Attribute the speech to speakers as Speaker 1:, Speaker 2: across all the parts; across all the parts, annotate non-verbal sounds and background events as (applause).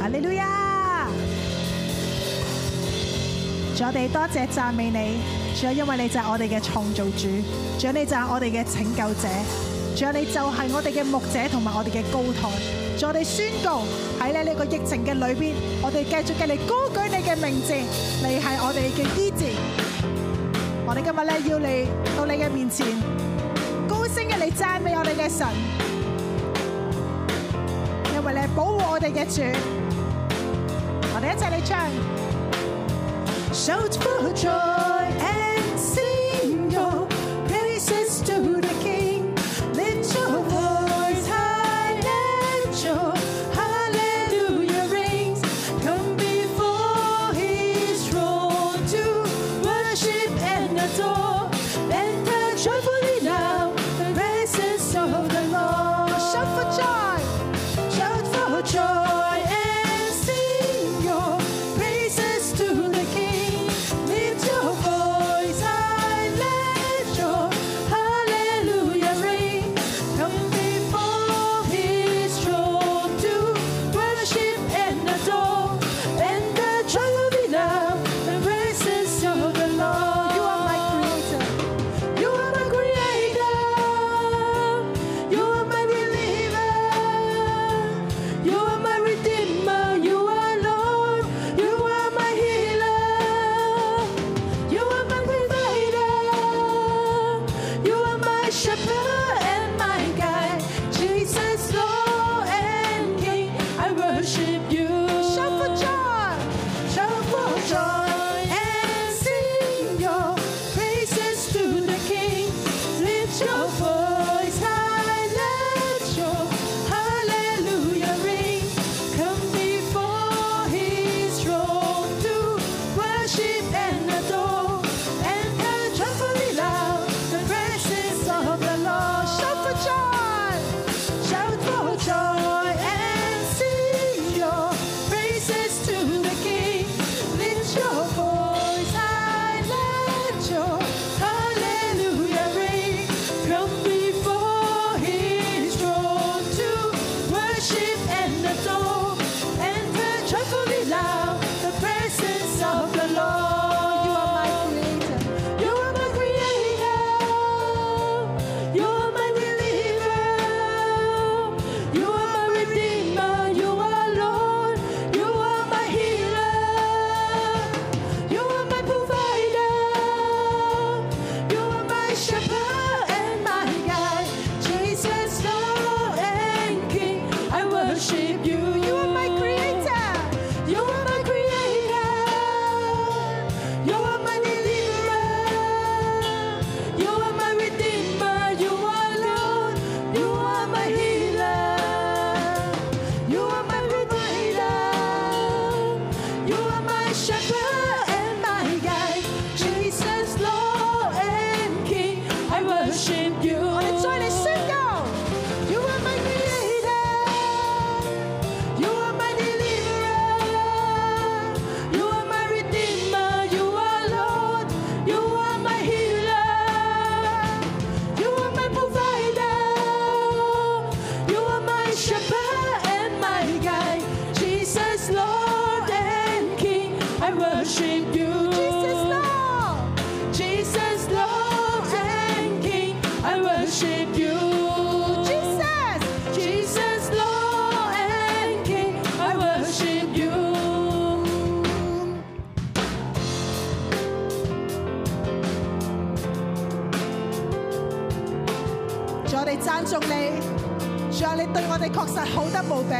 Speaker 1: 哈利路亞！主我哋多謝讚美你，主因為你就係我哋嘅創造主，主你就係我哋嘅拯救者，主你就係我哋嘅牧者同埋我哋嘅高台，主我哋宣告喺咧呢個疫情嘅裏邊，我哋繼續嘅嚟高舉你嘅名字，你係我哋嘅醫治。我哋今日咧要嚟到你嘅面前，高聲嘅嚟讚美我哋嘅神，因為你係保護我哋嘅主，我哋一齊嚟唱。Shout for joy and sing your praises to the King. Lift your voice high and your hallelujah rings. Come before His throne to worship and adore. Enter joyfully now the presence of the Lord. Shout for joy, shout for joy and sing your praises to the King. Lift your voice high, let your hallelujah ring. Come before His throne to worship and adore. And the joy will be now the praises of the Lord. You are my Creator. You are my Creator. You are my Reliever. You are my redeemer, you are Lord, you are my healer, you are my provider, you are my shepherd and my guide, Jesus Lord and King, I worship you. Shout for joy, shout for joy, and sing your praises to the King. Lift your voice high, let your hallelujah ring. Come before His throne to worship and adore, and the joyfully loud the praises of the Lord. Shout for joy, shout for joy, and sing your praises to the King. Lift your voice high, let your hallelujah ring. Come before His throne to worship and adore, and pray joyfully loud the presence of the Lord. You are my creator. You are my creator. You are my reliever. You are my redeemer. You are Lord. You are my healer. You are my provider. You are my shepherd and my guide. Jesus, Lord and King, I worship you. You are my creator. You are my creator. You are my deliverer. You are my redeemer. You are Lord. You are my healer. You are my provider. You are my shepherd and my guide. Jesus, Lord and King, I worship you. You are my creator. You are my deliverer. You are my redeemer. You are Lord. You are my healer. You are my provider. You are my shepherd and my guide. Jesus, Lord and King, I worship you. Jesus, Lord. Jesus, Lord and King, I worship you. Jesus, Jesus, Lord and King, I worship you. 主，我哋赞颂你，主啊，你对我哋确实好得无比，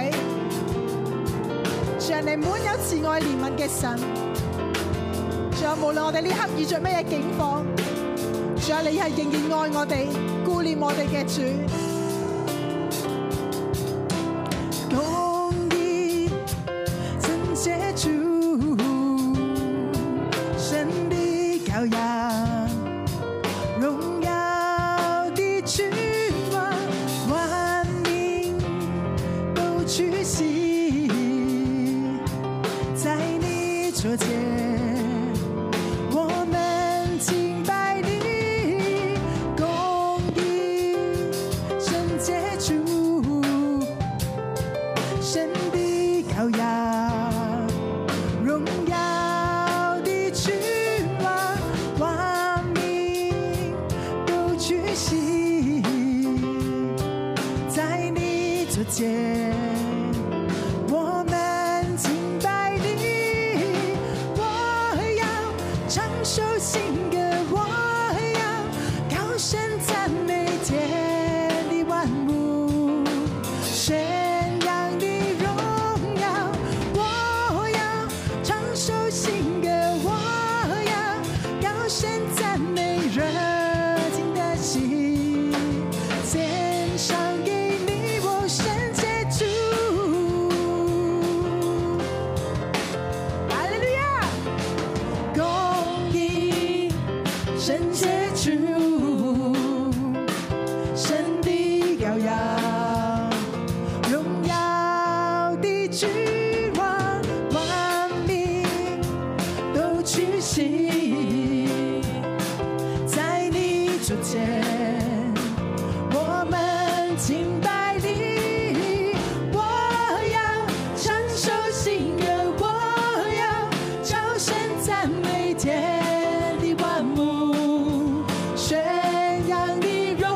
Speaker 1: 主啊，你满有慈爱怜悯嘅神，主啊，无论我哋呢刻遇着咩嘢境况，主啊，你系仍然爱我哋、顾念我哋嘅主。公义真谢主，神的羔羊。荣耀的君王，万民都屈膝，在你左前，我们敬拜你，公义。这街，我们敬拜你，我要唱首新歌，我要高声赞美天地万物，宣扬你荣耀，我要唱首新歌，我要高声赞美热情的心，献上给你我圣洁主。哈利路亚！公义，圣洁主，神的羔羊，荣耀的君王，万民都屈膝，在你主前。我们敬拜你，我要唱首新歌，我要高声赞美天地万物，宣扬你荣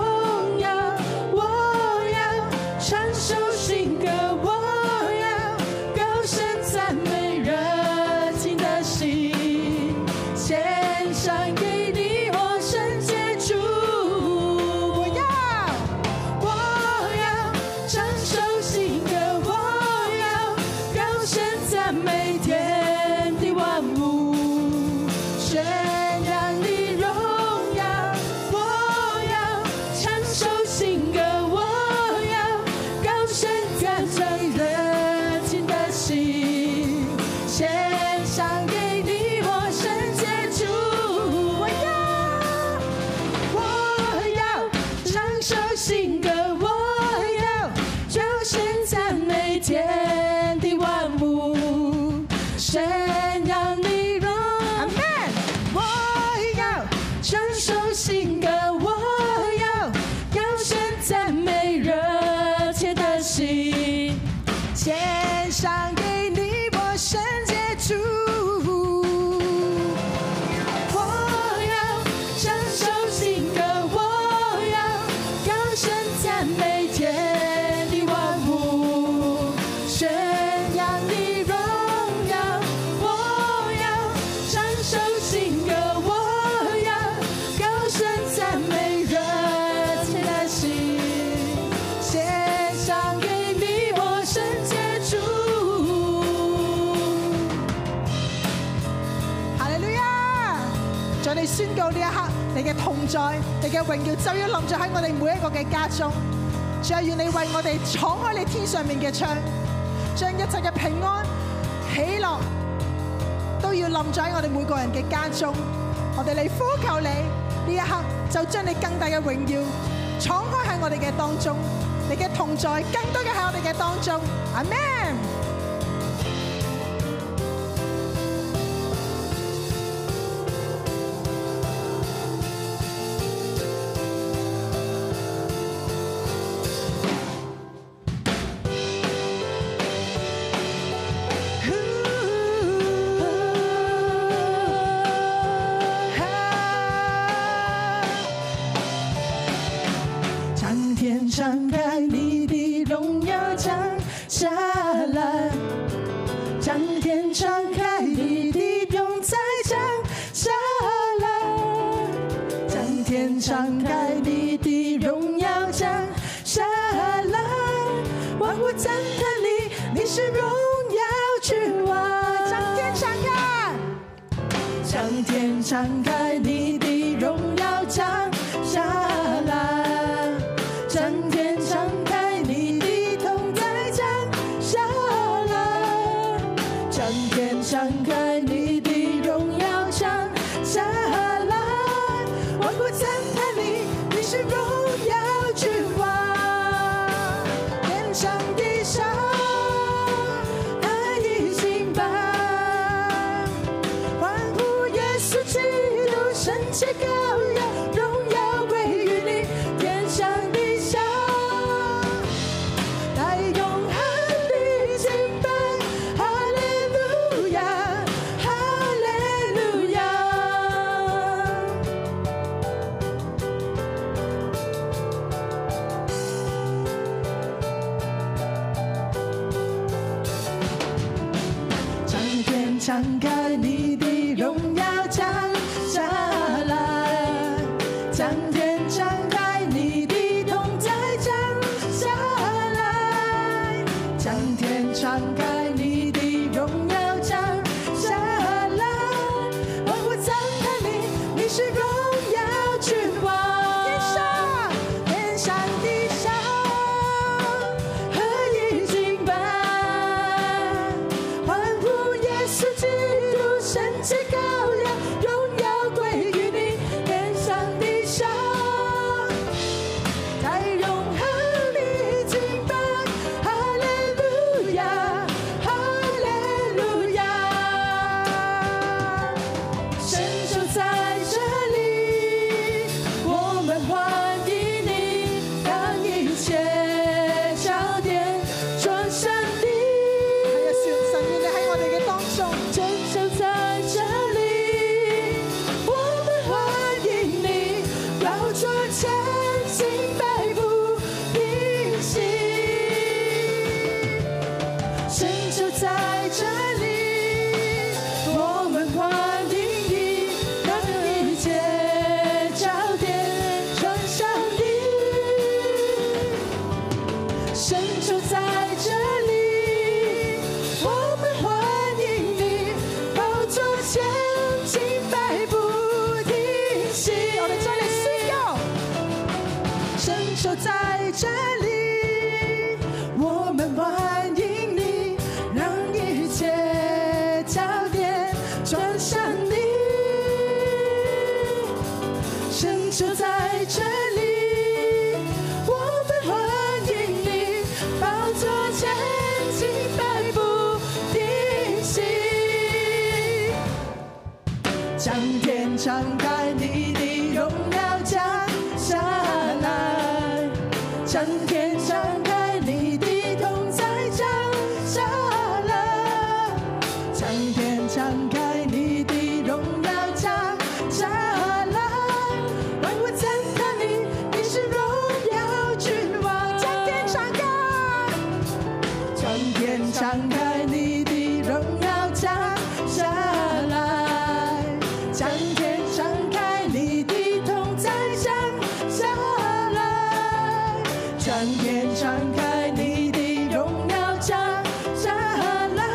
Speaker 1: 耀。我要唱首新歌，我要高声赞美热情的心，献上给你我圣洁主，我要。我要唱首新歌，我要高声赞美天地万物，宣扬你荣耀。我要唱首新歌，我要高声赞美热情的心，献上给你我圣洁主，我要。我要唱首新歌，我要高声赞美天地万物，宣扬你荣耀。我要唱首新歌，我要高声赞美热切的心，献上给你我圣洁主。我要唱首新歌，我要高声赞美天地万物，宣扬你荣耀。我要唱首新歌，我要高声赞美热切的心，献上给你我圣洁主。哈利路亞！在你宣告呢一刻，你嘅同在，你嘅榮耀就要臨在喺我哋每一個嘅家中。主啊，願你為我哋敞開你天上面嘅窗，將一切嘅平安、喜樂都要臨在喺我哋每個人嘅家中。我哋嚟呼求你，呢一刻就將你更大嘅榮耀敞開喺我哋嘅當中，你嘅同在更多嘅喺我哋嘅當中。阿 Man。苍天敞开你的荣耀降下来，苍天敞开你的永在降下来，苍天敞开你的荣耀降下来，万物赞叹你，你是荣耀之王。苍天敞开。苍天敞开你的荣耀降下来，苍天敞开你的同在降下来，苍天敞开你的荣耀降下来，万国赞叹你，你是荣耀之王，天上地上爱已敬拜。万物耶稣基督敞开你的荣耀降下来，将天敞开你的同在降下来，将天敞开你的荣耀降下来，万物赞叹你，你是荣耀君王，天上天上地下何以敬拜？欢呼耶稣基督，圣洁羔羊，荣耀归于你，天上地下。在永恒里敬拜，哈利路亚，哈利路亚，神就在这里，我们欢迎你，让一切焦点转向你。拯救在这里，我们欢迎你，绕着前行，百步并行。神就在这里，我们欢迎你，让一切焦点转向你。神就在这里，我们欢迎你，抱着前进，百步停息。我们再来宣告，神就在这里，我们欢迎你，让一切焦点转向你。神就在这里，我们欢迎你，抱着前进，百步停息，将天敞开你的荣耀降下来，将天敞开你的同在降下来。将天敞开你的荣耀降下来，万物赞叹你，你是荣耀君王。将天敞开，将天敞开你的荣耀降下来，将天敞开你的同在降下来，将天敞开你的荣耀降下来，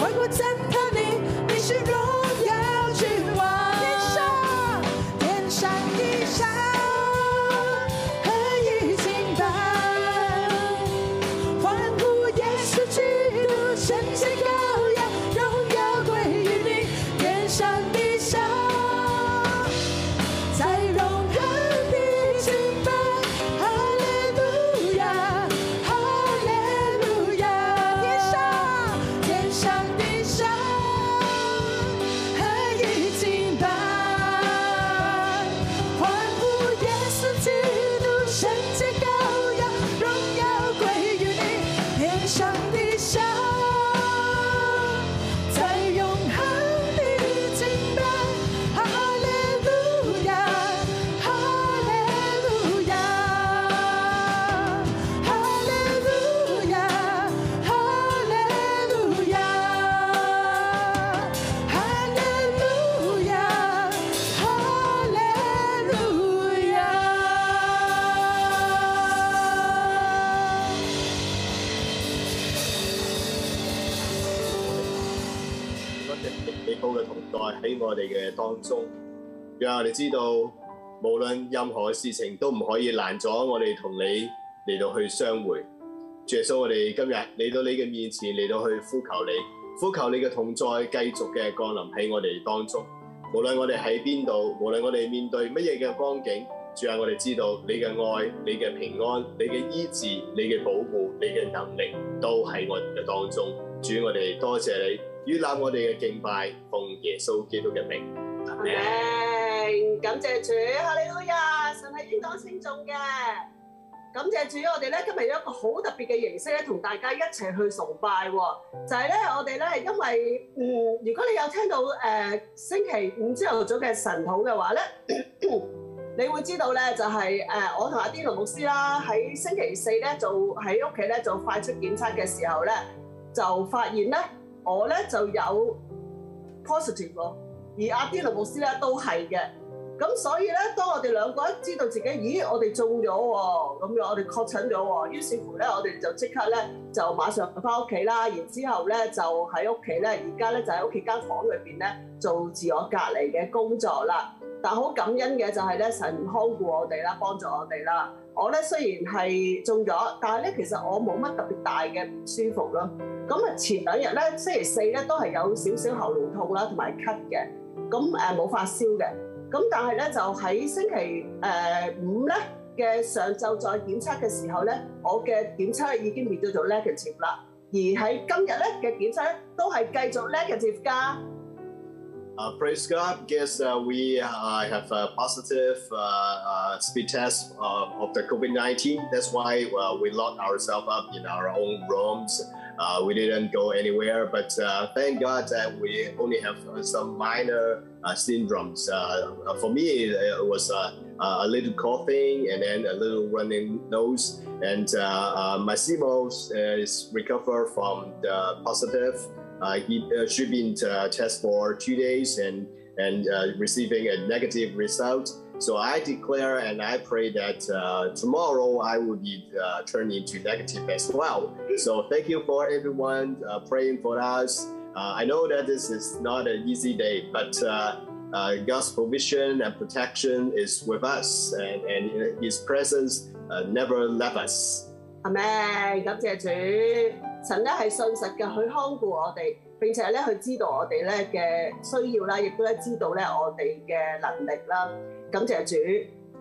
Speaker 1: 万国赞叹你，你是荣耀君王。天上天上地下，何以敬拜？欢呼耶稣基督，圣洁羔羊，荣耀归于你，天上地下。在永恒的敬拜，哈利路亚，哈利路亚，天上天上地上，何以敬拜？欢呼耶稣基督，圣洁羔羊，荣耀归于你，天上地下。在永恒的敬拜，哈利路亚，哈利路亚，哈利路亚，哈利路亚，哈利路亚，哈利路亚。
Speaker 2: 不定美好嘅同在喺我哋嘅當中，讓我哋知道，無論任何嘅事情都唔可以攔阻我哋同你嚟到去相會。主耶穌，我哋今日嚟到你嘅面前，嚟到去呼求你，呼求你嘅同在繼續嘅降臨喺我哋當中。無論我哋喺邊度，無論我哋面對乜嘢嘅光景，主啊，我哋知道你嘅愛、你嘅平安、你嘅醫治、你嘅保護、你嘅能力，都喺我哋嘅當中。主，我哋多謝你，與攬我哋嘅敬拜，奉耶穌基督嘅名。阿門
Speaker 3: Amen. 感謝主，哈利路亞！神係應當稱頌嘅。感謝主，我哋咧今日有一個好特別嘅形式咧，同大家一齊去崇拜喎。就係咧，我哋咧，因為嗯，如果你有聽到誒、呃星期五朝頭早嘅神討嘅話咧， (clears throat) 你會知道咧，就係、呃我同阿啲羅牧師啦，喺星期四咧做喺屋企咧做快速檢測嘅時候咧，就發現咧我咧就有誒、 positive 喎，而阿 d i n 牧師咧都係嘅。咁所以咧，當我哋兩個一知道自己，咦，我哋中咗喎，咁樣我哋確診咗喎，於是乎咧，我哋就即刻咧就馬上翻屋企啦，然之後咧就喺屋企咧，而家咧就喺屋企間房裏邊咧做自我隔離嘅工作啦。但好感恩嘅就係咧，神看顧我哋啦，幫助我哋啦。我咧雖然係中咗，但係咧其實我冇乜特別大嘅唔舒服咯。咁啊前兩日咧，星期四咧都係有少少喉嚨痛啦，同埋咳嘅。咁誒冇發燒嘅。咁但係咧就喺星期誒五咧嘅上晝再檢測嘅時候咧，我嘅檢測已經變咗做 negative 啦。而喺今日咧嘅檢測咧都係繼續 negative 㗎。
Speaker 2: Uh, praise God. Yes, uh, we uh, have a positive uh, uh, speed test uh, of the COVID 19. That's why uh, we locked ourselves up in our own rooms. Uh, we didn't go anywhere, but uh, thank God that we only have uh, some minor uh, syndromes. Uh, for me, it was uh, a little coughing and then a little running nose. And uh, uh, my CMOS uh, is recovered from the positive. Uh, he uh, should be in uh, test for two days and and uh, receiving a negative result. So I declare and I pray that uh, tomorrow I will be uh, turned into negative as well. So thank you for everyone uh, praying for us. Uh, I know that this is not an easy day, but uh, uh, God's provision and protection is with us, and, and His presence uh, never left us.
Speaker 3: 係咪？感謝主，神咧係信實嘅，佢看顧我哋，並且咧佢知道我哋咧嘅需要啦，亦都咧知道咧我哋嘅能力啦。感謝主。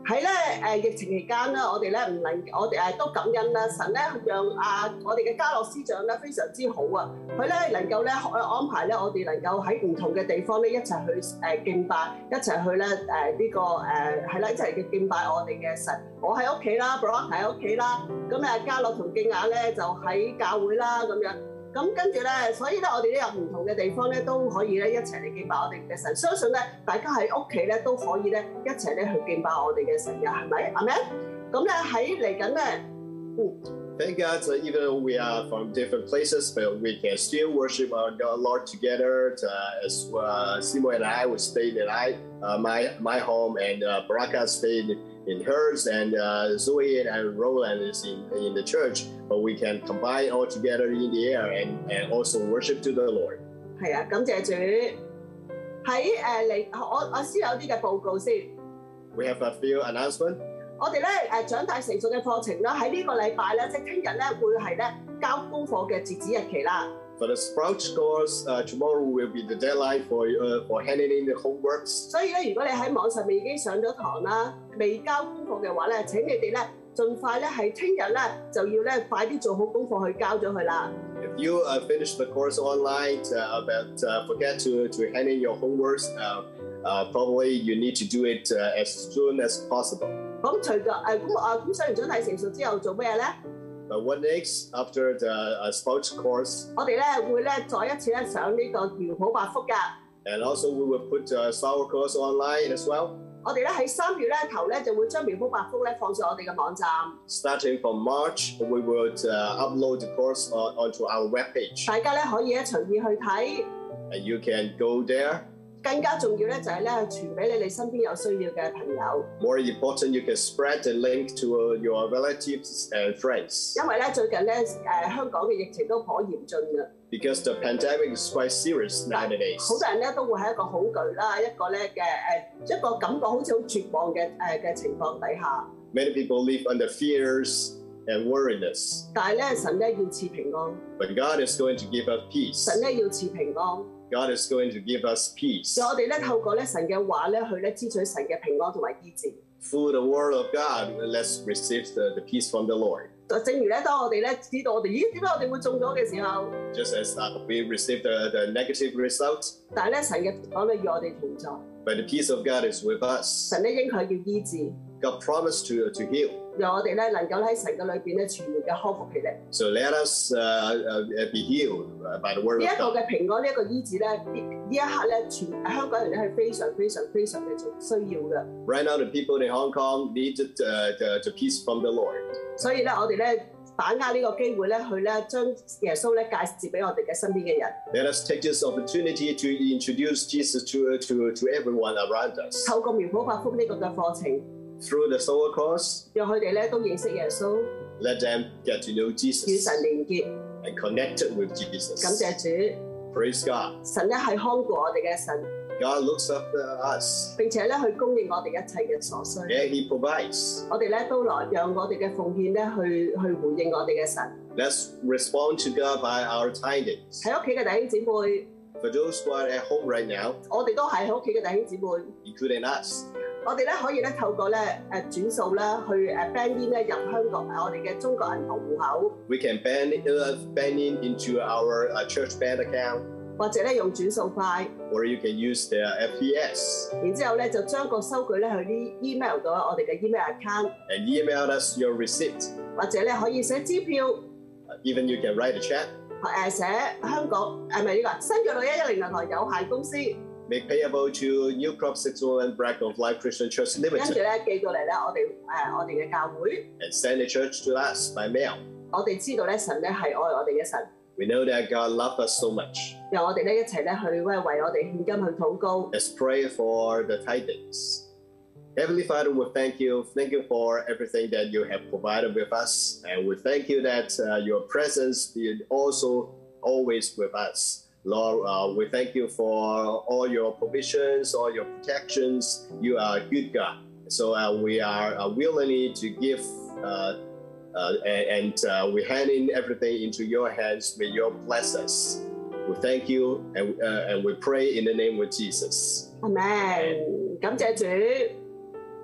Speaker 3: 喺咧誒疫情期間啦，我哋咧唔能，我哋誒都感恩啦，神咧讓啊我哋嘅家樂司長咧非常之好啊，佢咧能夠咧可安排咧我哋能夠喺唔同嘅地方咧一齊去誒敬拜，一齊去咧誒呢個誒係啦，一齊嘅敬拜我哋嘅神。我喺屋企啦 b r o n 喺屋企啦，咁誒家樂同敬雅咧就喺教會啦咁樣。咁跟住咧，所以咧，我哋咧有唔同嘅地方咧，都可以咧一齊嚟敬拜我哋嘅神。相信咧，大家喺屋企咧都可以咧一齊咧去敬拜我哋嘅神嘅，係咪？阿 m 咁咧喺嚟緊咧，
Speaker 2: Thank God, so even though we are from different places, but we can still worship our Lord together. Uh, as uh, Simo and I, we stayed in I, uh, my my home, and uh, Baraka stayed in hers, and uh, Zoe and Roland is in, in the church. But we can combine all together in the air and, and also worship to the Lord.
Speaker 3: 係啊，感謝主。喺誒嚟，我我先有啲嘅報告先。
Speaker 2: We have a few announcements.
Speaker 3: 我哋咧誒長大成熟嘅課程啦，喺呢個禮拜咧，即係聽日咧會係咧交功課嘅截止日期啦。
Speaker 2: For the Sprout course, uh, tomorrow will be the deadline for uh, for handing in the homeworks.
Speaker 3: 所以咧，如果你喺網上面已經上咗堂啦，未交功課嘅話咧，請你哋咧盡快咧係聽日咧就要咧快啲做好功課去交咗佢啦。
Speaker 2: If you uh, finish the course online, uh, but uh, forget to, to hand in your homework, uh, uh, probably you need to do it uh, as soon as possible.
Speaker 3: 咁除咗誒咁啊咁上完長大成熟之後做咩咧？
Speaker 2: But what next after the uh, sports course?
Speaker 3: 我哋咧會咧再一次咧上呢個搖普百福㗎。
Speaker 2: And also, we will put uh, sour course online as well.
Speaker 3: 我哋咧喺三月咧頭咧就會將苗圃百福咧放上我哋嘅網站，
Speaker 2: Starting from March, we will uh, upload the course on, onto our webpage.
Speaker 3: 大家咧可以咧隨意去睇。
Speaker 2: And you can go there.
Speaker 3: 更加重要咧就係咧傳俾你哋身邊有需要嘅朋友，
Speaker 2: More important, you can spread the link to uh, your relatives and friends
Speaker 3: 因為咧最近咧誒香港嘅疫情都頗嚴峻㗎。
Speaker 2: because the pandemic is quite serious nowadays.
Speaker 3: 好多人咧都會喺一個恐懼啦，一個咧嘅誒一個感覺好似好絕望嘅誒嘅情況底下，
Speaker 2: Many people live under fears and worriness,
Speaker 3: 但係咧神咧要賜平安，
Speaker 2: but God is going to give us peace.
Speaker 3: 神咧要賜平安，
Speaker 2: God is going to give us peace
Speaker 3: 所以我哋咧透過咧神嘅話咧去咧支取神嘅平安同埋醫治。
Speaker 2: through the word of God. Let's receive the, the peace from the Lord.
Speaker 3: 就正如咧，當我哋咧知道我哋咦點解我哋會中咗嘅時候，
Speaker 2: Just as uh, we received the, the negative result,
Speaker 3: 但係咧神嘅平安咧與我哋同在，
Speaker 2: but the peace of God is with us.
Speaker 3: 神咧應許要醫治，
Speaker 2: God promised to, to heal.
Speaker 3: 讓我哋咧能夠喺神嘅裏邊咧全然嘅康復起嚟。呢
Speaker 2: So let us uh, uh, be healed uh, by the word
Speaker 3: 一
Speaker 2: of
Speaker 3: 個
Speaker 2: God.
Speaker 3: 嘅平安，呢、一個醫治咧，呢呢一刻咧全香港人咧係非常非常非常嘅需要嘅。
Speaker 2: Right now, the people in Hong Kong need the, the, the peace from the Lord.
Speaker 3: 所以咧，我哋咧把握呢個機會咧，去咧將耶穌咧介紹俾我哋嘅身邊嘅人。
Speaker 2: Let us take this opportunity to introduce Jesus to, to, to everyone around us
Speaker 3: 透過苗圃百福呢個嘅課程，
Speaker 2: through the solar course.
Speaker 3: 讓佢哋咧都認識耶穌，
Speaker 2: Let them get to know
Speaker 3: 與
Speaker 2: Jesus
Speaker 3: 神連結。
Speaker 2: and connected with
Speaker 3: 感
Speaker 2: Jesus.
Speaker 3: 謝主，
Speaker 2: Praise God.
Speaker 3: 神咧係看顧我哋嘅神，
Speaker 2: God looks after us
Speaker 3: 並且咧去供應我哋一切嘅所需。
Speaker 2: and He provides.
Speaker 3: 我哋咧都來讓我哋嘅奉獻咧去去回應我哋嘅神。
Speaker 2: Let's respond to God by our tidings.
Speaker 3: 喺屋企嘅弟兄姊妹，
Speaker 2: For those who are at home right now,
Speaker 3: 我哋都係喺屋企嘅弟兄姊妹。
Speaker 2: including us,
Speaker 3: 我哋咧可以咧透過咧誒轉數啦，去誒 bank in 咧入香港我哋嘅中國銀行户口，
Speaker 2: we can ban, uh, ban in into our uh, church bank account,
Speaker 3: 或者咧用轉數快，
Speaker 2: or you can use the FPS
Speaker 3: 然之後咧就將個收據咧去啲 email 到我哋嘅 email account，
Speaker 2: and email us your receipt.
Speaker 3: 或者咧可以寫支票
Speaker 2: Uh, even you can write a check,
Speaker 3: 誒寫香港誒咪呢個新約六一一零銀行有限公司，跟
Speaker 2: make payable to New Crop 611 Black of Life Christian Church
Speaker 3: 住
Speaker 2: Limited,
Speaker 3: 咧寄到嚟咧我哋誒我哋嘅教會，
Speaker 2: and send the church to us by mail.
Speaker 3: 我哋知道咧神咧係愛我哋嘅神，
Speaker 2: We know that God loves us so much.
Speaker 3: 讓我哋咧一齊咧去為為我哋獻金去禱告。
Speaker 2: Let's pray for the tidings. Heavenly Father, we thank you. Thank you for everything that you have provided with us. And we thank you that uh, your presence is also always with us. Lord, uh, we thank you for all your provisions, all your protections. You are a good God. So uh, we are uh, willingly to give uh, uh, and, and uh, we hand in everything into your hands. May you bless us. We thank you and, uh, and we pray in the name of Jesus.
Speaker 3: 阿 m 感謝主，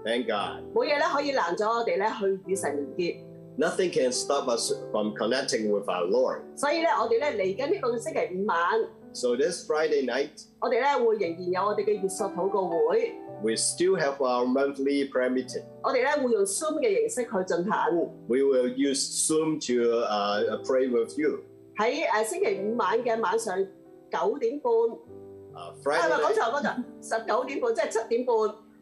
Speaker 2: Thank God.
Speaker 3: 冇嘢咧可以攔咗我哋咧去與神連結。
Speaker 2: Nothing can stop us from connecting with our Lord.
Speaker 3: 所以咧，我哋咧嚟緊呢個星期五晚，
Speaker 2: So this Friday night,
Speaker 3: 我哋咧會仍然有我哋嘅月朔禱告會，
Speaker 2: we still have our monthly prayer meeting.
Speaker 3: 我哋咧會用 Zoom 嘅形式去進行。
Speaker 2: We will use Zoom to uh, pray with you.
Speaker 3: 喺誒星期五晚嘅晚上九點半，
Speaker 2: Uh,
Speaker 3: 啊唔
Speaker 2: Friday
Speaker 3: 係講
Speaker 2: night,
Speaker 3: 錯講錯，十九點半即係七點半，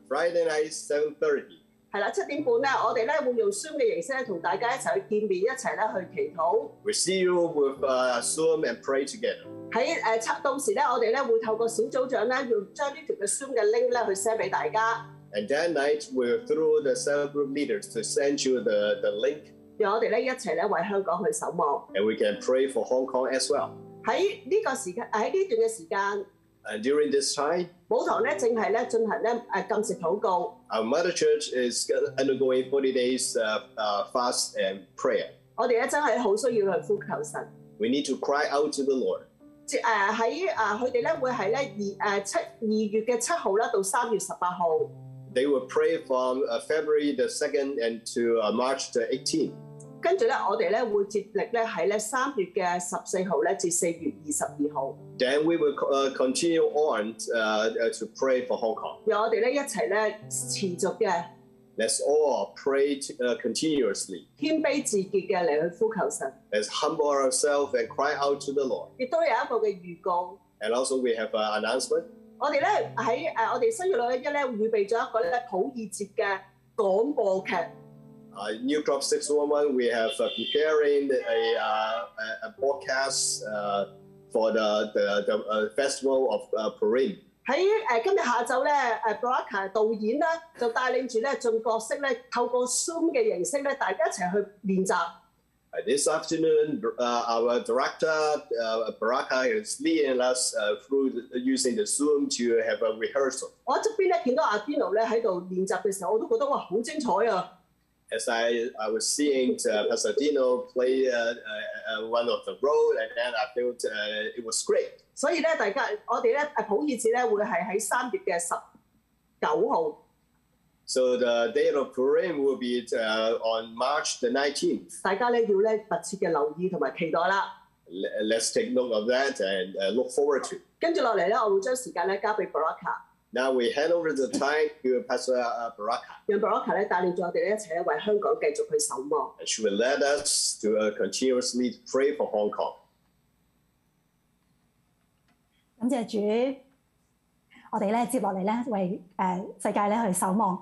Speaker 2: Friday night, 7.30.
Speaker 3: 係啦，七點半咧，我哋咧會用 Zoom 嘅形式咧同大家一齊去見面，一齊咧去祈禱。
Speaker 2: We see you with uh, Zoom and pray together.
Speaker 3: 喺誒七到時咧，我哋咧會透過小組長咧，要將呢條嘅 Zoom 嘅 link 咧去 send 俾大家，
Speaker 2: And that night, we'll through the cell group leaders to send you the, the link
Speaker 3: 讓我哋咧一齊咧為香港去守望。
Speaker 2: and we can pray for Hong Kong as well.
Speaker 3: 喺呢個時間，喺呢段嘅時間。
Speaker 2: And during this time,
Speaker 3: 母堂咧正係咧進行咧誒禁食禱告，
Speaker 2: our mother church is undergoing 40 days uh, uh, fast and prayer.
Speaker 3: 我哋咧真係好需要去呼求神。
Speaker 2: We need to cry out to the Lord.
Speaker 3: 即誒喺誒佢哋咧會係咧二誒七二月嘅七號啦到三月十八號，
Speaker 2: They will pray from uh, February the 2nd and to uh, March the 18th.
Speaker 3: 跟住咧我哋咧會接力咧喺咧三月嘅十四號咧至四月二十二號，
Speaker 2: Then we will co- uh, continue on uh, uh, to pray for Hong Kong.
Speaker 3: 讓我哋咧一齊咧持續嘅
Speaker 2: Let's all pray t- uh, continuously.
Speaker 3: 謙卑自潔嘅嚟去呼求神。
Speaker 2: Let's humble ourselves and cry out to the Lord.
Speaker 3: 亦都有一個嘅預告，
Speaker 2: And also, we have an announcement.
Speaker 3: 我哋咧喺誒我哋新月六一一咧預備咗一個咧普爾節嘅廣播劇。
Speaker 2: Uh, New Crop 611, we have uh, preparing a, uh, a- a broadcast uh, for the, the, the uh, Festival of uh, Purim.
Speaker 3: 喺誒今日下晝咧，誒 Baraka 導演咧就帶領住咧進角色咧，透過 Zoom 嘅形式咧，大家一齊去練習。
Speaker 2: Uh, this afternoon, uh, our director uh, Baraka is leading us uh, through the, using the Zoom to have a rehearsal.
Speaker 3: 我喺側邊咧見到阿 Dino 咧喺度練習嘅時候，我都覺得哇好精彩啊！
Speaker 2: As I, I was seeing uh, Pasadena play uh, uh, uh, one of the role, and then I felt uh, it was great.
Speaker 3: 所以咧，大家我哋咧誒普爾節咧會係喺三月嘅十九號，
Speaker 2: So the date of Purim will be uh, on March the 19th.
Speaker 3: 大家咧要咧密切嘅留意同埋期待啦。
Speaker 2: L- let's take note of that and uh, look forward to. it.
Speaker 3: 跟住落嚟咧，我會將時間咧交俾 Baraka，
Speaker 2: Now we hand over the time to Pastor uh, Baraka,
Speaker 3: 讓 Baraka 咧帶領住我哋咧一齊咧為香港繼續去守望。
Speaker 2: and she will lead us to uh, continuously pray for Hong Kong.
Speaker 4: 感謝主，我哋咧接落嚟咧為誒、呃世界咧去守望。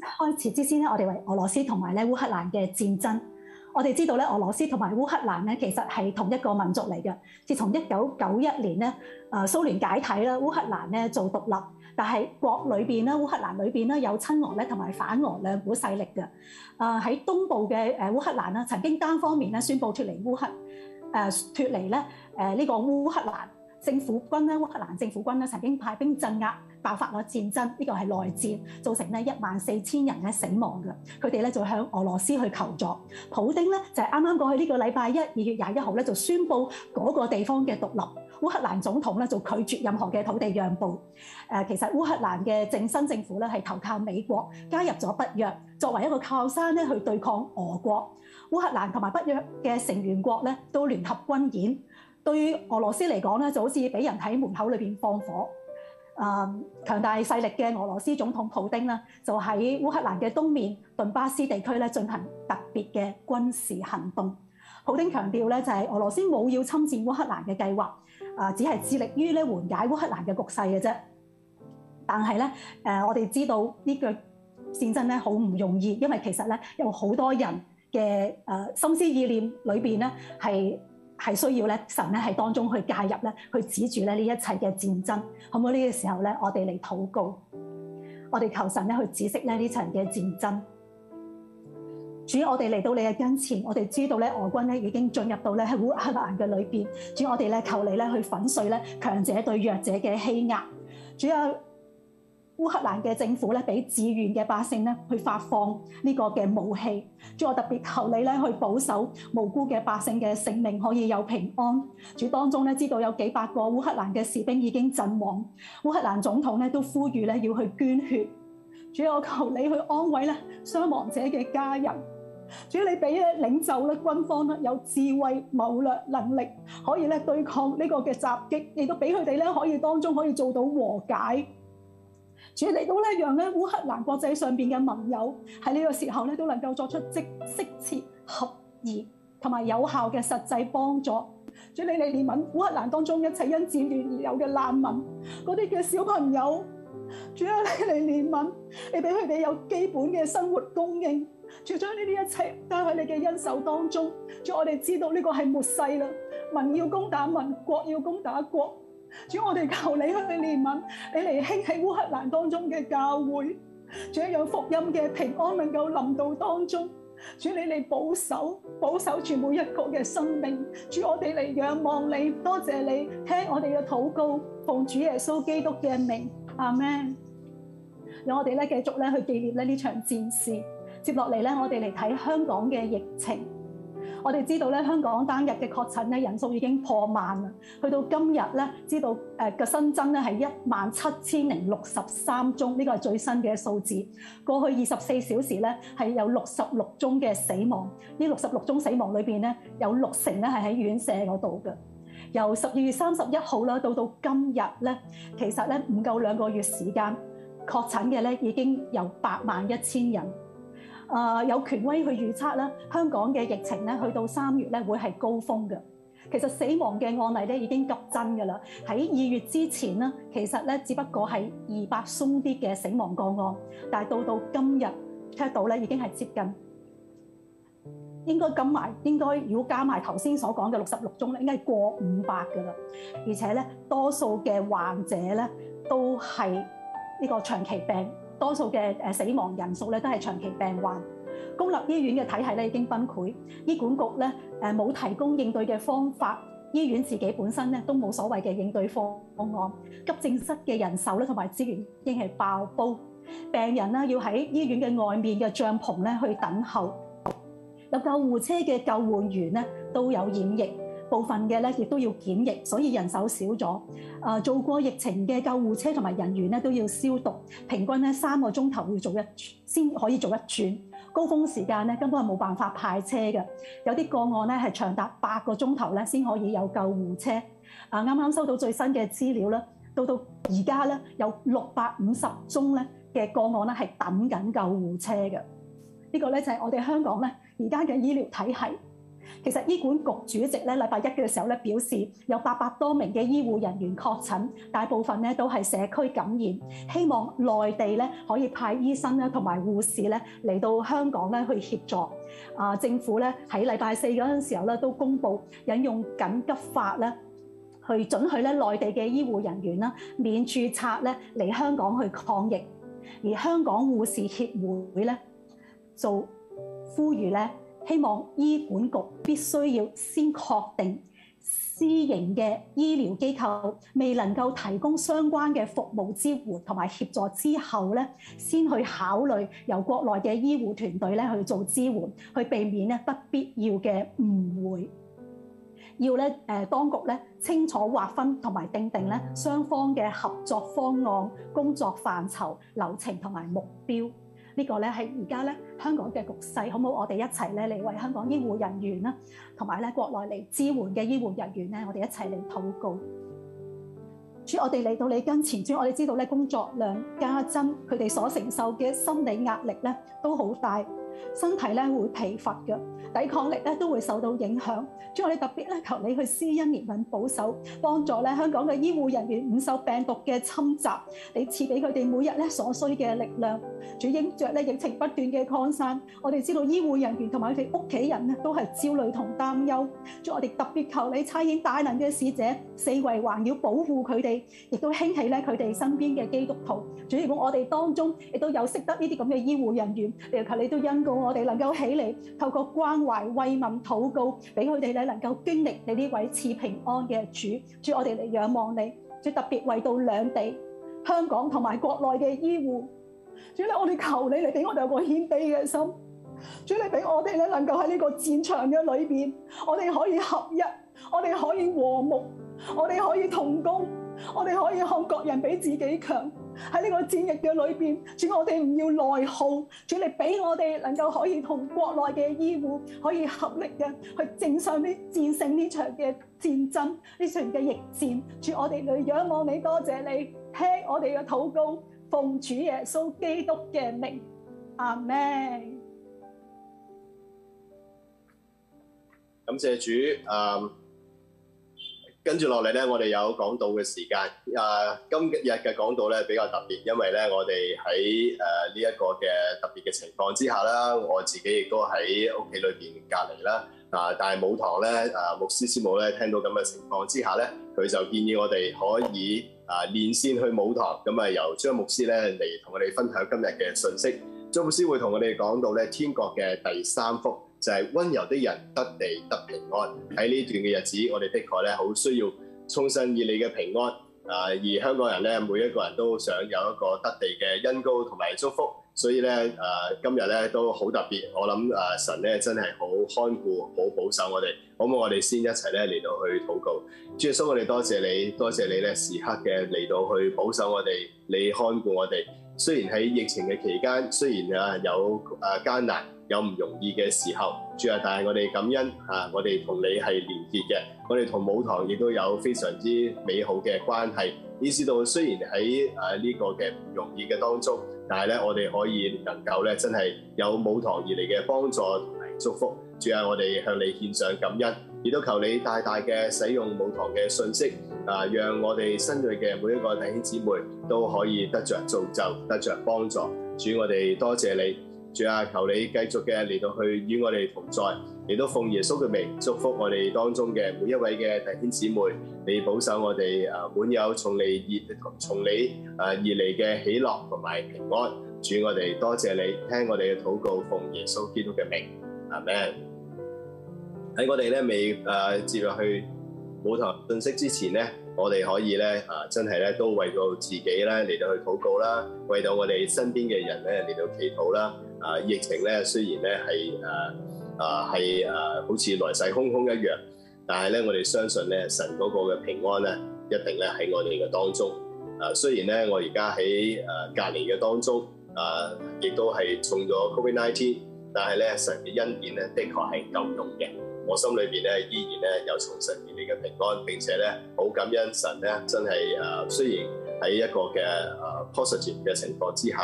Speaker 4: 開始之先咧，我哋為俄羅斯同埋咧烏克蘭嘅戰爭，我哋知道咧，俄羅斯同埋烏克蘭咧，其實係同一個民族嚟嘅。自從一九九一年咧，誒、蘇聯解體啦，烏克蘭咧做獨立，但係國裏邊咧，烏克蘭裏邊咧有親俄咧同埋反俄兩股勢力嘅。誒、喺東部嘅誒烏克蘭啦，曾經單方面咧宣布脱離烏克誒脱離咧誒呢個烏克蘭政府軍咧，烏克蘭政府軍咧曾經派兵鎮壓，爆發咗戰爭，呢個係內戰，造成咧一萬四千人嘅死亡嘅。佢哋咧就向俄羅斯去求助。普丁咧就係啱啱過去呢個禮拜一，二月廿一號咧就宣布嗰個地方嘅獨立。烏克蘭總統咧就拒絕任何嘅土地讓步。誒、呃其實烏克蘭嘅正新政府咧係投靠美國，加入咗北約，作為一個靠山咧去對抗俄國。烏克蘭同埋北約嘅成員國咧都聯合軍演，對俄羅斯嚟講咧就好似俾人喺門口裏邊放火。誒、強大勢力嘅俄羅斯總統普丁呢，就喺烏克蘭嘅東面頓巴斯地區咧進行特別嘅軍事行動。普丁強調咧就係、俄羅斯冇要侵佔烏克蘭嘅計劃，啊、只係致力於咧緩解烏克蘭嘅局勢嘅啫。但係咧誒，我哋知道呢個戰爭咧好唔容易，因為其實咧有好多人嘅誒、呃心思意念裏邊咧係。係需要咧，神咧係當中去介入咧，去指住咧呢一切嘅戰爭，好唔好？呢個時候咧，我哋嚟禱告，我哋求神咧去止息咧呢場嘅戰爭。主，我哋嚟到你嘅跟前，我哋知道咧俄軍咧已經進入到咧喺烏克蘭嘅裏邊。主，我哋咧求你咧去粉碎咧強者對弱者嘅欺壓。主啊！烏克蘭嘅政府咧，俾志願嘅百姓咧去發放呢個嘅武器。主，我特別求你咧去保守無辜嘅百姓嘅性命可以有平安。主當中咧知道有幾百個烏克蘭嘅士兵已經陣亡，烏克蘭總統咧都呼籲咧要去捐血。主，我求你去安慰咧傷亡者嘅家人。主，你俾咧領袖咧軍方咧有智慧謀略能力，可以咧對抗呢個嘅襲擊，亦都俾佢哋咧可以當中可以做到和解。主嚟到咧，讓咧烏克蘭國際上邊嘅盟友喺呢個時候咧都能夠作出即適切、合宜同埋有效嘅實際幫助。主你嚟憐憫烏克蘭當中一切因戰亂而有嘅難民，嗰啲嘅小朋友。主啊，你嚟憐憫，你俾佢哋有基本嘅生活供應。主將呢啲一切帶喺你嘅恩手當中。主，我哋知道呢個係末世啦，民要攻打民，國要攻打國。主，我哋求你去憐憫，你嚟興起烏克蘭當中嘅教會，主讓福音嘅平安能夠臨到當中。主你嚟保守，保守住每一個嘅生命。主我哋嚟仰望你，多謝你聽我哋嘅禱告，奉主耶穌基督嘅名，阿門。讓我哋咧繼續咧去紀念咧呢場戰事。接落嚟咧，我哋嚟睇香港嘅疫情。我哋知道咧，香港單日嘅確診咧人數已經破萬啦，去到今日咧，知道誒嘅新增咧係一萬七千零六十三宗，呢個係最新嘅數字。過去二十四小時咧係有六十六宗嘅死亡，呢六十六宗死亡裏邊咧有六成咧係喺院舍嗰度嘅。由十二月三十一號啦，到到今日咧，其實咧唔夠兩個月時間，確診嘅咧已經有八萬一千人。誒、有權威去預測咧，香港嘅疫情咧去到三月咧會係高峰嘅。其實死亡嘅案例咧已經急增㗎啦。喺二月之前咧，其實咧只不過係二百鬆啲嘅死亡個案，但係到到今日 check 到咧已經係接近。應該咁埋，應該如果加埋頭先所講嘅六十六宗咧，應該係過五百㗎啦。而且咧，多數嘅患者咧都係呢個長期病多數嘅誒死亡人數咧都係長期病患。公立醫院嘅體系咧已經崩潰，醫管局咧誒冇提供應對嘅方法，醫院自己本身咧都冇所謂嘅應對方案，急症室嘅人手咧同埋資源已經係爆煲，病人啦要喺醫院嘅外面嘅帳篷咧去等候，有救護車嘅救護員咧都有染疫，部分嘅咧亦都要檢疫，所以人手少咗。啊，做過疫情嘅救護車同埋人員咧都要消毒，平均咧三個鐘頭要做一先可以做一轉。高峰時間咧根本係冇辦法派車嘅，有啲個案咧係長達八個鐘頭咧先可以有救護車。啊，啱啱收到最新嘅資料啦，到到而家咧有六百五十宗咧嘅個案咧係等緊救護車嘅。呢、個咧就係我哋香港咧而家嘅醫療體系。其其實醫管局主席咧禮拜一嘅時候咧表示，有八百多名嘅醫護人員確診，大部分咧都係社區感染。希望內地咧可以派醫生咧同埋護士咧嚟到香港咧去協助。啊，政府咧喺禮拜四嗰陣時候咧都公布引用緊急法咧。去准許咧內地嘅醫護人員啦，免註冊咧嚟香港去抗疫，而香港護士協會咧做呼籲咧，希望醫管局必須要先確定私營嘅醫療機構未能夠提供相關嘅服務支援同埋協助之後咧，先去考慮由國內嘅醫護團隊咧去做支援，去避免咧不必要嘅誤會。要咧誒當局咧清楚劃分同埋定定咧雙方嘅合作方案、工作範疇、流程同埋目標。呢個咧係而家咧香港嘅局勢，好唔好？我哋一齊咧嚟為香港醫護人員啦，同埋咧國內嚟支援嘅醫護人員咧，我哋一齊嚟禱告。主，我哋嚟到你跟前，主，我哋知道咧工作量加增，佢哋所承受嘅心理壓力咧都好大，身體咧會疲乏嘅，抵抗力咧都會受到影響。主，我哋特別咧求你去施恩憐憫保守，幫助咧香港嘅醫護人員唔受病毒嘅侵襲，你賜俾佢哋每日咧所需嘅力量。主應着咧疫情不斷嘅擴散，我哋知道醫護人員同埋佢哋屋企人咧都係焦慮同擔憂。主，我哋特別求你差遣大能嘅使者四圍環繞保護佢哋，亦都興起咧佢哋身邊嘅基督徒。主，如果我哋當中亦都有識得呢啲咁嘅醫護人員，你求你都恩告我哋能夠起嚟，透過關懷、慰問、禱告，俾佢哋咧能夠經歷你呢位賜平安嘅主。主，我哋嚟仰望你，主特別為到兩地香港同埋國內嘅醫護。主咧，我哋求你嚟俾我哋有個謙卑嘅心。主你俾我哋咧，能夠喺呢個戰場嘅裏邊，我哋可以合一，我哋可以和睦，我哋可以同工，我哋可以看各人比自己強。喺呢個戰役嘅裏邊，主我哋唔要內耗，主你俾我哋能夠可以同國內嘅醫護可以合力嘅去正上呢戰勝呢場嘅戰爭，呢場嘅疫戰。主我哋嚟仰望你，多謝你聽我哋嘅禱告，奉主耶穌基督嘅名，阿門。
Speaker 2: 感謝主，誒、跟住落嚟咧，我哋有講道嘅時間。誒、今日嘅講道咧比較特別，因為咧我哋喺誒呃呢一個嘅特別嘅情況之下啦，我自己亦都喺屋企裏邊隔離啦。啊！但係母堂咧，啊牧師師母咧，聽到咁嘅情況之下咧，佢就建議我哋可以啊連線去母堂，咁啊由張牧師咧嚟同我哋分享今日嘅信息。張牧師會同我哋講到咧天國嘅第三福，就係、温柔的人得地得平安。喺呢段嘅日子，我哋的確咧好需要衷心以你嘅平安啊！而香港人咧，每一個人都想有一個得地嘅恩膏同埋祝福。所以咧，誒、今日咧都好特別，我諗誒、神咧真係好看顧、好保守我哋。好唔好？我哋先一齊咧嚟到去禱告。主耶穌，我哋多謝你，多謝你咧時刻嘅嚟到去保守我哋，你看顧我哋。雖然喺疫情嘅期間，雖然啊有誒艱難，有唔容易嘅時候，主啊，但係我哋感恩啊，我哋同你係連結嘅，我哋同母堂亦都有非常之美好嘅關係。意思到雖然喺誒呢個嘅唔容易嘅當中，但係咧我哋可以能夠咧真係有母堂而嚟嘅幫助同埋祝福。主啊，我哋向你獻上感恩，亦都求你大大嘅使用母堂嘅信息，啊，讓我哋新锐嘅每一個弟兄姊妹都可以得着造就，得着幫助。主，我哋多謝你，主啊，求你繼續嘅嚟到去與我哋同在，亦都奉耶穌嘅名祝福我哋當中嘅每一位嘅弟兄姊妹，你保守我哋啊滿有從你而從你啊而嚟嘅喜樂同埋平安。主，我哋多謝你，聽我哋嘅禱告，奉耶穌基督嘅名，阿門。喺我哋咧未誒接入去舞台信息之前咧，我哋可以咧啊，真係咧都為到自己咧嚟到去禱告啦，為到我哋身邊嘅人咧嚟到祈禱啦。啊，疫情咧雖然咧係誒啊係誒好似來勢洶洶一樣，但係咧我哋相信咧神嗰個嘅平安咧一定咧喺我哋嘅當中。啊，雖然咧我而家喺誒隔離嘅當中，啊亦都係中咗 Covid nineteen，但係咧神嘅恩典咧的確係夠用嘅。我心裏邊咧依然咧有從神而嚟嘅平安，並且咧好感恩神咧，真係誒、呃雖然喺一個嘅誒、呃 positive 嘅情況之下，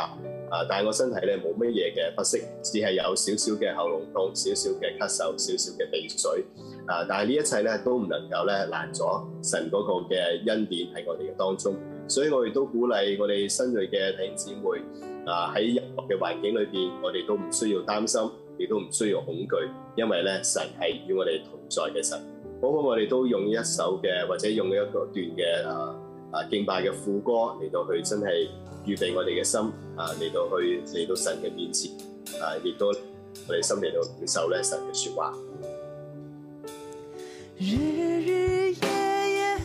Speaker 2: 啊，但係我身體咧冇乜嘢嘅不適，只係有少少嘅喉嚨痛、少少嘅咳嗽、少少嘅鼻水。啊，但係呢一切咧都唔能夠咧攔咗神嗰個嘅恩典喺我哋嘅當中。所以我哋都鼓勵我哋新锐嘅弟兄姊妹啊，喺任何嘅環境裏邊，我哋都唔需要擔心，亦都唔需要恐懼，因為咧神係與我哋同在嘅神。好好，我哋都用一首嘅或者用一個段嘅啊啊敬拜嘅副歌嚟到去真係預備我哋嘅心啊嚟到去嚟到神嘅面前啊，亦都我哋心嚟到領受咧神嘅説話。
Speaker 1: 日日夜夜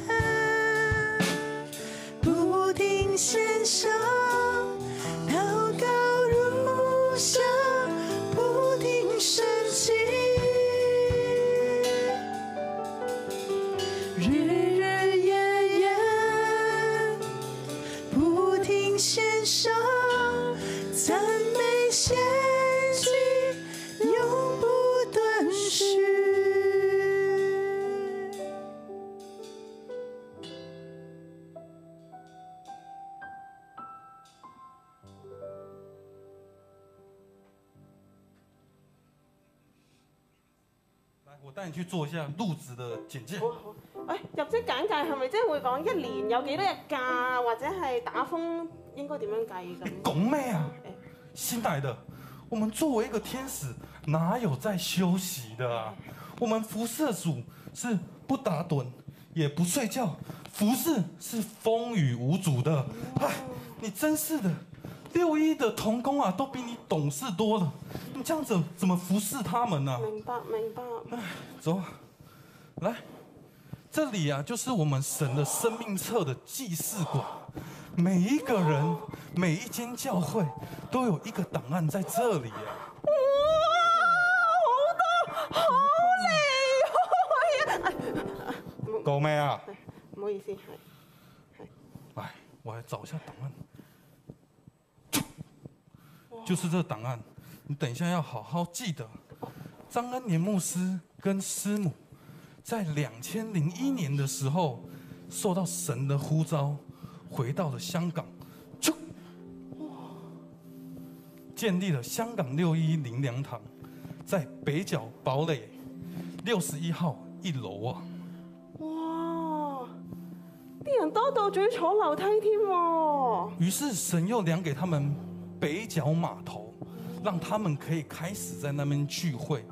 Speaker 1: 不停献上，祷告如下，不停升起。日日夜夜不停献上，赞美献祭，永不断续。
Speaker 5: 来，我带你去做一下入职的简介。
Speaker 6: 喂，入職簡介係咪即係會講一年有幾多日假，或者係打風應該點樣計
Speaker 5: 你
Speaker 6: 咁？
Speaker 5: 拱妹啊，新来的，我们作为一个天使，哪有在休息的啊？我们服侍主是不打盹，也不睡觉，服侍是风雨无阻的。唉，你真是的，六一的童工啊，都比你懂事多了，你这样子怎么服侍他们呢、
Speaker 6: (laughs) 明白明白，
Speaker 5: 走啊，来，这里啊就是我们神的生命册的记事馆，每一个人、每一间教会都有一个档案在这里啊。够没啊？
Speaker 6: 啊哎唔好意思，係
Speaker 5: 来，哎我来找一下档案，就是这档案，你等一下要好好记得。张恩年牧师跟师母在两千零一年的时候，受到神的呼召，回到了香港，就建立了香港六一灵粮堂，在北角堡垒六十一号一楼啊。
Speaker 6: 哇，啲人多到仲要坐樓梯添喎，
Speaker 5: 于是神又量给他们北角码头，让他们可以开始在那边聚会，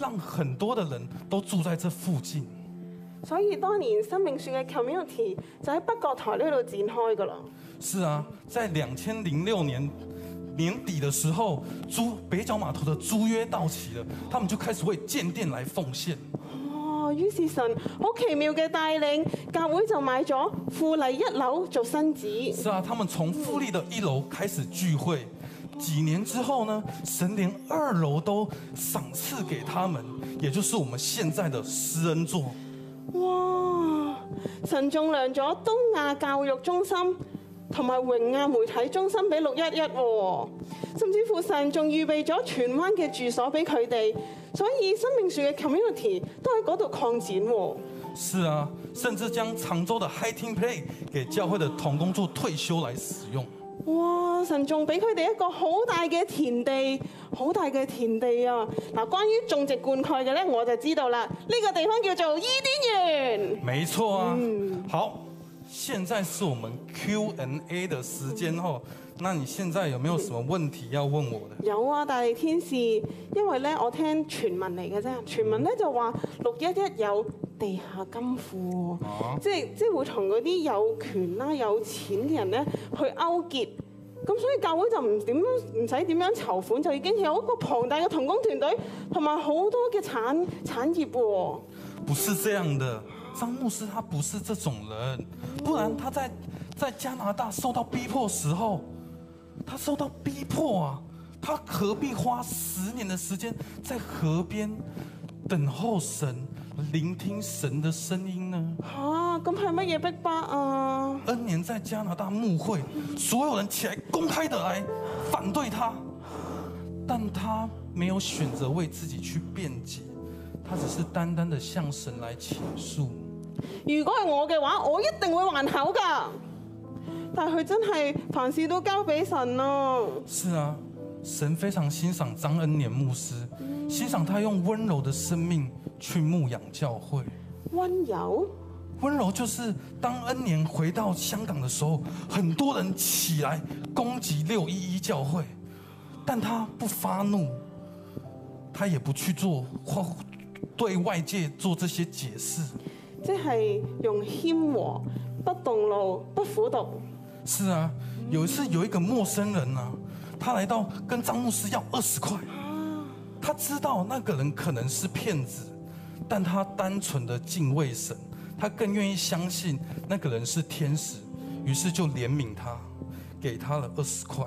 Speaker 5: 让很多的人都住在这附近。
Speaker 6: 所以當年生命樹嘅 community 就喺北角台呢度展開㗎啦。
Speaker 5: 是啊，在两千零六年年底的时候，租北角码头的租约到期了，他们就开始为建店来奉献。
Speaker 6: 哇！於是神好奇妙嘅帶領，教會就買咗富麗一樓做新址。
Speaker 5: 是啊，他们从富丽的一楼开始聚会。几年之后呢，神连二楼都赏赐给他们，也就是我们现在的施恩座。
Speaker 6: 哇！神仲量咗東亞教育中心同埋榮亞媒體中心俾六一一喎，甚至乎神仲預備咗荃灣嘅住所俾佢哋，所以生命樹嘅 community 都喺嗰度擴展喎。
Speaker 5: 是啊，甚至将常州的 High Team Play 给教会的童工做退休来使用。
Speaker 6: 哇！神仲俾佢哋一個好大嘅田地，好大嘅田地啊！嗱，關於種植灌溉嘅呢，我就知道啦，呢、個地方叫做伊甸園。
Speaker 5: 没错啊。好，现在是我们 Q&A 的时间哦。那你现在有没有什么问题要问我的？
Speaker 6: 有啊，大地天使，因為咧我聽傳聞嚟嘅啫，傳聞咧就話六一一有地下金庫喎，
Speaker 5: 啊，
Speaker 6: 即係即係會同嗰啲有權啦、有錢嘅人咧去勾結，咁所以教會就唔點唔使點樣籌款，就已經有一個龐大嘅童工團隊同埋好多嘅產產業喎。
Speaker 5: 不是这样的，张牧师他不是这种人，不然他在在加拿大受到逼迫时候，他受到逼迫啊，他何必花十年的时间在河边等候神，聆听神的声音呢？
Speaker 6: 嚇，啊咁係乜嘢逼迫啊？
Speaker 5: 恩年在加拿大牧会，所有人起来公开的来反对他，但他没有选择为自己去辩解，他只是单单的向神来倾诉。
Speaker 6: 如果係我嘅話，我一定會還口㗎。但係佢真係凡事都交俾神啊！
Speaker 5: 是啊，神非常欣赏张恩年牧师，欣赏他用温柔的生命去牧养教会。
Speaker 6: 温柔
Speaker 5: 温柔就是当恩年回到香港的时候，很多人起来攻击六一一教会，但他不发怒，他也不去做或对外界做这些解释。
Speaker 6: 即係用謙和、不動怒、不苦毒。
Speaker 5: 是啊，有一次有一个陌生人啊，他来到跟张牧师要二十块，他知道那个人可能是骗子，但他单纯的敬畏神，他更愿意相信那个人是天使，于是就怜悯他，给他了二十块。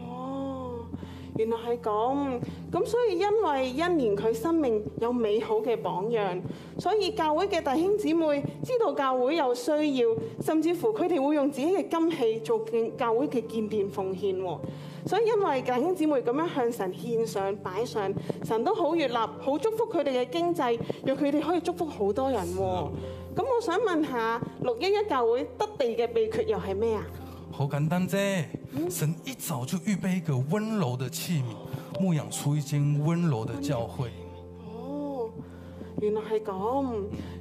Speaker 6: 哦，原來係咁。咁所以因為一年佢生命有美好嘅榜樣，所以教會嘅弟兄姊妹知道教會有需要，甚至乎佢哋會用自己嘅金器做建教會嘅建殿奉獻喎。所以因為弟兄姊妹咁樣向神獻上擺上，神都好悅納，好祝福佢哋嘅經濟，讓佢哋可以祝福好多人喎。咁我想問下六一一教會得地嘅秘訣又係咩啊？
Speaker 5: 好简单啫，神一早就预备一个温柔的器皿，牧养出一间温柔的教会。
Speaker 6: 哦，原來係咁。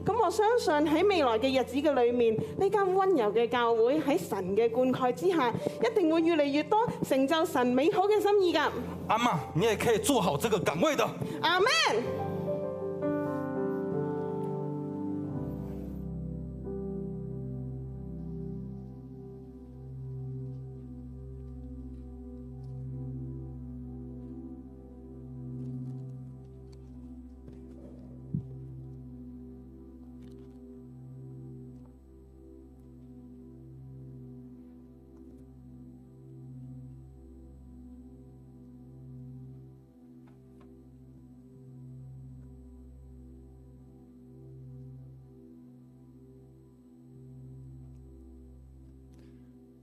Speaker 6: 咁我相信喺未來嘅日子嘅裏面，呢間温柔嘅教會喺神嘅灌溉之下，一定會越嚟越多成就神美好嘅心意㗎。
Speaker 5: 阿妈，你也可以做好这个岗位的。
Speaker 6: 阿 Man。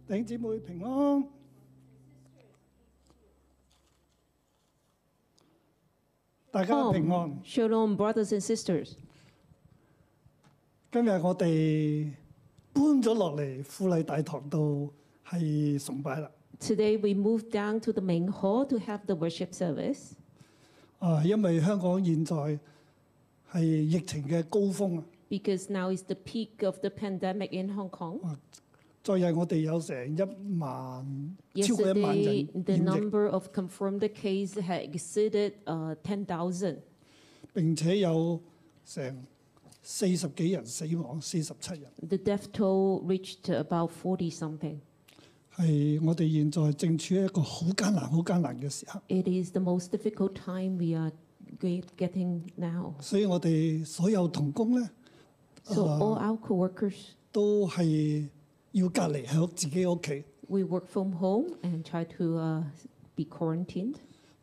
Speaker 7: 弟兄姊妹平安。大家平安。
Speaker 8: Shalom, brothers and sisters.
Speaker 7: 今日我哋搬咗落嚟富麗大堂度係崇拜啦。
Speaker 8: Today we move down to the main hall to have the worship service
Speaker 7: 啊，因為香港現在係疫情嘅高峰啊，
Speaker 8: because now is the peak of the pandemic in Hong Kong.
Speaker 7: 昨日我哋有成一萬超過一萬
Speaker 8: Yesterday,
Speaker 7: 人
Speaker 8: the
Speaker 7: 染疫，
Speaker 8: number of confirmed cases had exceeded uh, 10,000,
Speaker 7: 並且有成四十幾人死亡，四十七人
Speaker 8: the death toll reached about 40 something.
Speaker 7: 係我哋現在正處於一個好艱難、好艱難嘅時刻。
Speaker 8: It is the most difficult time we are ge- getting now.
Speaker 7: 所以我哋所有童工咧
Speaker 8: So
Speaker 7: Uh,
Speaker 8: all our coworkers,
Speaker 7: 都係要隔離喺自己屋企，
Speaker 8: we work from home and try to uh, be quarantined.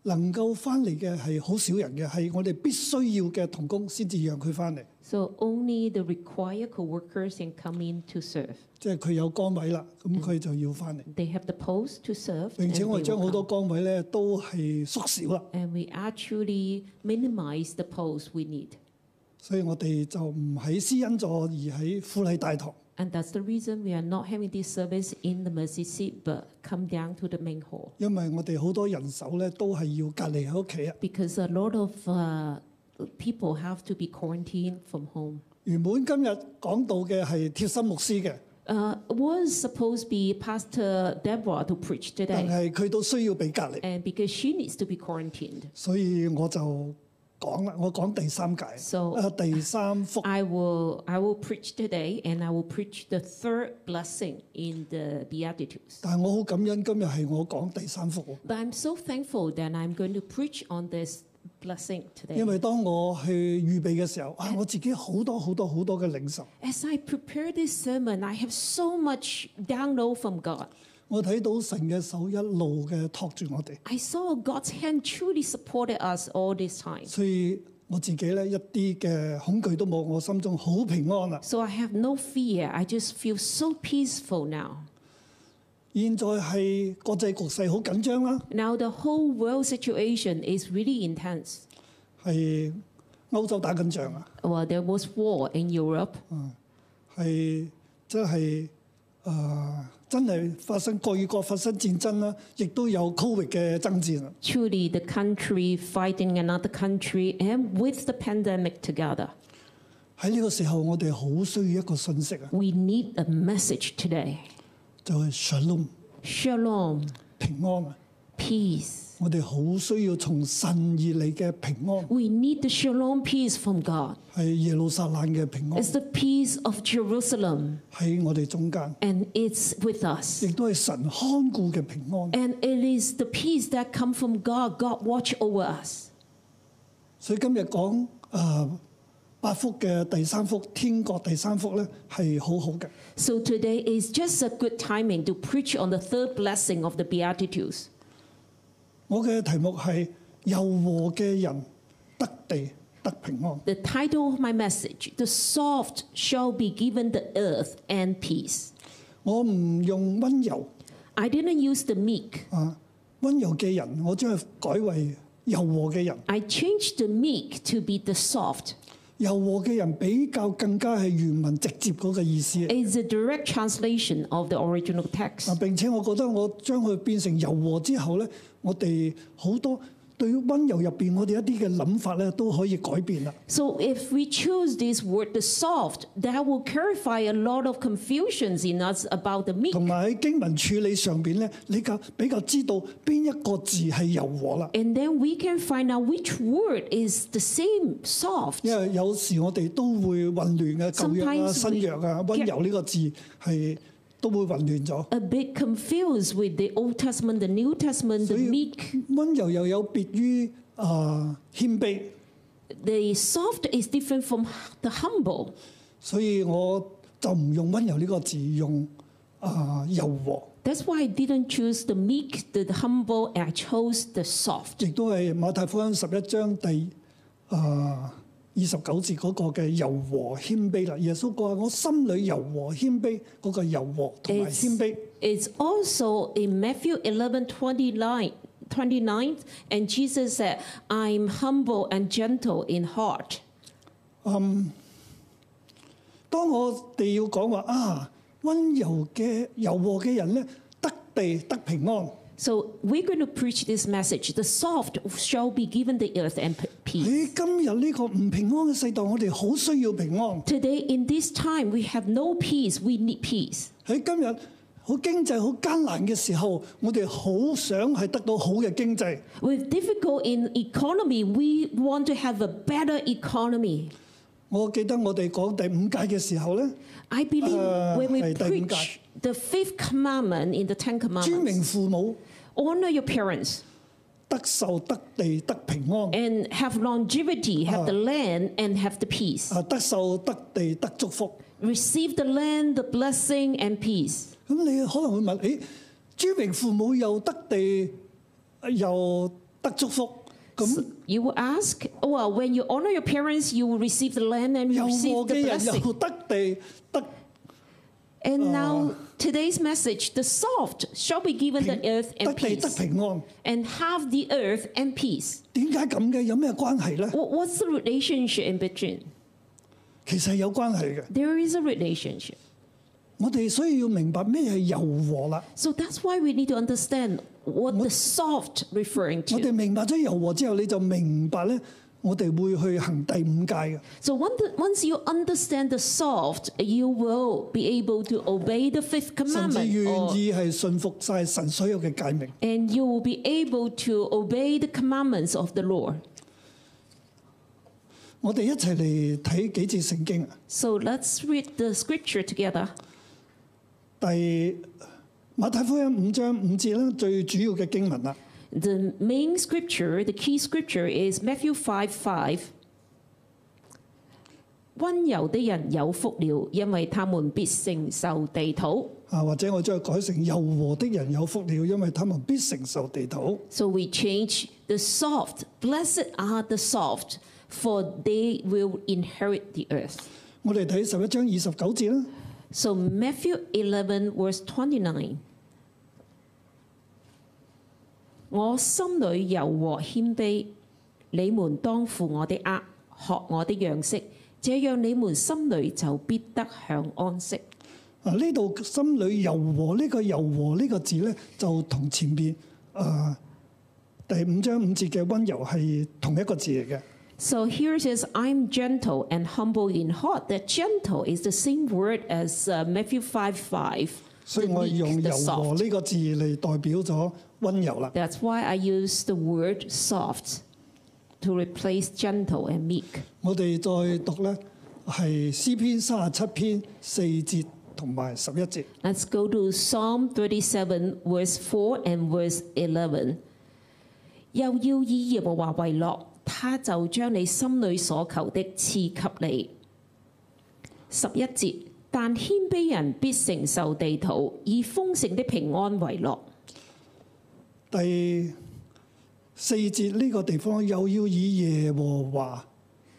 Speaker 7: 能夠翻嚟嘅係好少人嘅，係我哋必須要嘅童工先至讓佢翻嚟，
Speaker 8: So only the required co-workers can come in to serve.
Speaker 7: 即係佢有崗位啦，咁佢就要翻嚟。
Speaker 8: 嗯 They have the post to serve.
Speaker 7: 並
Speaker 8: and
Speaker 7: 且
Speaker 8: they
Speaker 7: 我哋
Speaker 8: will
Speaker 7: 將好
Speaker 8: come.
Speaker 7: 多崗位咧都係縮小啦，
Speaker 8: And we actually minimize the post we need.
Speaker 7: 所以我哋就唔喺施恩座，而喺富麗大堂。
Speaker 8: And that's the reason we are not having this service in the mercy seat, but come down to the main hall.
Speaker 7: 因為我哋好多人手咧都係要隔離喺屋企啊。
Speaker 8: Because a lot of uh, people have to be quarantined from home.
Speaker 7: 原本今日講到嘅係貼心牧師嘅，
Speaker 8: Uh, was supposed to be Pastor Deborah to preach
Speaker 7: 但
Speaker 8: today.
Speaker 7: 係佢都需要被隔離。
Speaker 8: And because she needs to be quarantined,
Speaker 7: 所以我就講啦，我講第三解，
Speaker 8: So-
Speaker 7: 啊第三福
Speaker 8: I will I will preach today and I will preach the third blessing in the Beatitudes.
Speaker 7: 但係我好感恩今日係我講第三福喎，
Speaker 8: But I'm so thankful that I'm going to preach on this blessing today.
Speaker 7: 因為當我去預備嘅時候，啊，我自己好多好多好多嘅領受，
Speaker 8: As I prepare this sermon, I have so much download from God.
Speaker 7: 我睇到神嘅手一路嘅托住我哋，
Speaker 8: I saw God's hand truly supported us all this time.
Speaker 7: 所以我自己咧一啲嘅恐懼都冇，我心中好平安啊啦。
Speaker 8: So I have no fear. I just feel so peaceful now.
Speaker 7: 現在係國際局勢好緊張啦，
Speaker 8: Now the whole world situation is really intense.
Speaker 7: 係歐洲打緊仗啊，
Speaker 8: Well, there was war in Europe.
Speaker 7: 啊係真係誒、呃真係發生國與國發生戰爭啦，亦都有 Covid 嘅爭戰啦。
Speaker 8: Truly, the country fighting another country and with the pandemic together.
Speaker 7: 喺呢個時候，我哋好需要一個信息啊，
Speaker 8: We need a message today
Speaker 7: 就係 shalom
Speaker 8: Shalom,
Speaker 7: 平安啊！
Speaker 8: peace.
Speaker 7: 我哋好需要從神而嚟嘅平安，
Speaker 8: We need the shalom peace from God.
Speaker 7: 係耶路撒冷嘅平安
Speaker 8: It's the peace of Jerusalem
Speaker 7: 喺我哋中間，
Speaker 8: and it's with us.
Speaker 7: 亦都係神看顧嘅平安。
Speaker 8: And it is the peace that come from God. God watch over us.
Speaker 7: 所以今日講誒八福嘅第三福，天國第三福咧係好好嘅。
Speaker 8: So today is just a good timing to preach on the third blessing of the Beatitudes.
Speaker 7: 我嘅題目係柔和嘅人得地得平安。
Speaker 8: The title of my message, The Soft Shall Be Given the Earth and Peace.
Speaker 7: 我唔用温柔
Speaker 8: I didn't use the meek.
Speaker 7: 啊，温柔嘅人，我將佢改為柔和嘅人。
Speaker 8: I changed the meek to be the soft.
Speaker 7: 柔和嘅人比較更加係原文直接嗰個意思。
Speaker 8: It's a direct translation of the original
Speaker 7: 啊！
Speaker 8: text.
Speaker 7: 並且我覺得我將佢變成柔和之後咧，我哋好多對於温柔入邊我哋一啲嘅諗法咧都可以改變啦。
Speaker 8: So if we choose this word, the soft, that will clarify a lot of confusions in us about the meek.
Speaker 7: 同埋喺經文處理上邊咧，你較比較知道邊一個字係柔和啦。
Speaker 8: And then we can find out which word is the same soft.
Speaker 7: 因為有時我哋都會混亂嘅舊約啊、
Speaker 8: Sometimes we
Speaker 7: 新約啊，温柔呢個字係都會混亂咗。
Speaker 8: A bit confused with the Old Testament, the New Testament, the
Speaker 7: 所以-
Speaker 8: meek.
Speaker 7: 温柔又有別於啊謙卑，
Speaker 8: The soft is different from the humble.
Speaker 7: 所以我就唔用温柔呢個字，用啊、柔和。
Speaker 8: That's why I didn't choose the meek, the, the humble, and I chose the soft.
Speaker 7: 亦都係馬太福音十一章第啊二十九節嗰個嘅柔和謙卑啦。耶穌講話：我心裏柔和謙卑，嗰、個柔和同埋
Speaker 8: It's-
Speaker 7: 謙卑。
Speaker 8: It's also in Matthew 11 29, 29, and Jesus said, I'm humble and gentle in heart.
Speaker 7: 嗯當我哋要講話啊，温柔嘅柔和嘅人咧，得地得平安。
Speaker 8: So we're going to preach this message the soft shall be given the earth and p- peace.
Speaker 7: 喺今日呢個唔平安嘅世代，我哋好需要平安。
Speaker 8: Today, in this time, we have no peace. We need peace.
Speaker 7: 喺今日好經濟好艱難嘅時候，我哋好想係得到好嘅經濟。
Speaker 8: With difficult in economy, we want to have a better economy.
Speaker 7: 我記得我哋講第五屆嘅時候咧。
Speaker 8: I believe
Speaker 7: Uh,
Speaker 8: when we
Speaker 7: hey, David
Speaker 8: preach the fifth commandment in the Ten
Speaker 7: 尊榮
Speaker 8: Commandments,
Speaker 7: 父母，
Speaker 8: honor your parents
Speaker 7: 得受得地得平安，Ah。
Speaker 8: and have longevity, have the land and have the peace.
Speaker 7: 啊得受得地得祝福。
Speaker 8: Receive the land, the blessing and peace.
Speaker 7: 咁你可能會問：，誒，尊榮父母又得地又得祝福，咁
Speaker 8: You will ask, well, when you honor your parents, you will receive the land and
Speaker 7: 有
Speaker 8: you
Speaker 7: 和
Speaker 8: receive the
Speaker 7: 嘅人
Speaker 8: blessing.
Speaker 7: 又得地得
Speaker 8: And
Speaker 7: Oh.
Speaker 8: now today's message: the soft shall be given the earth
Speaker 7: 得
Speaker 8: and
Speaker 7: 地得
Speaker 8: peace,
Speaker 7: 平安。
Speaker 8: and have the earth and peace.
Speaker 7: 點解咁嘅？有咩關係咧？
Speaker 8: What, what's the relationship in between?
Speaker 7: 其實係有關係嘅。
Speaker 8: There is a relationship.
Speaker 7: 我哋所以要明白咩係柔和啦。
Speaker 8: So that's why we need to understand what the soft referring
Speaker 7: 我哋
Speaker 8: to.
Speaker 7: 明白咗柔和之後，你就明白咧，我哋會去行第五戒嘅。
Speaker 8: So once once you understand the soft, you will be able to obey the fifth
Speaker 7: 甚至
Speaker 8: commandment,
Speaker 7: 願
Speaker 8: or-
Speaker 7: 意係信服晒神所有嘅誡命。
Speaker 8: and you will be able to obey the commandments of the Lord.
Speaker 7: 我哋一齊嚟睇幾節聖經啊！
Speaker 8: So let's read the scripture together.
Speaker 7: 第馬太福音五章五節啦，最主要嘅經文啦。
Speaker 8: The main scripture, the key scripture is Matthew 5 5. 温柔的人有福了，因為他們必承受地土。
Speaker 7: 啊，或者我將佢改成柔和的人有福了，因為他們必承受地土。
Speaker 8: So we change the soft. Blessed are the soft, for they will inherit the earth.
Speaker 7: 我哋睇十一章二十九節啦，
Speaker 8: So Matthew 11 verse 29. 我心裏柔和謙卑，你們當負我的軛，學我的樣式，這樣你們心裏就必得享安息。
Speaker 7: 啊啊，呢度心裏柔和呢、個柔和呢個字咧，就同前面啊、第五章五節嘅温柔係同一個字嚟嘅。
Speaker 8: So here it says, I'm gentle and humble in heart. That gentle is the same word as uh, Matthew 5 5.
Speaker 7: 所以
Speaker 8: the
Speaker 7: 我
Speaker 8: meek,
Speaker 7: 用
Speaker 8: the
Speaker 7: 柔和
Speaker 8: soft.
Speaker 7: 呢個字嚟代表咗温柔啦。
Speaker 8: That's why I use the word soft to replace gentle and meek.
Speaker 7: 我哋再讀咧係詩篇三十七篇四節同埋十一節。
Speaker 8: Let's go to Psalm 37, verse 4 and verse 11. 又要以耶和華為樂，他就將你心裏所求的賜給你。十一節，但謙卑人必承受地土，以豐盛的平安為樂。
Speaker 7: 第四節呢個地方又要以耶和華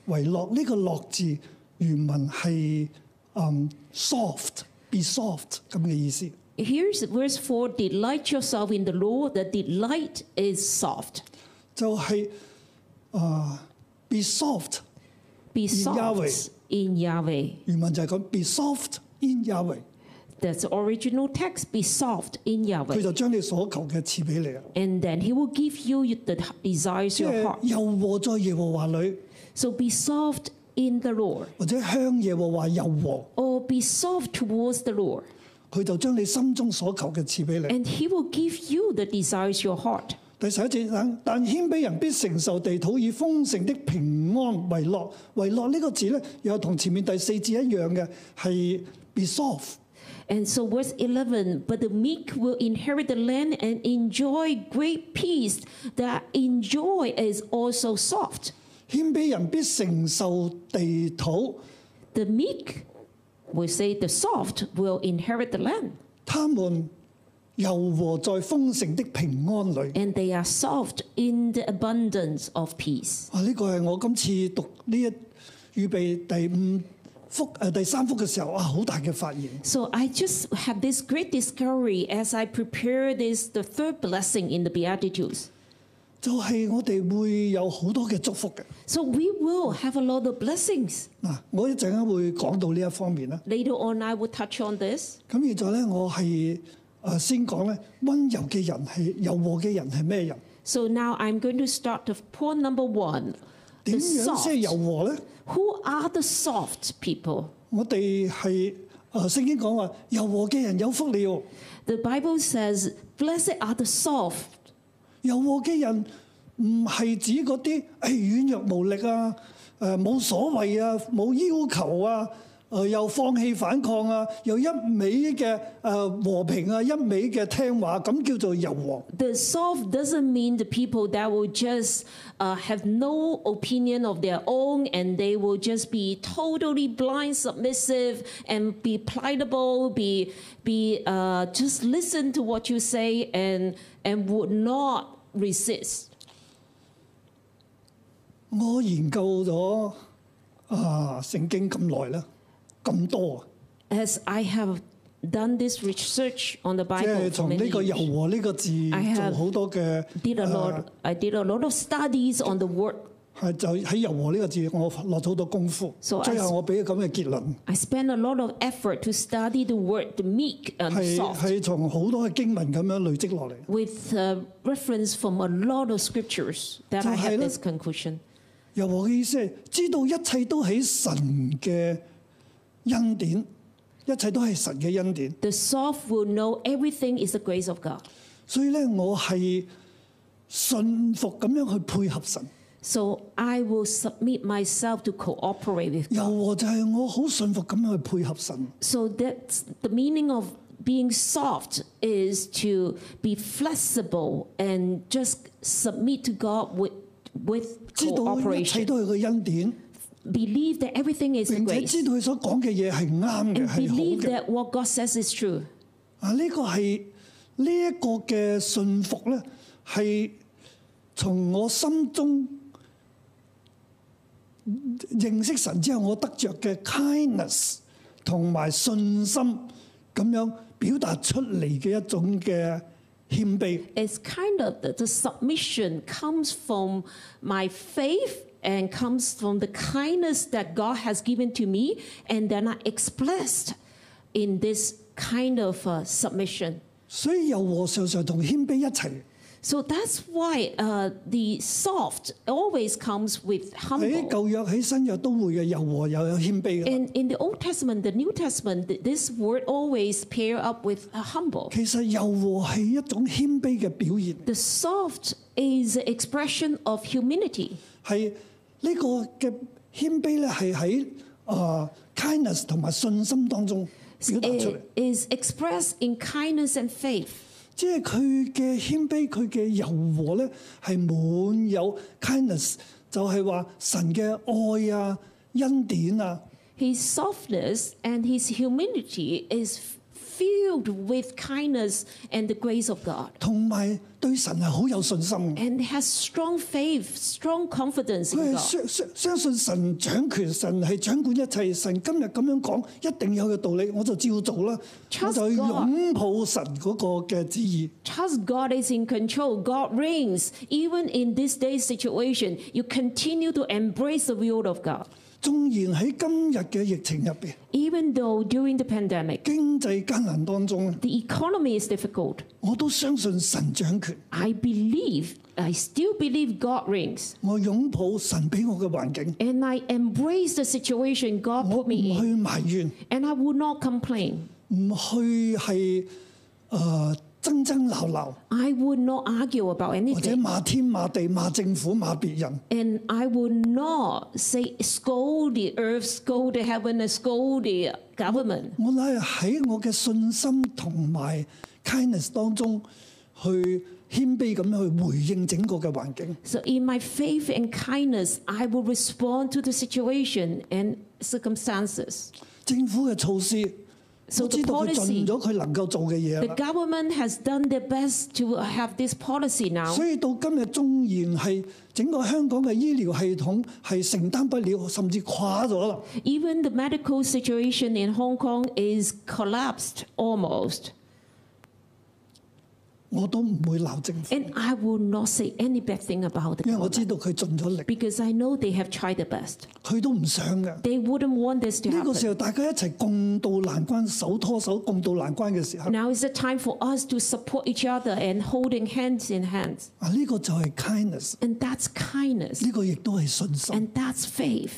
Speaker 7: 為樂，呢、個樂字原文係嗯 soft be soft 咁嘅意思。
Speaker 8: Here's verse 4 Delight yourself in the Lord, the delight is soft.
Speaker 7: 就係、啊、be uh, soft，
Speaker 8: Be soft
Speaker 7: Yahweh.
Speaker 8: in Yahweh.
Speaker 7: 原文就係咁 be soft in Yahweh，
Speaker 8: That's the original text. Be soft in
Speaker 7: 佢
Speaker 8: Yahweh.
Speaker 7: 就將你所求嘅賜俾你啦。
Speaker 8: And then he will give you the desires
Speaker 7: 即
Speaker 8: of your
Speaker 7: 係
Speaker 8: heart.
Speaker 7: 柔和在耶和華裏，
Speaker 8: So be soft in the Lord,
Speaker 7: 或者向耶和華柔和，
Speaker 8: or be soft towards the Lord,
Speaker 7: 佢就將你心中所求嘅賜俾你。
Speaker 8: and He will give you the desires of your heart.
Speaker 7: 第十一節，但但謙卑人必承受地土，以豐盛的平安為樂。為樂呢個字咧，又係同前面第四節一樣嘅，係 be soft。
Speaker 8: And so, verse 11 But the meek will inherit the land and enjoy great peace. That enjoy is also soft.
Speaker 7: 謙卑人必承受地土，
Speaker 8: The meek will say, The soft will inherit the land,
Speaker 7: 他們柔和在豐盛的平安裏。
Speaker 8: and they are soft in the abundance of peace.
Speaker 7: 啊！呢、個係我今次讀呢一預備第五幅誒、呃第三幅嘅時候，啊，好大嘅發現。
Speaker 8: So I just had this great discovery as I prepare this, the third blessing in the Beatitudes.
Speaker 7: 就係我哋會有好多嘅祝福嘅。
Speaker 8: So we will have a lot of blessings.
Speaker 7: 嗱，我一陣間會講到呢一方面啦。
Speaker 8: Later on, I will touch on this.
Speaker 7: 咁現在咧，我係誒先講咧，温柔嘅人係柔和嘅人係咩人？
Speaker 8: So now I'm going to start the point number one.
Speaker 7: 點
Speaker 8: The
Speaker 7: 樣
Speaker 8: soft.
Speaker 7: 先係柔和咧？
Speaker 8: Who are the soft people?
Speaker 7: 我哋係誒聖經講話柔和嘅人有福了，柔
Speaker 8: The Bible says, "Blessed are the soft."
Speaker 7: 和嘅人唔係指嗰啲誒軟弱無力啊，誒、冇所謂啊，冇要求啊。誒、又放棄反抗啊，又一味嘅誒、和平啊，一味嘅聽話，咁叫做柔和。
Speaker 8: The soft doesn't mean the people that will just uh, have no opinion of their own and they will just be totally blind, submissive, and be pliable, be be uh, just listen to what you say and and would not resist.
Speaker 7: 我研究咗啊聖經咁耐啦，咁多啊，
Speaker 8: As I have done this research on the
Speaker 7: 即
Speaker 8: Bible
Speaker 7: 係
Speaker 8: for
Speaker 7: 從呢
Speaker 8: many
Speaker 7: 個柔
Speaker 8: years,
Speaker 7: 和呢個字
Speaker 8: I have
Speaker 7: 做好多嘅
Speaker 8: did a
Speaker 7: 啊
Speaker 8: lot. I did a lot of studies on the word.
Speaker 7: 係就喺柔和呢個字，我落咗好多功夫。
Speaker 8: So I-
Speaker 7: 最後我俾咗咁嘅結論，
Speaker 8: I spent a lot of effort to study the word, the meek and
Speaker 7: 係
Speaker 8: soft.
Speaker 7: 係從好多嘅經文咁樣累積落嚟。
Speaker 8: with uh, reference from a lot of scriptures that I had this conclusion.
Speaker 7: 柔和嘅意思係知道一切都喺神嘅恩典，一切都係神嘅恩典。
Speaker 8: The soft will know everything is the grace of God.
Speaker 7: 所以咧，我係信服咁樣去配合神。
Speaker 8: So I will submit myself to cooperate with
Speaker 7: 柔
Speaker 8: God.
Speaker 7: 和就係我好信服咁樣去配合神。
Speaker 8: So that's the meaning of being soft is to be flexible and just submit to God with with
Speaker 7: 知道一切
Speaker 8: cooperation.
Speaker 7: 都係佢恩典，
Speaker 8: Believe that everything is the
Speaker 7: 並且
Speaker 8: grace.
Speaker 7: 知道佢所講嘅嘢係啱嘅，
Speaker 8: And
Speaker 7: 係好
Speaker 8: believe
Speaker 7: 嘅。
Speaker 8: that what God says is true.
Speaker 7: 啊，呢個係呢一個嘅信服咧，係從我心中認識神之後，我得着嘅 kindness 同埋信心咁樣表達出嚟嘅一種嘅謙卑。
Speaker 8: it's kind of the, the submission comes from my faith and comes from the kindness that God has given to me, and then I expressed in this kind of uh, submission.
Speaker 7: 所以柔和常常同謙卑一齊。
Speaker 8: So that's why uh, the soft always comes with
Speaker 7: 喺
Speaker 8: humble.
Speaker 7: 舊約喺新約都會嘅柔和又有謙卑嘅。
Speaker 8: And in the Old Testament, the New Testament, th- this word always pair up with uh, humble.
Speaker 7: 其實柔和係一種謙卑嘅表現，
Speaker 8: The soft is an expression of humility.
Speaker 7: 係呢個嘅謙卑咧係喺啊 kindness 同埋信心當中表達出嚟。
Speaker 8: It eh, is expressed in kindness and faith.
Speaker 7: 即係佢嘅謙卑，佢嘅柔和咧係滿有 kindness，就係話神嘅愛啊、恩典啊。
Speaker 8: His softness and his humility is f- filled with kindness and the grace of God.
Speaker 7: 同埋對神係好有信心嘅，
Speaker 8: And has strong faith, strong confidence
Speaker 7: 佢
Speaker 8: in
Speaker 7: 係
Speaker 8: God.
Speaker 7: 相相相信神掌權，神係掌管一切，神今日咁樣講一定有嘅道理，我就照做啦，我
Speaker 8: Trust
Speaker 7: 就
Speaker 8: God
Speaker 7: 擁抱神嗰個嘅旨意。
Speaker 8: Trust God is in control. God reigns. Even in this day's situation, you continue to embrace the will of God.
Speaker 7: 縱然喺今日嘅疫情入邊，
Speaker 8: Even though during the pandemic,
Speaker 7: 經濟艱難當中咧，
Speaker 8: the economy is difficult,
Speaker 7: 我都相信神掌權，
Speaker 8: I believe, I still believe God reigns.
Speaker 7: 我擁抱神俾我嘅環境，
Speaker 8: And I embrace the situation God put
Speaker 7: 我唔
Speaker 8: me in.
Speaker 7: 去埋怨，
Speaker 8: And I will not complain.
Speaker 7: 唔去係誒爭爭鬧鬧，
Speaker 8: I will not argue about
Speaker 7: 或者
Speaker 8: anything.
Speaker 7: 罵天罵地罵政府罵別人。
Speaker 8: And I will not say, scold the earth, scold the heaven, and scold the government.
Speaker 7: 我乃係喺我嘅信心同埋 kindness 當中去謙卑咁樣去回應整個嘅環境。
Speaker 8: So in my faith and kindness, I will respond to the situation and circumstances.
Speaker 7: 政府嘅措施，
Speaker 8: So
Speaker 7: 我知道佢
Speaker 8: the
Speaker 7: 盡
Speaker 8: policy-
Speaker 7: 咗佢能夠做嘅嘢
Speaker 8: The
Speaker 7: 啦。
Speaker 8: government has done their best to have this policy now.
Speaker 7: 所以到今日，縱然係整個香港嘅醫療系統係承擔不了，甚至垮咗啦。
Speaker 8: Even the medical situation in Hong Kong is collapsed almost.
Speaker 7: 我都唔會鬧政府，
Speaker 8: And I will not say any bad thing about the
Speaker 7: 因為
Speaker 8: government
Speaker 7: 我知道佢盡咗力，
Speaker 8: because I know they have tried their best.
Speaker 7: 佢都唔想嘅。
Speaker 8: They wouldn't want this to
Speaker 7: 呢個時
Speaker 8: happen.
Speaker 7: 候，大家一齊共度難關，手拖手共度難關嘅時候，
Speaker 8: Now is the time for us to support each other and holding hands in hands.
Speaker 7: 啊，呢個就係 kindness，
Speaker 8: And that's kindness.
Speaker 7: 呢個亦都係信心。
Speaker 8: And that's faith.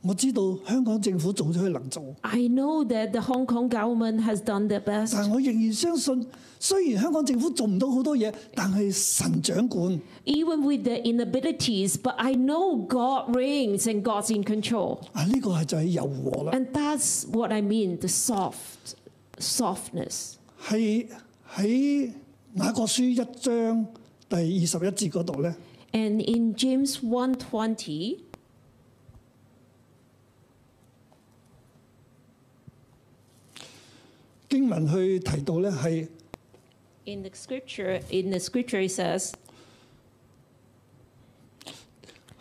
Speaker 7: 我知道香港政府做咗佢能做，
Speaker 8: I know that the Hong Kong government has done their best,
Speaker 7: 但我仍然相信，雖然香港政府做唔到好多嘢，但係神掌管，
Speaker 8: even with their inabilities, but I know God reigns and God's in control.
Speaker 7: 啊呢、個係就係柔和啦，
Speaker 8: And that's what I mean, the soft softness.
Speaker 7: 係喺雅各書一章第二十一節嗰度咧，
Speaker 8: And in James 1:20,
Speaker 7: 經文去提到咧係
Speaker 8: in the scripture, in the scripture it says,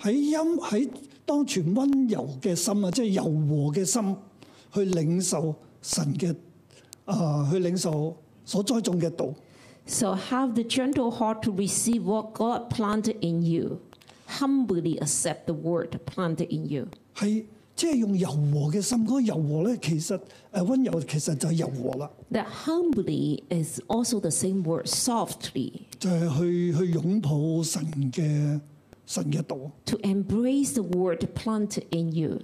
Speaker 7: 喺音喺當存温柔嘅心啊，即係柔和嘅心去領受神嘅啊，去領受所栽種嘅道。
Speaker 8: So have the gentle heart to receive what God planted in you. Humbly accept the word planted in you.
Speaker 7: 係即係用柔和嘅心，嗰、個柔和咧，其實誒温柔其實就係柔和啦，
Speaker 8: That humbly is also the same word, softly,
Speaker 7: 就係、去去擁抱神嘅神嘅道。
Speaker 8: to embrace the word planted in you.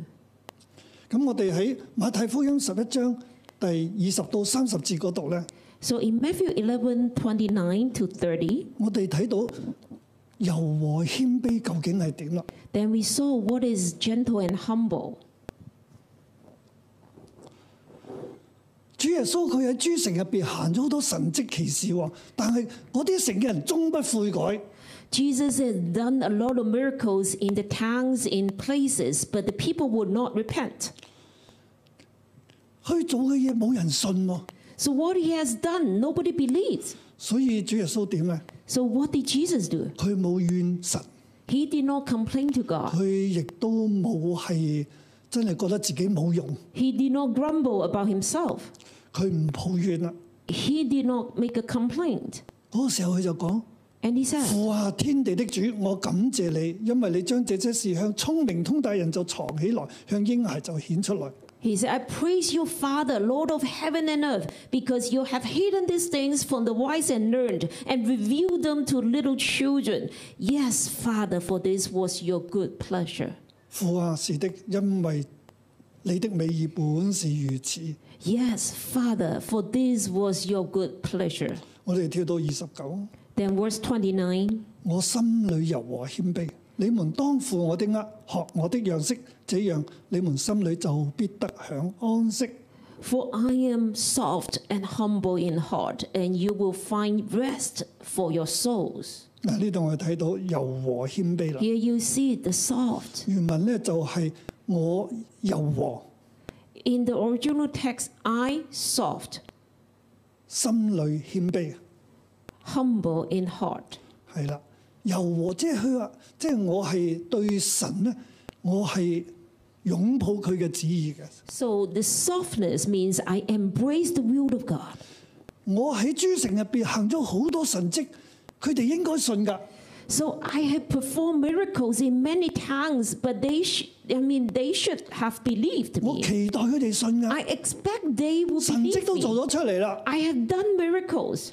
Speaker 7: 咁我哋喺馬太福音十一章第二十到三十節嗰度咧，
Speaker 8: So in Matthew 11, 29 to 30,
Speaker 7: 我哋睇到柔和謙卑究竟係點啦？
Speaker 8: then we saw what is gentle and humble.
Speaker 7: 主耶穌佢喺諸城入邊行咗好多神蹟奇事喎，但係嗰啲城嘅人終不悔改。
Speaker 8: Jesus has done a lot of miracles in the towns, in places, but the people would not repent.
Speaker 7: 去做嘅嘢冇人信喎，
Speaker 8: So what he has done, nobody believes.
Speaker 7: 所以主耶穌點咧？
Speaker 8: So what did Jesus do?
Speaker 7: 佢冇怨神，
Speaker 8: He did not complain to God.
Speaker 7: 佢亦都冇係真係覺得自己冇用，
Speaker 8: He did not grumble about himself.
Speaker 7: 佢唔抱怨啦。
Speaker 8: He did not make a complaint.
Speaker 7: 嗰、個時候佢就講：
Speaker 8: And he said,
Speaker 7: 父啊，天地的主，我感謝你，因為你將這些事向聰明通達人就藏起來，向嬰孩就顯出來。
Speaker 8: He said, I praise you, Father, Lord of heaven and earth, because you have hidden these things from the wise and learned and revealed them to little children. Yes, Father, for this was your good pleasure.
Speaker 7: 父啊，是的，因為你的美意本是如此。
Speaker 8: Yes, Father, for this was your good pleasure.
Speaker 7: 我哋跳到二十九，
Speaker 8: Then, verse 29
Speaker 7: 我心裏柔和謙卑，你們當負我的軛，學我的樣式，這樣你們心裏就必得享安息。
Speaker 8: For I am soft and humble in heart, and you will find rest for your souls.
Speaker 7: 嗱，呢度我哋睇到柔和謙卑啦。
Speaker 8: Here you see the soft.
Speaker 7: 原文咧就係我柔和，
Speaker 8: In the original text, I soft,
Speaker 7: 心裏謙卑，
Speaker 8: humble in heart.
Speaker 7: 係啦。柔和即係佢話，即係我係對神咧，我係擁抱佢嘅旨意嘅。
Speaker 8: So the softness means I embrace the will of God.
Speaker 7: 我喺諸城入邊行咗好多神蹟，佢哋應該信㗎。
Speaker 8: So I have performed miracles in many tongues, but they, sh- I mean, they should have believed
Speaker 7: 我
Speaker 8: me.
Speaker 7: 期待佢哋信㗎。
Speaker 8: I expect they will
Speaker 7: 神蹟
Speaker 8: believe
Speaker 7: 都做
Speaker 8: me.
Speaker 7: 咗出嚟啦，
Speaker 8: I have done miracles,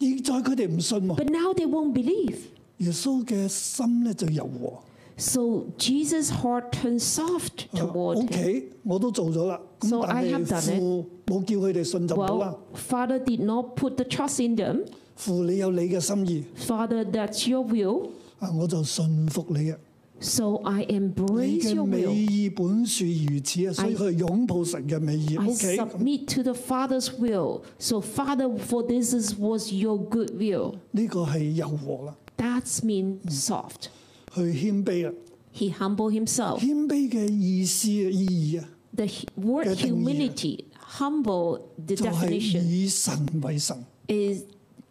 Speaker 7: 現在佢哋唔信喎。
Speaker 8: but now they won't believe.
Speaker 7: 耶穌嘅心咧就柔和。
Speaker 8: So Jesus' heart turned soft
Speaker 7: 啊
Speaker 8: toward him.
Speaker 7: OK，我都做咗啦，
Speaker 8: So
Speaker 7: 咁
Speaker 8: I have
Speaker 7: 但
Speaker 8: done
Speaker 7: 係
Speaker 8: it.
Speaker 7: 父冇叫佢哋信就唔好啦。
Speaker 8: Well, Father did not put the trust in them.
Speaker 7: 父你有你嘅心意，
Speaker 8: Father, that's your will.
Speaker 7: 啊我就信服你嘅。
Speaker 8: So I
Speaker 7: 你
Speaker 8: embrace
Speaker 7: 嘅
Speaker 8: your
Speaker 7: 美
Speaker 8: will.
Speaker 7: 意本是如此啊，所以佢擁抱神嘅美意。
Speaker 8: I
Speaker 7: OK，咁
Speaker 8: submit to the Father's will. So Father, for this is, was your good will.
Speaker 7: 呢個係柔和啦，
Speaker 8: That's mean soft.
Speaker 7: 去謙卑啦。
Speaker 8: He humbled himself.
Speaker 7: 謙卑嘅意思意義啊，
Speaker 8: The hu- word
Speaker 7: Cái định nghĩa.
Speaker 8: humility, humble, the
Speaker 7: 就係
Speaker 8: definition
Speaker 7: 以神為神，
Speaker 8: is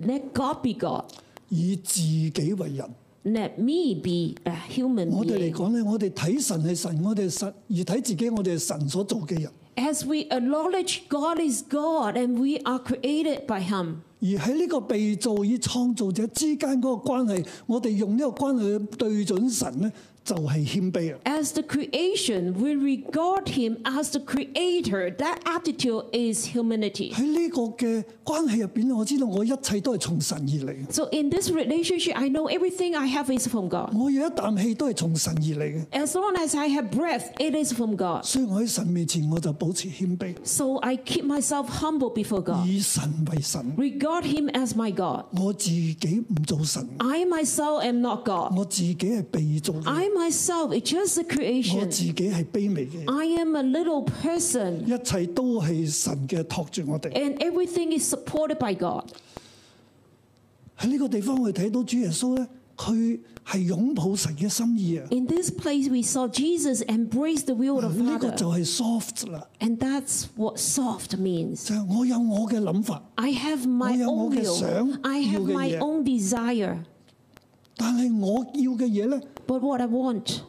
Speaker 8: let God be God.
Speaker 7: 以自己為人。
Speaker 8: Let me be a human
Speaker 7: 我哋嚟
Speaker 8: being.
Speaker 7: 講咧，我哋睇神係神，我哋神而睇自己，我哋係神所做嘅人。
Speaker 8: As we acknowledge God is God and we are created by Him.
Speaker 7: 而喺呢個被造與創造者之間嗰個關係，我哋用呢個關係去對準神咧，就係、謙卑啊！
Speaker 8: As the creation, we regard Him as the creator. That attitude is humility.
Speaker 7: 喺呢個嘅關係入邊咧，我知道我一切都係從神而嚟，
Speaker 8: So in this relationship, I know everything I have is from God.
Speaker 7: 我有一啖氣都係從神而嚟嘅，
Speaker 8: As long as I have breath, it is from God.
Speaker 7: 所以我喺神面前我就保持謙卑，
Speaker 8: So I keep myself humble before God.
Speaker 7: 以神為神。
Speaker 8: Regard Him as my God.
Speaker 7: 我自己唔做神，
Speaker 8: I myself am not God.
Speaker 7: 我自己係被造嘅，
Speaker 8: I myself is just a
Speaker 7: 我
Speaker 8: creation.
Speaker 7: 自己係卑微嘅，
Speaker 8: I am a little person,
Speaker 7: 一切都係神嘅托住我哋。
Speaker 8: and everything is supported by God.
Speaker 7: 喺呢個地方，我哋睇到主耶穌咧，佢係擁抱神嘅心意啊！
Speaker 8: In this place, we saw Jesus embrace the will of
Speaker 7: 呢個
Speaker 8: Father,
Speaker 7: 就係 soft 啦，
Speaker 8: and that's what soft means.
Speaker 7: 就係我有我嘅諗法，
Speaker 8: I have my
Speaker 7: Tôi có
Speaker 8: own
Speaker 7: một cái
Speaker 8: will.
Speaker 7: sướng,
Speaker 8: I
Speaker 7: yêu
Speaker 8: have
Speaker 7: cái
Speaker 8: my
Speaker 7: gì ạ?
Speaker 8: own desire.
Speaker 7: 但係我要嘅嘢咧
Speaker 8: But what I want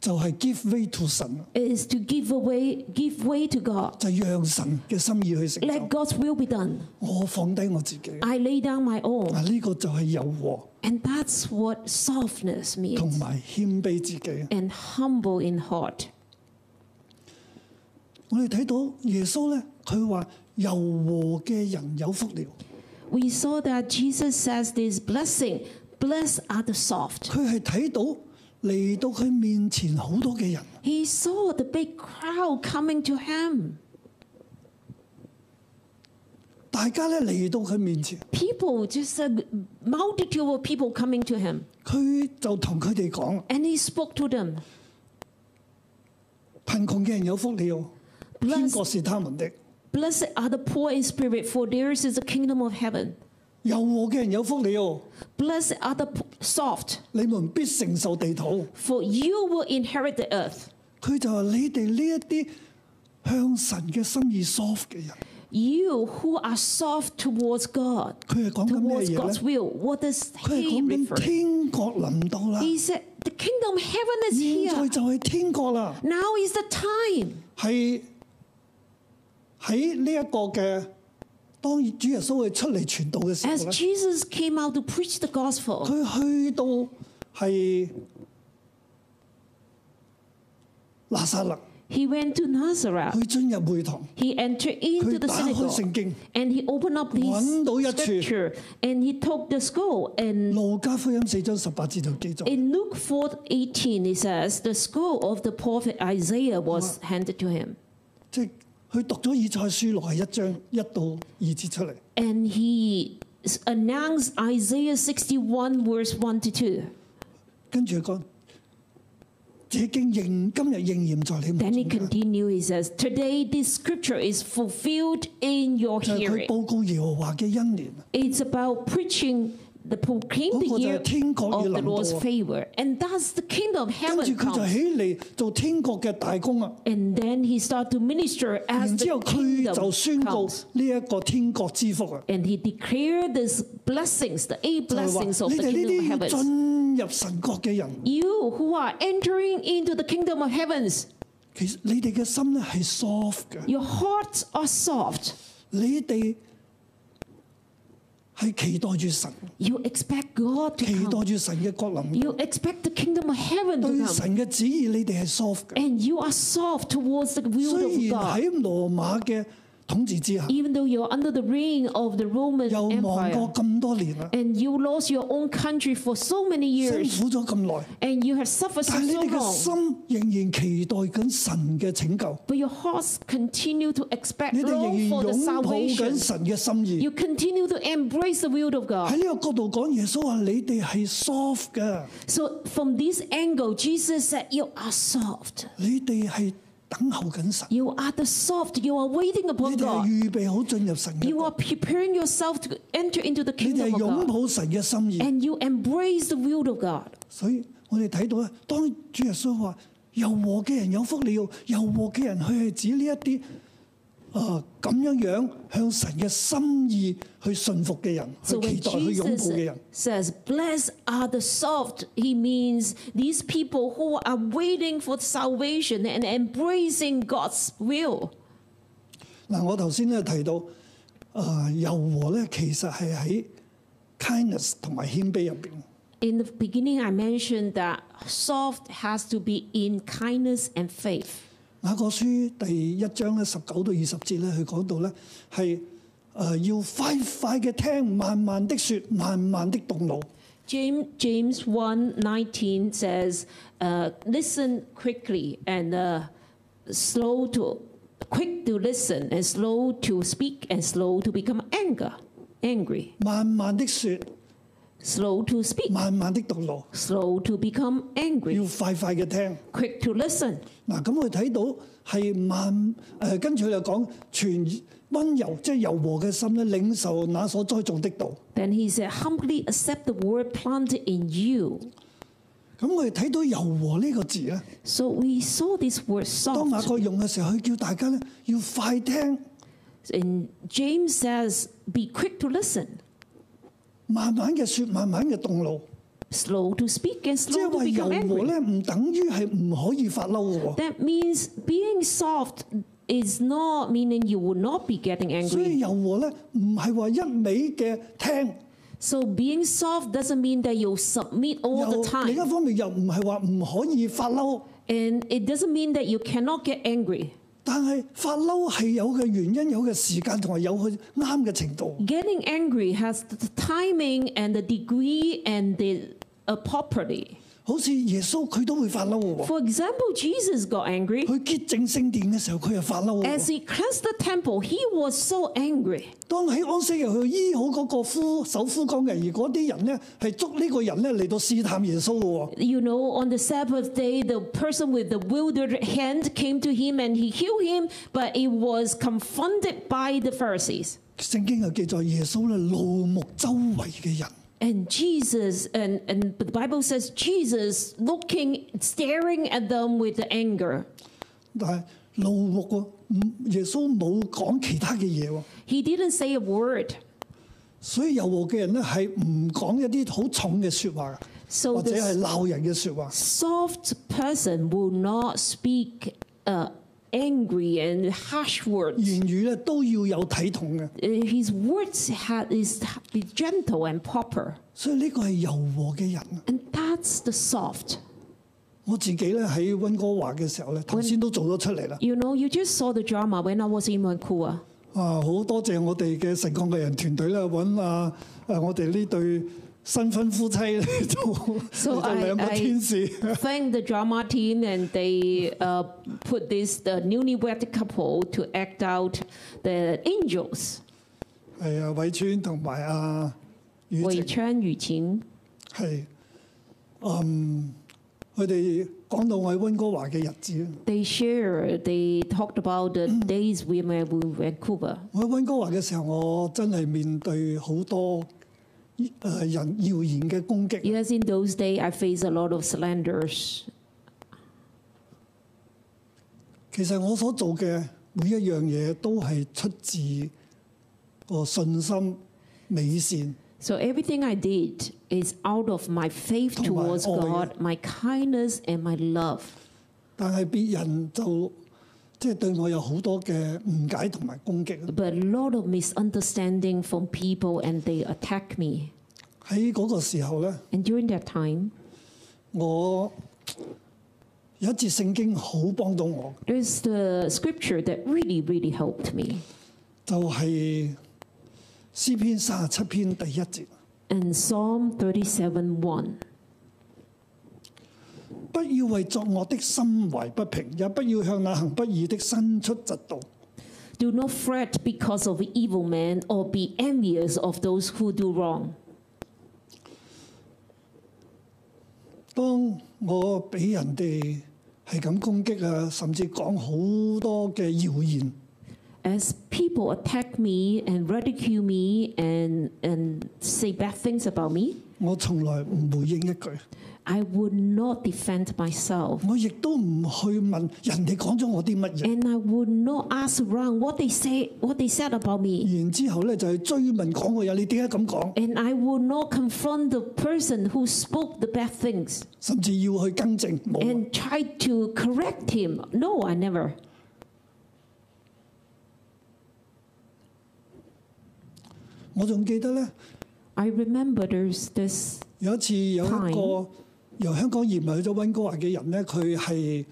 Speaker 7: 就係 give way to 神，
Speaker 8: is to give away, give way to God.
Speaker 7: 就讓神嘅心意去成
Speaker 8: Let
Speaker 7: 就。
Speaker 8: God's will be done.
Speaker 7: 我放低我自己，
Speaker 8: I lay down my
Speaker 7: 嗱
Speaker 8: own.
Speaker 7: 呢個就係柔和
Speaker 8: And that's what softness
Speaker 7: 同
Speaker 8: means.
Speaker 7: 埋謙卑自己。
Speaker 8: And humble in heart.
Speaker 7: 我哋睇到耶穌咧，佢話柔和嘅人有福了。
Speaker 8: We saw that Jesus says this blessing, blessed are the soft.
Speaker 7: 佢係睇到嚟到佢面前好多嘅人，
Speaker 8: He saw the big crowd coming to him.
Speaker 7: 大家咧嚟到佢面前，
Speaker 8: People, just a multitude of people coming to him.
Speaker 7: 佢就同佢哋講：
Speaker 8: And he spoke to them.
Speaker 7: 貧窮嘅人有福了，天
Speaker 8: Blessed
Speaker 7: 國是他們的。
Speaker 8: Blessed are the poor in spirit, for theirs is the kingdom of heaven.
Speaker 7: 柔和嘅人有福了，
Speaker 8: Blessed are the p- soft,
Speaker 7: 你們必承受地土。
Speaker 8: for you will inherit the earth.
Speaker 7: 佢就話：你哋呢一啲向神嘅心意 soft 嘅人，
Speaker 8: You who are soft towards God,
Speaker 7: 佢係講緊咩
Speaker 8: towards
Speaker 7: 嘢
Speaker 8: God's
Speaker 7: 咧？
Speaker 8: will, what does
Speaker 7: 佢係
Speaker 8: he
Speaker 7: 講
Speaker 8: refer?
Speaker 7: 緊天國臨到啦，
Speaker 8: He said, The kingdom of heaven is
Speaker 7: 現在
Speaker 8: here.
Speaker 7: 就係天國啦，
Speaker 8: Now is the time.
Speaker 7: 係喺呢一個嘅當主耶穌佢出嚟傳道嘅時候
Speaker 8: As
Speaker 7: 咧，
Speaker 8: Jesus came out to preach the gospel,
Speaker 7: 佢去到係拿撒勒，
Speaker 8: He went to Nazareth.
Speaker 7: 佢進入會堂，
Speaker 8: He entered into
Speaker 7: 佢
Speaker 8: the
Speaker 7: 打開聖
Speaker 8: synagogue
Speaker 7: 經
Speaker 8: and he opened up the
Speaker 7: 揾到一處。
Speaker 8: scripture and he took the scroll and
Speaker 7: 《路加福音》四章十八節就記載，
Speaker 8: In Luke 4:18 it says the scroll of the prophet Isaiah was handed to him
Speaker 7: 即係佢讀咗以賽書六係一章一到二節出嚟，
Speaker 8: and he s- announced Isaiah 61 verse 1 to 2.
Speaker 7: 跟住佢講：這經應今日應驗在你們
Speaker 8: Then he
Speaker 7: 中間。
Speaker 8: continued he says today this scripture is fulfilled in your
Speaker 7: 就係佢
Speaker 8: hearing.
Speaker 7: 報告耶和華嘅恩年，
Speaker 8: It's about preaching the proclaim the
Speaker 7: 嗰個就係
Speaker 8: year of
Speaker 7: 天國要
Speaker 8: the
Speaker 7: 臨到啊。
Speaker 8: Lord's favor and that's the kingdom of
Speaker 7: 跟
Speaker 8: heaven
Speaker 7: 住佢就
Speaker 8: comes.
Speaker 7: 起嚟做天國嘅大功啊！
Speaker 8: And then he started to minister
Speaker 7: 然
Speaker 8: as
Speaker 7: 之後
Speaker 8: the
Speaker 7: 佢就宣
Speaker 8: kingdom
Speaker 7: 告
Speaker 8: comes.
Speaker 7: 呢一個天國之福啊！
Speaker 8: And he declared these blessings, the eight
Speaker 7: 就係話
Speaker 8: blessings of
Speaker 7: 你
Speaker 8: the
Speaker 7: 哋
Speaker 8: kingdom
Speaker 7: 呢
Speaker 8: of
Speaker 7: 啲要
Speaker 8: heavens.
Speaker 7: 進入神國嘅人，
Speaker 8: You who are entering into the kingdom of heavens,
Speaker 7: 其實你哋嘅心咧係 soft 嘅，
Speaker 8: your hearts are soft.
Speaker 7: 你哋係期待住神，
Speaker 8: You expect God
Speaker 7: 期
Speaker 8: to
Speaker 7: 待
Speaker 8: come.
Speaker 7: 住神嘅國臨，
Speaker 8: You expect the kingdom of heaven
Speaker 7: 對
Speaker 8: to come.
Speaker 7: 神嘅旨意你哋係 soft 嘅。
Speaker 8: And you are soft towards the
Speaker 7: 雖
Speaker 8: will of
Speaker 7: 然
Speaker 8: God.
Speaker 7: 喺羅馬嘅統治之下，
Speaker 8: Even though you're under the reign of the Roman
Speaker 7: 又亡
Speaker 8: Empire
Speaker 7: 國咁多年啦，
Speaker 8: and you lost your own country for so many
Speaker 7: 辛
Speaker 8: years
Speaker 7: 苦咗咁耐，
Speaker 8: and you have suffered
Speaker 7: 但
Speaker 8: for
Speaker 7: 係你
Speaker 8: so
Speaker 7: 哋嘅
Speaker 8: long,
Speaker 7: 心仍然期待緊神嘅拯救，
Speaker 8: but your hearts continue to expect
Speaker 7: 你哋
Speaker 8: long
Speaker 7: 仍然
Speaker 8: for the
Speaker 7: 擁抱
Speaker 8: salvation
Speaker 7: 緊神嘅心意。
Speaker 8: You continue to embrace the will of
Speaker 7: 喺
Speaker 8: God.
Speaker 7: 呢個角度講，耶穌話：你哋係 soft 嘅，
Speaker 8: So from this angle, Jesus said, You are soft.
Speaker 7: 你哋係等候緊神，
Speaker 8: You are the soft. You are waiting
Speaker 7: 你
Speaker 8: upon
Speaker 7: 哋係
Speaker 8: God.
Speaker 7: 預備好進入神嘅
Speaker 8: You are
Speaker 7: 國，
Speaker 8: preparing yourself to enter into the
Speaker 7: 你哋係
Speaker 8: kingdom of
Speaker 7: 擁
Speaker 8: God.
Speaker 7: 抱神嘅心意。
Speaker 8: And you embrace the will of God.
Speaker 7: 所以我哋睇到咧，當主耶穌話柔和嘅人有福了，柔和嘅人佢係指呢一啲啊咁樣樣向神嘅心意去信服嘅人，去
Speaker 8: So
Speaker 7: 期
Speaker 8: when
Speaker 7: 待去擁抱嘅
Speaker 8: Jesus
Speaker 7: 人。
Speaker 8: says, Blessed are the soft, he means these people who are waiting for salvation and embracing God's will.
Speaker 7: 嗱，我頭先咧提到啊、柔和咧，其實係喺 kindness 同埋謙卑入邊。
Speaker 8: In the beginning, I mentioned that soft has to be in kindness and faith.
Speaker 7: 雅各書第一章咧十九到二十節咧，佢講到咧係誒要快快嘅聽，慢慢的説，慢慢的動怒。
Speaker 8: James, James 1 says, uh, Listen quickly and uh, slow to, quick to listen and slow to speak and slow to become anger, angry,
Speaker 7: 慢慢的説，
Speaker 8: slow to speak,
Speaker 7: 慢慢的動怒，
Speaker 8: slow to become
Speaker 7: 要
Speaker 8: angry,
Speaker 7: 快快嘅聽。
Speaker 8: quick to listen.
Speaker 7: 嗱，咁佢睇到係慢誒，跟住佢就講全温柔，即係柔和嘅心咧，領受那所栽種的道。
Speaker 8: Then he said, Humbly accept the word planted in you.
Speaker 7: 咁我哋睇到柔和呢個字咧，
Speaker 8: So we saw this word
Speaker 7: 當雅
Speaker 8: soft.
Speaker 7: 各用嘅時候，佢叫大家咧要快聽，
Speaker 8: And James says, Be quick to listen,
Speaker 7: 慢慢嘅説，慢慢嘅動怒。
Speaker 8: slow to speak, and
Speaker 7: 即係
Speaker 8: slow to
Speaker 7: 話
Speaker 8: become
Speaker 7: 柔
Speaker 8: angry.
Speaker 7: 和咧，唔等於係唔可以發嬲嘅喎。
Speaker 8: That means being soft is not meaning you will not be getting
Speaker 7: 所以
Speaker 8: angry.
Speaker 7: 柔和咧，唔係話一味嘅聽，
Speaker 8: So being soft doesn't mean that you'll submit all
Speaker 7: 又
Speaker 8: the
Speaker 7: 另一
Speaker 8: time.
Speaker 7: 方面又唔係話唔可以發嬲，
Speaker 8: And it doesn't mean that you cannot get angry.
Speaker 7: 但係發嬲係有嘅原因，有嘅時間同埋有佢啱嘅程度。
Speaker 8: Getting angry has the timing and the degree and the uh, property.
Speaker 7: 好似耶穌佢都會發嬲嘅喎，
Speaker 8: For example, Jesus got angry.
Speaker 7: 佢潔淨聖殿嘅時候佢又發嬲嘅
Speaker 8: As
Speaker 7: 喎。
Speaker 8: he cleansed the temple, he was so angry.
Speaker 7: 當喺安息日佢醫好嗰個枯手枯乾嘅人，而嗰啲人咧係捉呢個人咧嚟到試探耶穌嘅喎。
Speaker 8: You know, on the Sabbath day, the person with the withered hand came to him and he healed him, but it was confronted by the Pharisees.
Speaker 7: 聖經又記載耶穌咧怒目周圍嘅人。
Speaker 8: And Jesus, and, and the Bible says, Jesus looking, staring at them with the anger.
Speaker 7: 但係路目喎，唔耶穌冇講其他嘅嘢喎，
Speaker 8: He didn't say a word.
Speaker 7: 所以柔和嘅人咧係唔講一啲好重嘅説話，
Speaker 8: So
Speaker 7: 或者
Speaker 8: the
Speaker 7: 係鬧人嘅説話。
Speaker 8: soft person will not speak uh, angry and harsh words.
Speaker 7: 言語咧都要有體統嘅，
Speaker 8: Uh, His words had, is be gentle and proper.
Speaker 7: 所以呢個係柔和嘅人，
Speaker 8: And that's the soft.
Speaker 7: 我自己咧喺温哥華嘅時候咧，頭先都做咗出嚟啦。
Speaker 8: You know, you just saw the drama when I was in Vancouver.
Speaker 7: 啊，好多謝我哋嘅神抗嘅人團隊啦，揾啊誒我哋呢對新婚夫妻嚟做
Speaker 8: So
Speaker 7: (laughs) 嚟做兩個
Speaker 8: I- I-
Speaker 7: 天使。
Speaker 8: Thank the drama team, and they uh, put this the newlywed couple to act out the angels.
Speaker 7: 係啊，偉川同埋阿雨
Speaker 8: 蕙
Speaker 7: 晴
Speaker 8: 川雨晴，
Speaker 7: 係，嗯，Um, 佢哋講到我喺温哥華嘅日子 Mm. 啦。
Speaker 8: they share. They talked about the days we met in Vancouver.
Speaker 7: 我喺温哥華嘅時候，我真係面對好多誒人謠言嘅攻擊。
Speaker 8: Yes, in those days, I faced a lot of slanders.
Speaker 7: 其實我所做嘅每一樣嘢都係出自個信心、美善
Speaker 8: So everything I did is out of my faith
Speaker 7: Oh my,
Speaker 8: towards
Speaker 7: oh my.
Speaker 8: God, my kindness, and my love.
Speaker 7: 但係別人就即係對我有好多嘅誤解同埋攻擊。
Speaker 8: But a lot of misunderstanding from people, and they attack me.
Speaker 7: 喺嗰個時候咧，
Speaker 8: And during that time,
Speaker 7: 我有一節聖經好幫到我，
Speaker 8: there's the scripture that really, really helped me.
Speaker 7: 就係、詩篇三十七篇第一節：
Speaker 8: And Psalm 37 1.
Speaker 7: 不要為作惡的心懷不平，也不要向那行不義的伸出嫉妒。
Speaker 8: Do not fret because of evil men or be envious of those who do wrong.
Speaker 7: 當我俾人哋係咁攻擊啊，甚至講好多嘅謠言，
Speaker 8: As people attack me and ridicule me and, and say bad things about me,
Speaker 7: 我從來唔回應一句，
Speaker 8: I would not defend myself.
Speaker 7: 我亦都唔去問人哋講咗我啲乜嘢。
Speaker 8: And I would not ask around what they say, what they said about me.
Speaker 7: 然之後咧就係追問講嗰嘢，你點解咁講？
Speaker 8: And I would not confront the person who spoke the bad things
Speaker 7: 甚至要去更正。冇啊，
Speaker 8: and try to correct him. No, I never.
Speaker 7: 我仲記得咧，
Speaker 8: I remember there's this
Speaker 7: 有一次有一個由香港移民去咗温哥華嘅人咧，佢係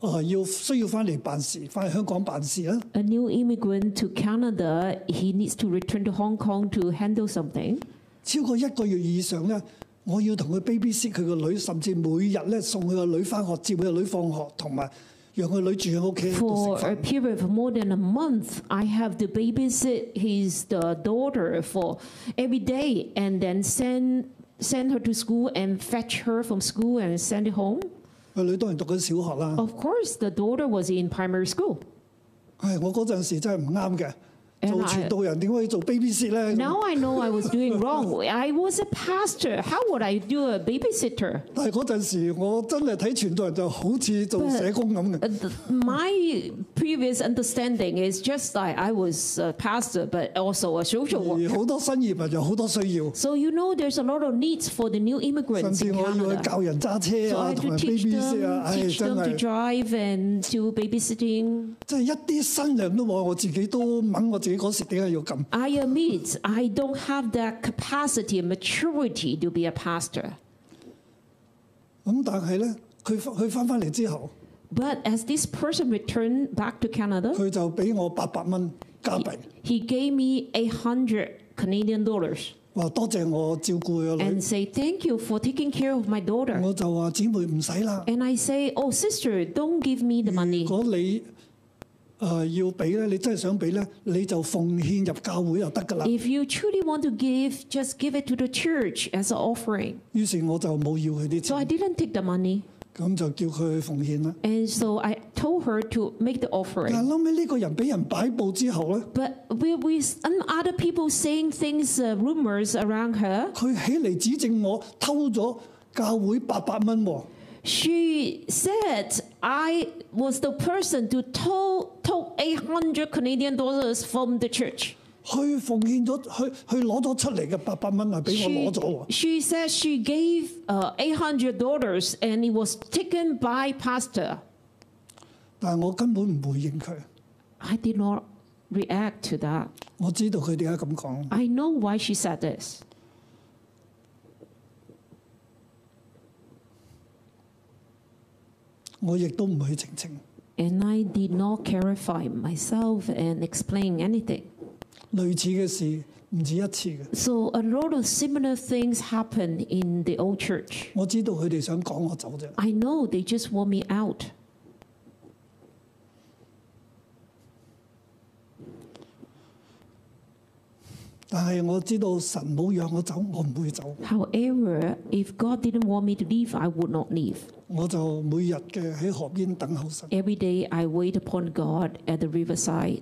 Speaker 7: 誒要需要翻嚟辦事，翻嚟香港辦事啊啦。
Speaker 8: a new immigrant to Canada. He needs to return to Hong Kong to handle something.
Speaker 7: 超過一個月以上咧，我要同佢 baby sit 佢個女，甚至每日咧送佢個女翻學，接佢個女放學，同埋讓佢女住喺屋企喺度
Speaker 8: For
Speaker 7: 食
Speaker 8: a
Speaker 7: 飯。
Speaker 8: period of more than a month, I have to babysit his the daughter for every day, and then send send her to school and fetch her from school and send her home.
Speaker 7: 佢女當然讀緊小學啦。
Speaker 8: Of course, the daughter was in primary school.
Speaker 7: 唉，我嗰陣時真係唔啱嘅，
Speaker 8: And
Speaker 7: 做傳道人點可以做 baby sit 咧？
Speaker 8: Now I know I was doing wrong. I was a pastor. How would I do a babysitter?
Speaker 7: 但係嗰陣時我真係睇傳道人就好似做社工咁嘅。
Speaker 8: Uh, th- My previous understanding is just like I was a pastor, but also a social
Speaker 7: 而
Speaker 8: worker.
Speaker 7: 好多新移民有好多需要，
Speaker 8: So you know, there's a lot of needs for the new
Speaker 7: 甚
Speaker 8: immigrants
Speaker 7: 至
Speaker 8: in
Speaker 7: 我要去
Speaker 8: Canada.
Speaker 7: 教人揸車
Speaker 8: So I
Speaker 7: 啊，
Speaker 8: had
Speaker 7: 同埋
Speaker 8: to teach
Speaker 7: baby sit 啊，
Speaker 8: them,
Speaker 7: 唉，
Speaker 8: teach
Speaker 7: 真
Speaker 8: them to
Speaker 7: 係
Speaker 8: drive and do babysitting.
Speaker 7: 真係一啲新量都冇，我自己都掹我自己嗰時點解要咁？
Speaker 8: I admit I don't have that capacity and maturity to be a pastor.
Speaker 7: 咁但係咧，佢佢翻翻嚟之後，
Speaker 8: But as this person returned back to Canada,
Speaker 7: 佢就俾我八百蚊加幣，
Speaker 8: he gave me 800 Canadian dollars
Speaker 7: 話多謝我照顧佢個
Speaker 8: and
Speaker 7: 女。
Speaker 8: say thank you for taking care of my daughter.
Speaker 7: 我就話姊妹唔使啦，
Speaker 8: And I say, oh, sister, don't give me the
Speaker 7: 如
Speaker 8: money.
Speaker 7: 果你誒、呃要俾咧，你真係想俾咧，你就奉獻入教會就得㗎啦。
Speaker 8: If you truly want to give, just give it to the church as an offering.
Speaker 7: 於是我就冇要佢啲
Speaker 8: So I
Speaker 7: 錢，
Speaker 8: didn't take the money.
Speaker 7: 咁就叫佢奉獻啦。
Speaker 8: And so I told her to make the
Speaker 7: 但
Speaker 8: offering.
Speaker 7: 係後尾呢個人俾人擺佈之後咧，
Speaker 8: But we, we and other people saying things, uh, rumors around her.
Speaker 7: 佢起嚟指證我偷咗教會八百蚊喎。
Speaker 8: She said I was the person to told, took 800 Canadian dollars from the church.
Speaker 7: 去奉獻咗，去去攞咗出嚟嘅八百蚊啊，俾我攞
Speaker 8: She,
Speaker 7: 咗喎。
Speaker 8: she said she gave uh, 800 dollars and it was taken by pastor.
Speaker 7: 但係我根本唔回應佢。
Speaker 8: I did not react to that.
Speaker 7: 我知道佢點解咁講，
Speaker 8: I know why she said this.
Speaker 7: 佢我亦都唔去澄清。
Speaker 8: And I did not clarify myself and explain anything.
Speaker 7: 類似嘅事唔止一次嘅，
Speaker 8: So a lot of similar things happened in the old church.
Speaker 7: 我知道佢哋想趕我走啫。
Speaker 8: I know they just want me out.
Speaker 7: 但係我知道神冇讓我走，我唔會走，
Speaker 8: However, if God didn't want me to leave, I would not leave.
Speaker 7: 我就每日嘅喺河邊等候神。
Speaker 8: Every day I wait upon God at the riverside.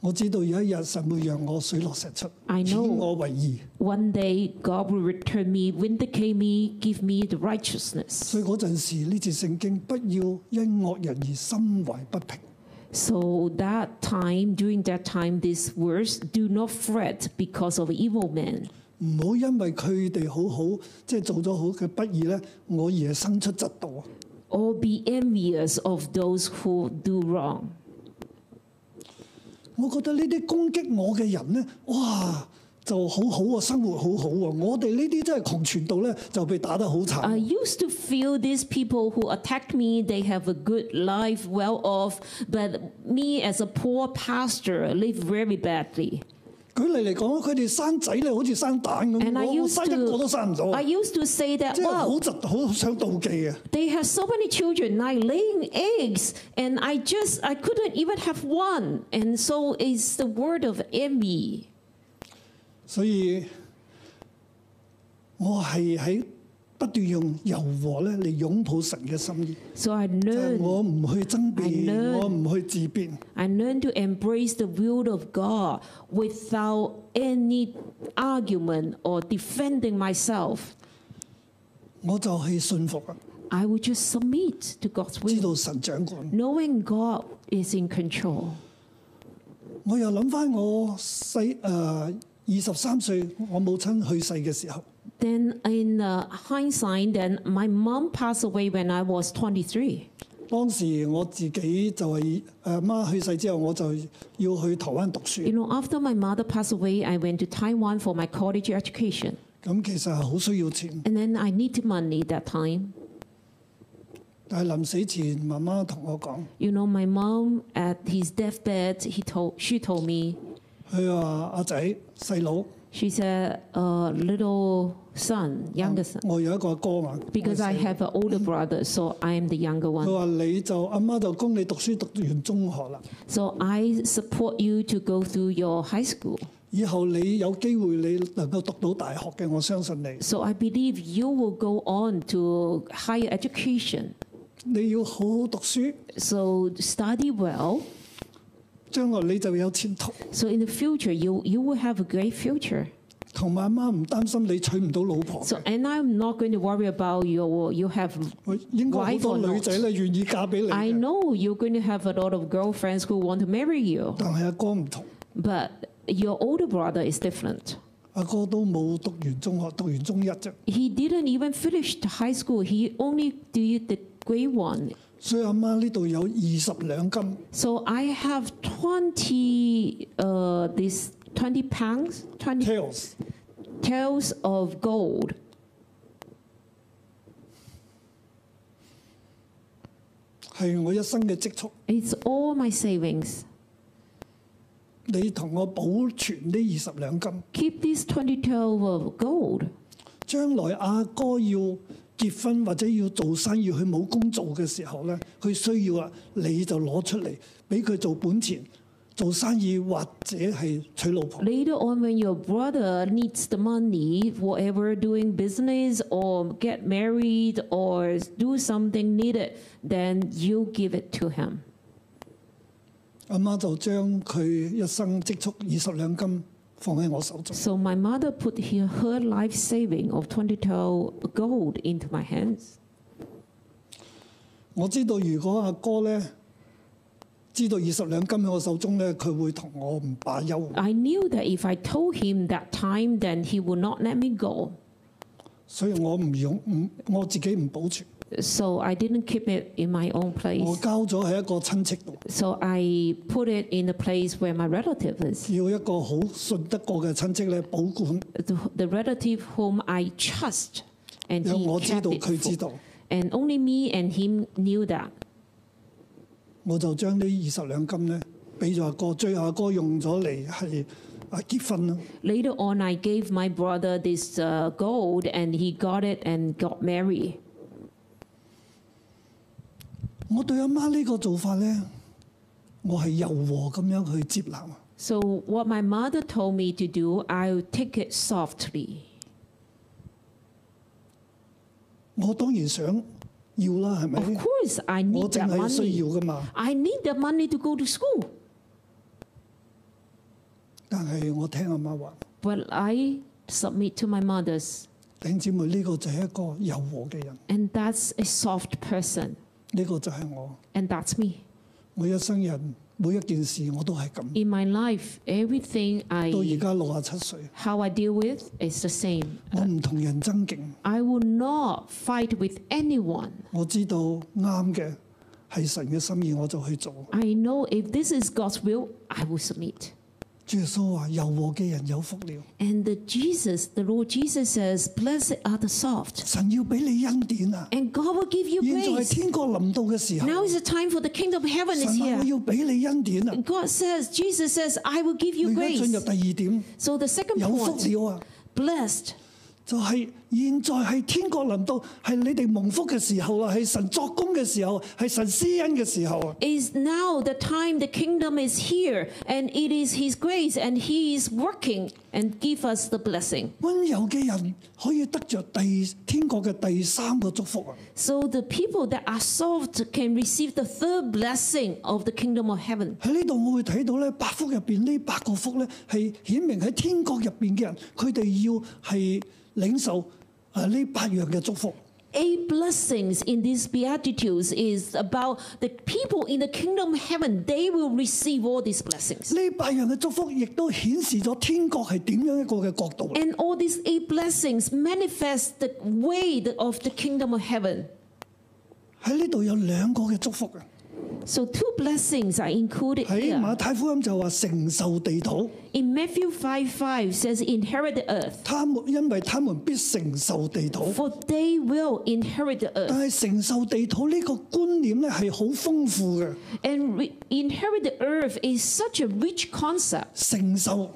Speaker 7: 我知道有一日神會讓我水落石出，
Speaker 8: I
Speaker 7: 顯
Speaker 8: know
Speaker 7: 我為義，
Speaker 8: One day God will return me, vindicate me, give me the righteousness.
Speaker 7: 所以嗰陣時呢節聖經不要因惡人而心懷不平。
Speaker 8: So that time, during that time, these words do not fret because of evil men.
Speaker 7: 唔好因為佢哋好好，即係做咗好嘅不義咧，我而係生出嫉妒啊！
Speaker 8: or be envious of those who do wrong.
Speaker 7: 我覺得呢啲攻擊我嘅人咧，哇，就好好啊，生活好好啊！我哋呢啲真係窮傳道咧，就被打得好
Speaker 8: I
Speaker 7: 慘。
Speaker 8: used to feel these people who attack me, they have a good life, well off, but me as a poor pastor live very badly.
Speaker 7: 舉例嚟講，佢哋生仔咧，好似生蛋咁，
Speaker 8: And I
Speaker 7: 我我
Speaker 8: used
Speaker 7: 生一個都生唔到
Speaker 8: to,
Speaker 7: 啊
Speaker 8: I，used to say that,
Speaker 7: 即係好
Speaker 8: wow,
Speaker 7: 嫉好想妒忌啊！
Speaker 8: they have so many children, like laying eggs, and I just, I couldn't even have one. And so it's the word of envy.
Speaker 7: 所以我係喺不斷用柔和咧嚟擁抱神嘅心意，
Speaker 8: So I
Speaker 7: 就係
Speaker 8: learned
Speaker 7: 我唔去爭辯，
Speaker 8: learn.
Speaker 7: 我唔去自辯。
Speaker 8: I learn to embrace the will of God without any argument or defending myself.
Speaker 7: 我就係信服啊，
Speaker 8: I will just submit to God's
Speaker 7: 知
Speaker 8: will,
Speaker 7: 道神掌管。
Speaker 8: knowing God is in control.
Speaker 7: 我又諗翻我細誒呃二十三歲，我母親去世嘅時候，
Speaker 8: Then, in uh, hindsight, then my mom passed away when I was 23.
Speaker 7: 當時我自己就係誒媽去世之後，我就要去台灣讀
Speaker 8: You
Speaker 7: 書。
Speaker 8: know, after my mother passed away, I went to Taiwan for my college education.
Speaker 7: 咁其實係好需要錢，
Speaker 8: And then I needed money that time.
Speaker 7: 但係臨死前媽媽同我講，
Speaker 8: You know, my mom at his deathbed, he told, she told me,
Speaker 7: 佢話哎阿仔細佬，
Speaker 8: She said, uh, little son, younger son,
Speaker 7: 我有一個哥嘛。
Speaker 8: because I have an older brother, so I am the younger
Speaker 7: 佢
Speaker 8: one.
Speaker 7: 話你就阿媽就供你讀書讀完中學啦，
Speaker 8: So I support you to go through your high school.
Speaker 7: 以後你有機會你能夠讀到大學嘅，我相信你。
Speaker 8: So I believe you will go on to higher education.
Speaker 7: 你要好好讀書，
Speaker 8: So study well.
Speaker 7: 將來你就有前途。
Speaker 8: So in the future, you you will have a great future.
Speaker 7: 同埋阿媽唔擔心你娶唔到老婆嘅
Speaker 8: So and I'm not going to worry about your you have.
Speaker 7: 喂應該好多女仔咧願意嫁俾你
Speaker 8: I
Speaker 7: 嘅
Speaker 8: know you're going to have a lot of girlfriends who want to marry you,
Speaker 7: 但係阿哥唔同，
Speaker 8: but your older brother is different.
Speaker 7: 阿哥都冇讀完中學，讀完中一啫，
Speaker 8: he didn't even finish the high school. He only did the grade one.
Speaker 7: 所以阿媽呢度有二十兩金，
Speaker 8: So I have twenty uh, this twenty pounds, twenty
Speaker 7: tails，
Speaker 8: taels of gold.
Speaker 7: 係我一生嘅積蓄。
Speaker 8: It's all my savings.
Speaker 7: 你同我保存呢二十兩金，
Speaker 8: Keep this twenty taels of gold.
Speaker 7: 將來阿哥要結婚或者要做生意，佢冇工做嘅時候咧，佢需要啊，你就攞出嚟俾佢做本錢，做生意或者係娶老婆。
Speaker 8: Later on, when your brother needs the money, whatever doing business or get married or do something needed, then you give it to him.
Speaker 7: 阿媽就將佢一生積蓄二十兩金放喺我手中，
Speaker 8: So my mother put her, her life saving of 20 tael gold into my hands.
Speaker 7: 我知道如果阿哥呢知道二十兩金喺我手中呢，佢會同我唔罷休，
Speaker 8: I knew that if I told him that time, then he would not let me go.
Speaker 7: 所以我唔用唔我自己唔保存，
Speaker 8: So I didn't keep it in my own
Speaker 7: 我
Speaker 8: place.
Speaker 7: 交咗喺一個親戚度，
Speaker 8: So I put it in a place where my relative is,
Speaker 7: 要一個好信得過嘅親戚呢保管，
Speaker 8: the, the relative whom I trust. and
Speaker 7: 讓
Speaker 8: he
Speaker 7: 我知道
Speaker 8: kept it
Speaker 7: 佢知
Speaker 8: full.
Speaker 7: 道，
Speaker 8: And only me and him knew that.
Speaker 7: 我就將呢二十兩金咧俾咗阿哥，最後阿哥用咗嚟係啊結婚啦。
Speaker 8: Later on, I gave my brother this uh, gold, and he got it and got married.
Speaker 7: 我對阿媽呢個做法咧，我係柔和咁樣去接納。
Speaker 8: So what my mother told me to do, I'll take it softly.
Speaker 7: 我當然想要啦，係
Speaker 8: Of
Speaker 7: 咪？
Speaker 8: course, I need
Speaker 7: 我淨
Speaker 8: that
Speaker 7: 係需要
Speaker 8: money.
Speaker 7: 噶嘛，
Speaker 8: I need that money to go to school.
Speaker 7: 但係我聽阿媽話，
Speaker 8: But I submit to my mother's,
Speaker 7: 弟兄姊妹呢、個就係一個柔和嘅人，呢、
Speaker 8: and that's a soft person,
Speaker 7: 個就係我。
Speaker 8: and that's me.
Speaker 7: 我一生人每一件事我都係咁，
Speaker 8: In my life, everything
Speaker 7: 到而
Speaker 8: I
Speaker 7: 家六十七歲，
Speaker 8: how I deal with is the same.
Speaker 7: 我唔同人爭競，
Speaker 8: I will not fight with anyone.
Speaker 7: 我知道啱嘅係神嘅心意，我就去做。
Speaker 8: I know if this is God's will, I will submit.
Speaker 7: 主耶穌話：柔和嘅人有福了，
Speaker 8: And the Jesus, the Lord Jesus says, "Blessed are the soft."
Speaker 7: 神要俾你恩典啊！
Speaker 8: And God will give you
Speaker 7: 現在
Speaker 8: grace.
Speaker 7: 係天國臨到嘅時候，
Speaker 8: Now is the time for the kingdom of heaven is
Speaker 7: 神話我
Speaker 8: here.
Speaker 7: 要俾你恩典啊！
Speaker 8: God says, Jesus says, I will give you
Speaker 7: 我而家進
Speaker 8: grace.
Speaker 7: 入第二點，
Speaker 8: So the second
Speaker 7: 有福
Speaker 8: point,
Speaker 7: 了啊！
Speaker 8: blessed.
Speaker 7: 就係現在係天國臨到，係你哋蒙福嘅時候啦，啊係神作工嘅時候，係神施恩嘅時候啊！
Speaker 8: Is now the time the kingdom is here, and it is His grace, and He is working and give us the blessing.
Speaker 7: 温柔嘅人可以得着第天國嘅第三個祝福啊！
Speaker 8: So the people that are soft can receive the third blessing of the kingdom of heaven.
Speaker 7: 喺呢度我會睇到咧，八福入邊呢八個福咧，係顯明喺天國入邊嘅人，佢哋要係領受啊呢八樣嘅祝福。
Speaker 8: Eight blessings in these beatitudes is about the people in the kingdom of heaven. They will receive all these blessings.
Speaker 7: 呢八樣嘅祝福亦都顯示咗天國係點樣一個嘅國度啦。
Speaker 8: And all these eight blessings manifest the way of the kingdom of heaven.
Speaker 7: 喺呢度有兩個嘅祝福啊！
Speaker 8: So two blessings are included
Speaker 7: 喺馬
Speaker 8: here.
Speaker 7: 太福音就話承受地土，
Speaker 8: In Matthew 5 5 says, inherit the earth,
Speaker 7: 他們因為他們必承受地土。
Speaker 8: for they will inherit the
Speaker 7: 但
Speaker 8: earth.
Speaker 7: 係承受地土呢個觀念咧係好豐富嘅，
Speaker 8: And re- inherit the earth is such a rich concept.
Speaker 7: 承受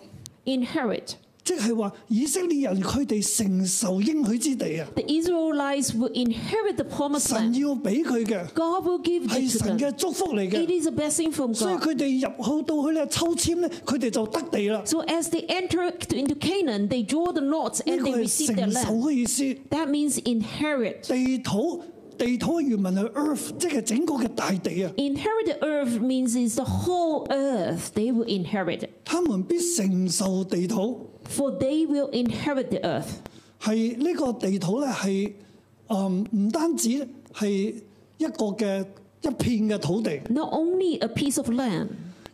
Speaker 8: Inherit.
Speaker 7: 即係話以色列人佢哋承受應許之地啊！
Speaker 8: The Israelites will inherit the promised
Speaker 7: 神
Speaker 8: land.
Speaker 7: 要俾佢嘅
Speaker 8: God will give
Speaker 7: 係
Speaker 8: it to them.
Speaker 7: 神嘅祝福嚟
Speaker 8: It
Speaker 7: 嘅，
Speaker 8: is a blessing from
Speaker 7: 所以
Speaker 8: God.
Speaker 7: 佢哋入好到去咧抽籤咧，佢哋就得地啦。
Speaker 8: So as they enter into Canaan, they draw the lots
Speaker 7: 呢
Speaker 8: and
Speaker 7: 個
Speaker 8: they
Speaker 7: 係
Speaker 8: receive their
Speaker 7: 承受
Speaker 8: land.
Speaker 7: 嘅意思。
Speaker 8: That means inherit.
Speaker 7: 地土地土嘅原文係 earth，即係整個嘅大地啊！
Speaker 8: Inherit the earth means it's the whole earth they will inherit,
Speaker 7: 他們必承受地土，
Speaker 8: for they will inherit the earth.
Speaker 7: 係呢個地土咧係嗯唔單止係一個嘅一片嘅土地。
Speaker 8: Not only a piece of land,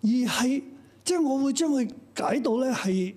Speaker 7: 而係即係我會將佢解到咧係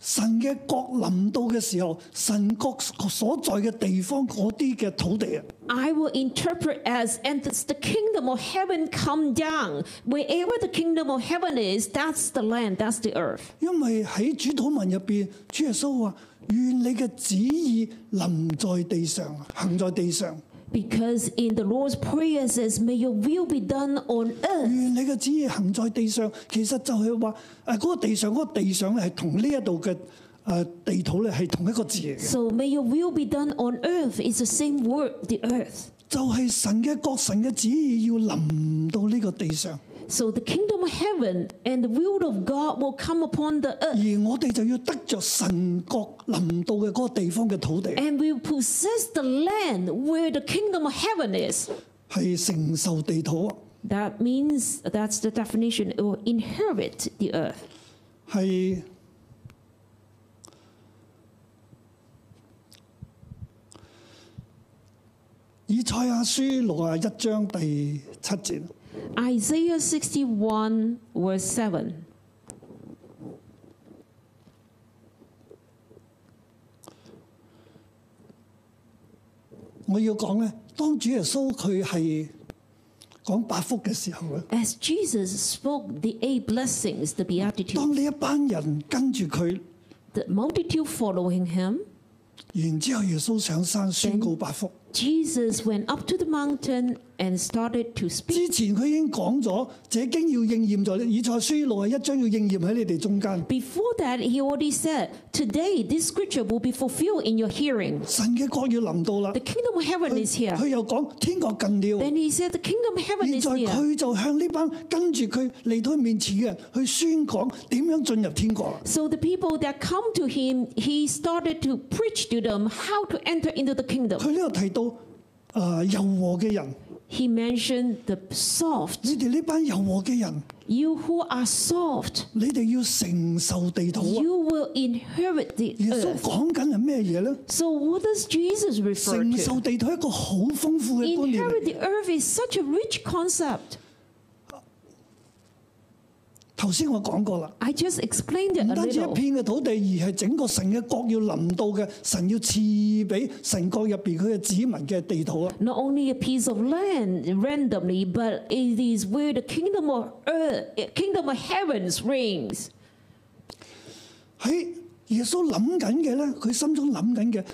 Speaker 7: 神嘅國臨到嘅時候，神國所在嘅地方嗰啲嘅土地啊，
Speaker 8: I will interpret as and it's the kingdom of heaven come down. Wherever the kingdom of heaven is, that's the land, that's the earth.
Speaker 7: 因為喺主禱文入邊，主耶穌話：願你嘅旨意臨在地上，行在地上；
Speaker 8: Because in the Lord's prayer it says, "May your will be done on earth."
Speaker 7: 願你嘅旨意行在地上，其實就係話誒嗰個地上嗰、個地上咧係同呢一度嘅誒地土咧係同一個字嚟嘅，
Speaker 8: So may your will be done on earth is the same word, the earth.
Speaker 7: 就係、神嘅國、神嘅旨意要臨到呢個地上。
Speaker 8: So the kingdom of heaven and the will of God will come upon the earth.
Speaker 7: 而我哋就要得着神國臨到嘅嗰個地方嘅土地，
Speaker 8: and we possess the land where the kingdom of heaven is.
Speaker 7: 係承受地土啊，
Speaker 8: That means that's the definition. It will inherit the earth.
Speaker 7: 係以賽亞書六啊一章第七節，
Speaker 8: Isaiah 61, verse 7.
Speaker 7: 我要講咧，當主耶穌佢係講八福嘅時候咧，
Speaker 8: As Jesus spoke the eight blessings, the Beatitude,
Speaker 7: 當呢一班人跟住佢，
Speaker 8: the multitude following him,
Speaker 7: 然之後耶穌上山宣告八福。
Speaker 8: Jesus went up to the mountain and started to speak.
Speaker 7: 之前佢已經講咗，這經要應驗在以賽書六十一章要應驗喺你哋中間。
Speaker 8: Before that, he already said, Today this scripture will be fulfilled in your hearing.
Speaker 7: 神嘅國要臨到啦
Speaker 8: The。kingdom of heaven is
Speaker 7: 佢
Speaker 8: here.
Speaker 7: 佢又講天國近了。
Speaker 8: Then he said, The kingdom of heaven
Speaker 7: 現
Speaker 8: is
Speaker 7: 在
Speaker 8: here.
Speaker 7: 佢就向呢班跟住佢嚟到佢面前嘅人去宣講點樣進入天國啦。
Speaker 8: So the people that come to him, he started to preach to them how to enter into the kingdom.
Speaker 7: 佢呢度提到啊、呃柔和嘅人，
Speaker 8: He mentioned the soft.
Speaker 7: 你哋呢班柔和嘅人，
Speaker 8: You who are soft,
Speaker 7: 你哋要承受地土啊！
Speaker 8: you will inherit the
Speaker 7: 耶穌
Speaker 8: earth.
Speaker 7: 講緊係咩嘢咧？
Speaker 8: So what does Jesus refer
Speaker 7: 承受
Speaker 8: to?
Speaker 7: 地土係一個好豐富嘅觀念嚟
Speaker 8: Inherit the earth is such a rich concept.
Speaker 7: 頭先我講過啦，
Speaker 8: I just explained it
Speaker 7: 唔
Speaker 8: a
Speaker 7: 單止一
Speaker 8: little.
Speaker 7: 片嘅土地，而係整個神嘅國要臨到嘅，神要賜俾神國入邊佢嘅子民嘅地土啊！
Speaker 8: Not only a piece of land randomly, but it is where the kingdom of earth, kingdom of heavens reigns.
Speaker 7: 喺耶穌諗緊嘅咧，佢心中諗緊嘅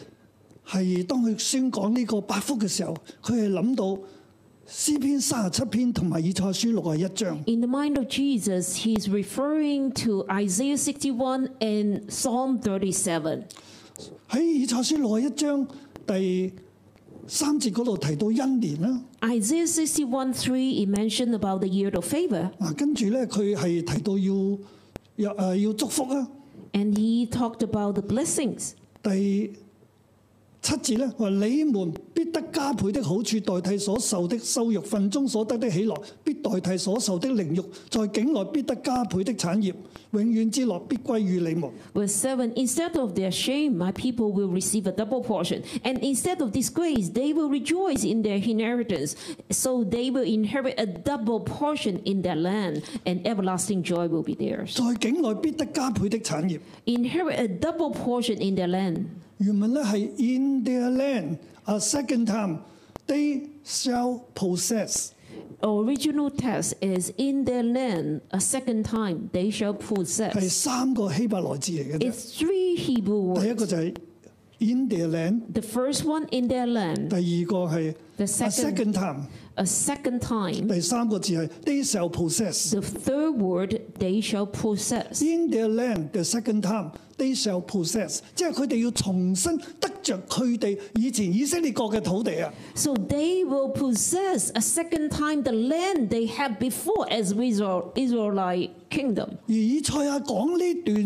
Speaker 7: 係當佢宣講呢個八福嘅時候，佢係諗到詩篇三十七篇同埋以賽亞書六十一章。
Speaker 8: In the mind of Jesus, he's referring to Isaiah 61 and Psalm 37.
Speaker 7: 喺以賽亞書六十一章第三節嗰度提到恩年啦，
Speaker 8: Isaiah 61 3, he mentioned about the year of favor.
Speaker 7: 嗱啊跟住咧佢係提到要要誒、呃要祝福啦。
Speaker 8: And he talked about the blessings.
Speaker 7: 第七節咧話：你們必得加倍的好處，代替所受的羞辱；份中所得的喜樂，必代替所受的凌辱；在境內必得加倍的產業，永遠之樂必歸於你們。
Speaker 8: Verse 7 Instead of their shame, my people will receive a double portion. And instead of disgrace, they will rejoice in their inheritance. So they will inherit a double portion in their land, and everlasting joy will be theirs.
Speaker 7: 在境內必得加倍的產業。
Speaker 8: Inherit a double portion in their land.
Speaker 7: 原文咧係 in their land a second time they shall possess。
Speaker 8: Original text is in their land a second time they shall possess.
Speaker 7: 係三個希伯來字嚟嘅啫。
Speaker 8: It's three Hebrew
Speaker 7: 第一個
Speaker 8: words.
Speaker 7: 就係 in their land，
Speaker 8: The first one in their land,
Speaker 7: 第二個係
Speaker 8: The
Speaker 7: a
Speaker 8: second-
Speaker 7: second time，
Speaker 8: a second time.
Speaker 7: 第三個字係 they shall possess。
Speaker 8: The third word they shall possess.
Speaker 7: In their land, the second time, they shall possess，即係佢哋要重新得着佢哋以前以色列國嘅土地啊！
Speaker 8: So they will possess a second time the land they had before as Israel, Israelite kingdom.
Speaker 7: 而以賽亞講呢段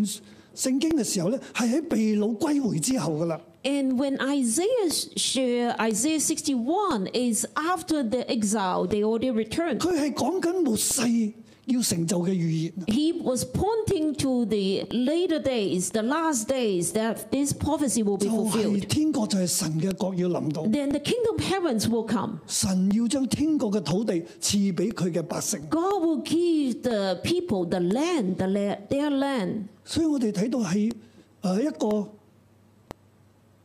Speaker 7: 聖經嘅時候咧，係喺被擄歸回之後噶啦。
Speaker 8: And when Isaiah share Isaiah 61 is after the exile, they already returned.
Speaker 7: 佢係講緊末世要成就嘅預言。
Speaker 8: He was pointing to the later days, the last days, that this prophecy will be
Speaker 7: 就係
Speaker 8: fulfilled.
Speaker 7: 天國就係神嘅國要臨到，
Speaker 8: Then the kingdom of heavens will come.
Speaker 7: 神要將天國嘅土地賜俾佢嘅百姓。
Speaker 8: God will give the people the land, the la- their land.
Speaker 7: 所以我哋睇到係誒啊一個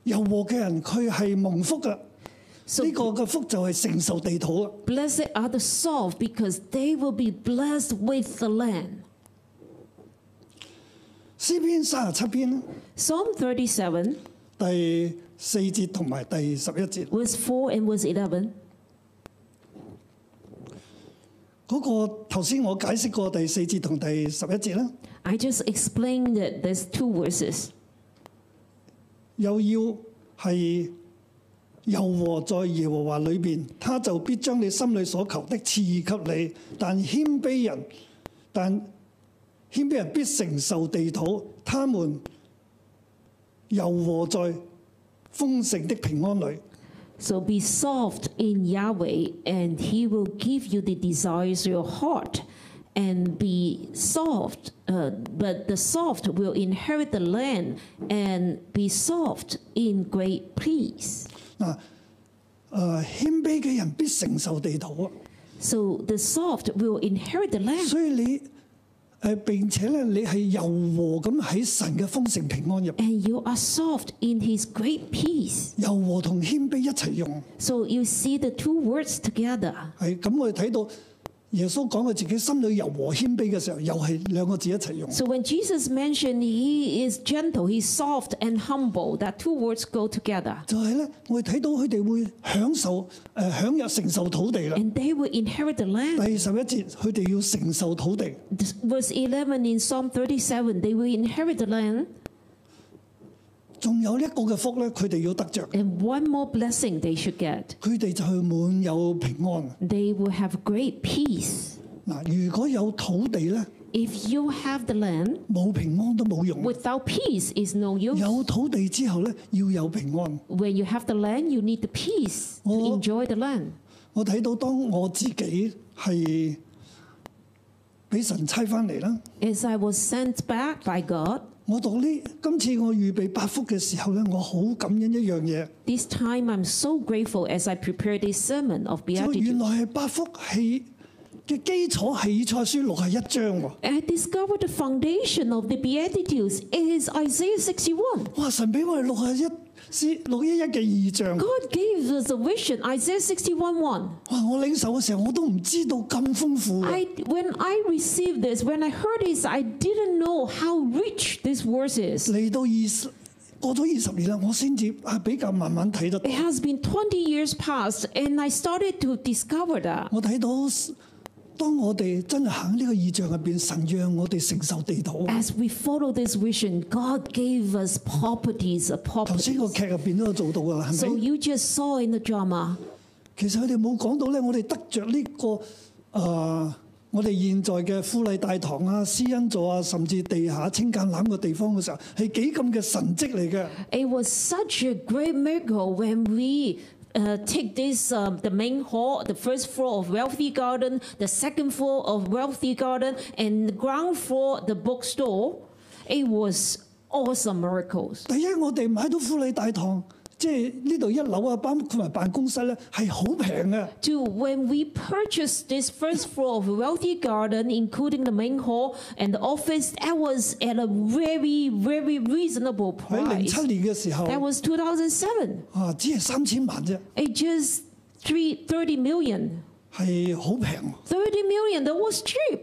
Speaker 7: 柔和嘅人，佢係蒙福噶。
Speaker 8: So
Speaker 7: 呢個嘅福就係承受地土啊！
Speaker 8: blessed are the soft because they will be blessed with the land.
Speaker 7: 詩篇三十七篇呢
Speaker 8: Psalm 37,
Speaker 7: 第四節同埋第十一節，嗰、
Speaker 8: verse 4 and verse 11.
Speaker 7: 個頭先我解釋過第四節同第十一節啦，
Speaker 8: I just explained that there's two verses.
Speaker 7: 又要係柔和在耶和華裏邊，他就必將你心裏所求的賜給你。但謙卑人，但謙卑人必承受地土，他們柔和在豐盛的平安裏。
Speaker 8: So be soft in Yahweh, and He will give you the desires of your heart. And be soft, uh, but the soft will inherit the land and be soft in great peace.
Speaker 7: 嗱，誒謙呃卑嘅人必承受地土啊！
Speaker 8: So the soft will inherit the land.
Speaker 7: 所以你誒、呃、並且咧，你係柔和咁喺神嘅豐盛平安入，
Speaker 8: and you are soft in his great peace.
Speaker 7: 柔和同謙卑一齊用，
Speaker 8: So you see the two words together.
Speaker 7: 係咁我哋睇到耶穌講佢自己心裏柔和謙卑嘅時候，又係兩個字一齊用。
Speaker 8: So when Jesus mentioned he is gentle, he's soft and humble, that two words go together.
Speaker 7: 就係咧，我哋睇到佢哋會享受誒、呃享有承受土地啦。
Speaker 8: And they will inherit the land.
Speaker 7: 第十一節，佢哋要承受土地。
Speaker 8: This- Verse 11 in Psalm 37, they will inherit the land.
Speaker 7: 仲有一個嘅福咧，佢哋要得着，
Speaker 8: And one more blessing they should get.
Speaker 7: 佢哋就係滿有平安。
Speaker 8: They will have great peace.
Speaker 7: 嗱，如果有土地咧，
Speaker 8: If you have the land,
Speaker 7: 冇平安都冇用。
Speaker 8: without peace is no use.
Speaker 7: 有土地之後咧，要有平安。
Speaker 8: When you have the land, you need the peace to
Speaker 7: Oh.
Speaker 8: enjoy the land.
Speaker 7: 我睇到當我自己係俾神差翻嚟啦，
Speaker 8: As I was sent back by God,
Speaker 7: 我讀呢今次我預備八福嘅時候咧，我好感恩一樣嘢，
Speaker 8: this time I'm so grateful as I prepare this sermon of
Speaker 7: 就原
Speaker 8: beatitude.
Speaker 7: 來係八福係嘅基礎係以賽書六係一章喎。
Speaker 8: I discovered the foundation of the beatitudes is Isaiah 61.
Speaker 7: 哇！神俾我哋六啊一詩六一一嘅異象，
Speaker 8: God gave us a vision, Isaiah 61 1.
Speaker 7: 哇！我領受嘅時候我都唔知道咁豐富啊，
Speaker 8: I, when I received this, when I heard this, I didn't know how rich this verse is.
Speaker 7: 嚟到二十過咗二十年啦，我先至啊比較慢慢睇得到
Speaker 8: It。has been 20 years past, and I started to discover that.
Speaker 7: 我睇到當我哋真係行呢個異象入邊，神讓我哋承受地土。啊
Speaker 8: As we follow this vision, God gave us properties, a
Speaker 7: 頭先
Speaker 8: property.
Speaker 7: 個劇入邊都有做到噶啦，係
Speaker 8: So
Speaker 7: 咪？
Speaker 8: you just saw in the drama,
Speaker 7: 其實佢哋冇講到咧，我哋得着呢、個誒、呃我哋現在嘅富麗大堂啊、施恩座啊，甚至地下清間攬嘅地方嘅時候，係幾咁嘅神蹟嚟嘅。
Speaker 8: it was such a great miracle when we uh, take this um, the main hall, the first floor of Wealthy Garden, the second floor of Wealthy Garden, and the ground floor the bookstore. It was awesome miracles.
Speaker 7: 第一，我哋買到富麗大堂，即係呢度一樓啊，包括埋辦公室咧，係好平嘅。
Speaker 8: Two, when we purchased this first floor of Wealthy Garden, including the main hall and the office, that was at a very, very reasonable
Speaker 7: 喺零七
Speaker 8: price.
Speaker 7: 年嘅時候，
Speaker 8: That was 2007.
Speaker 7: 啊，只係三千萬啫，
Speaker 8: It just three, 30 million.
Speaker 7: 係好平，
Speaker 8: 30 million, that was cheap.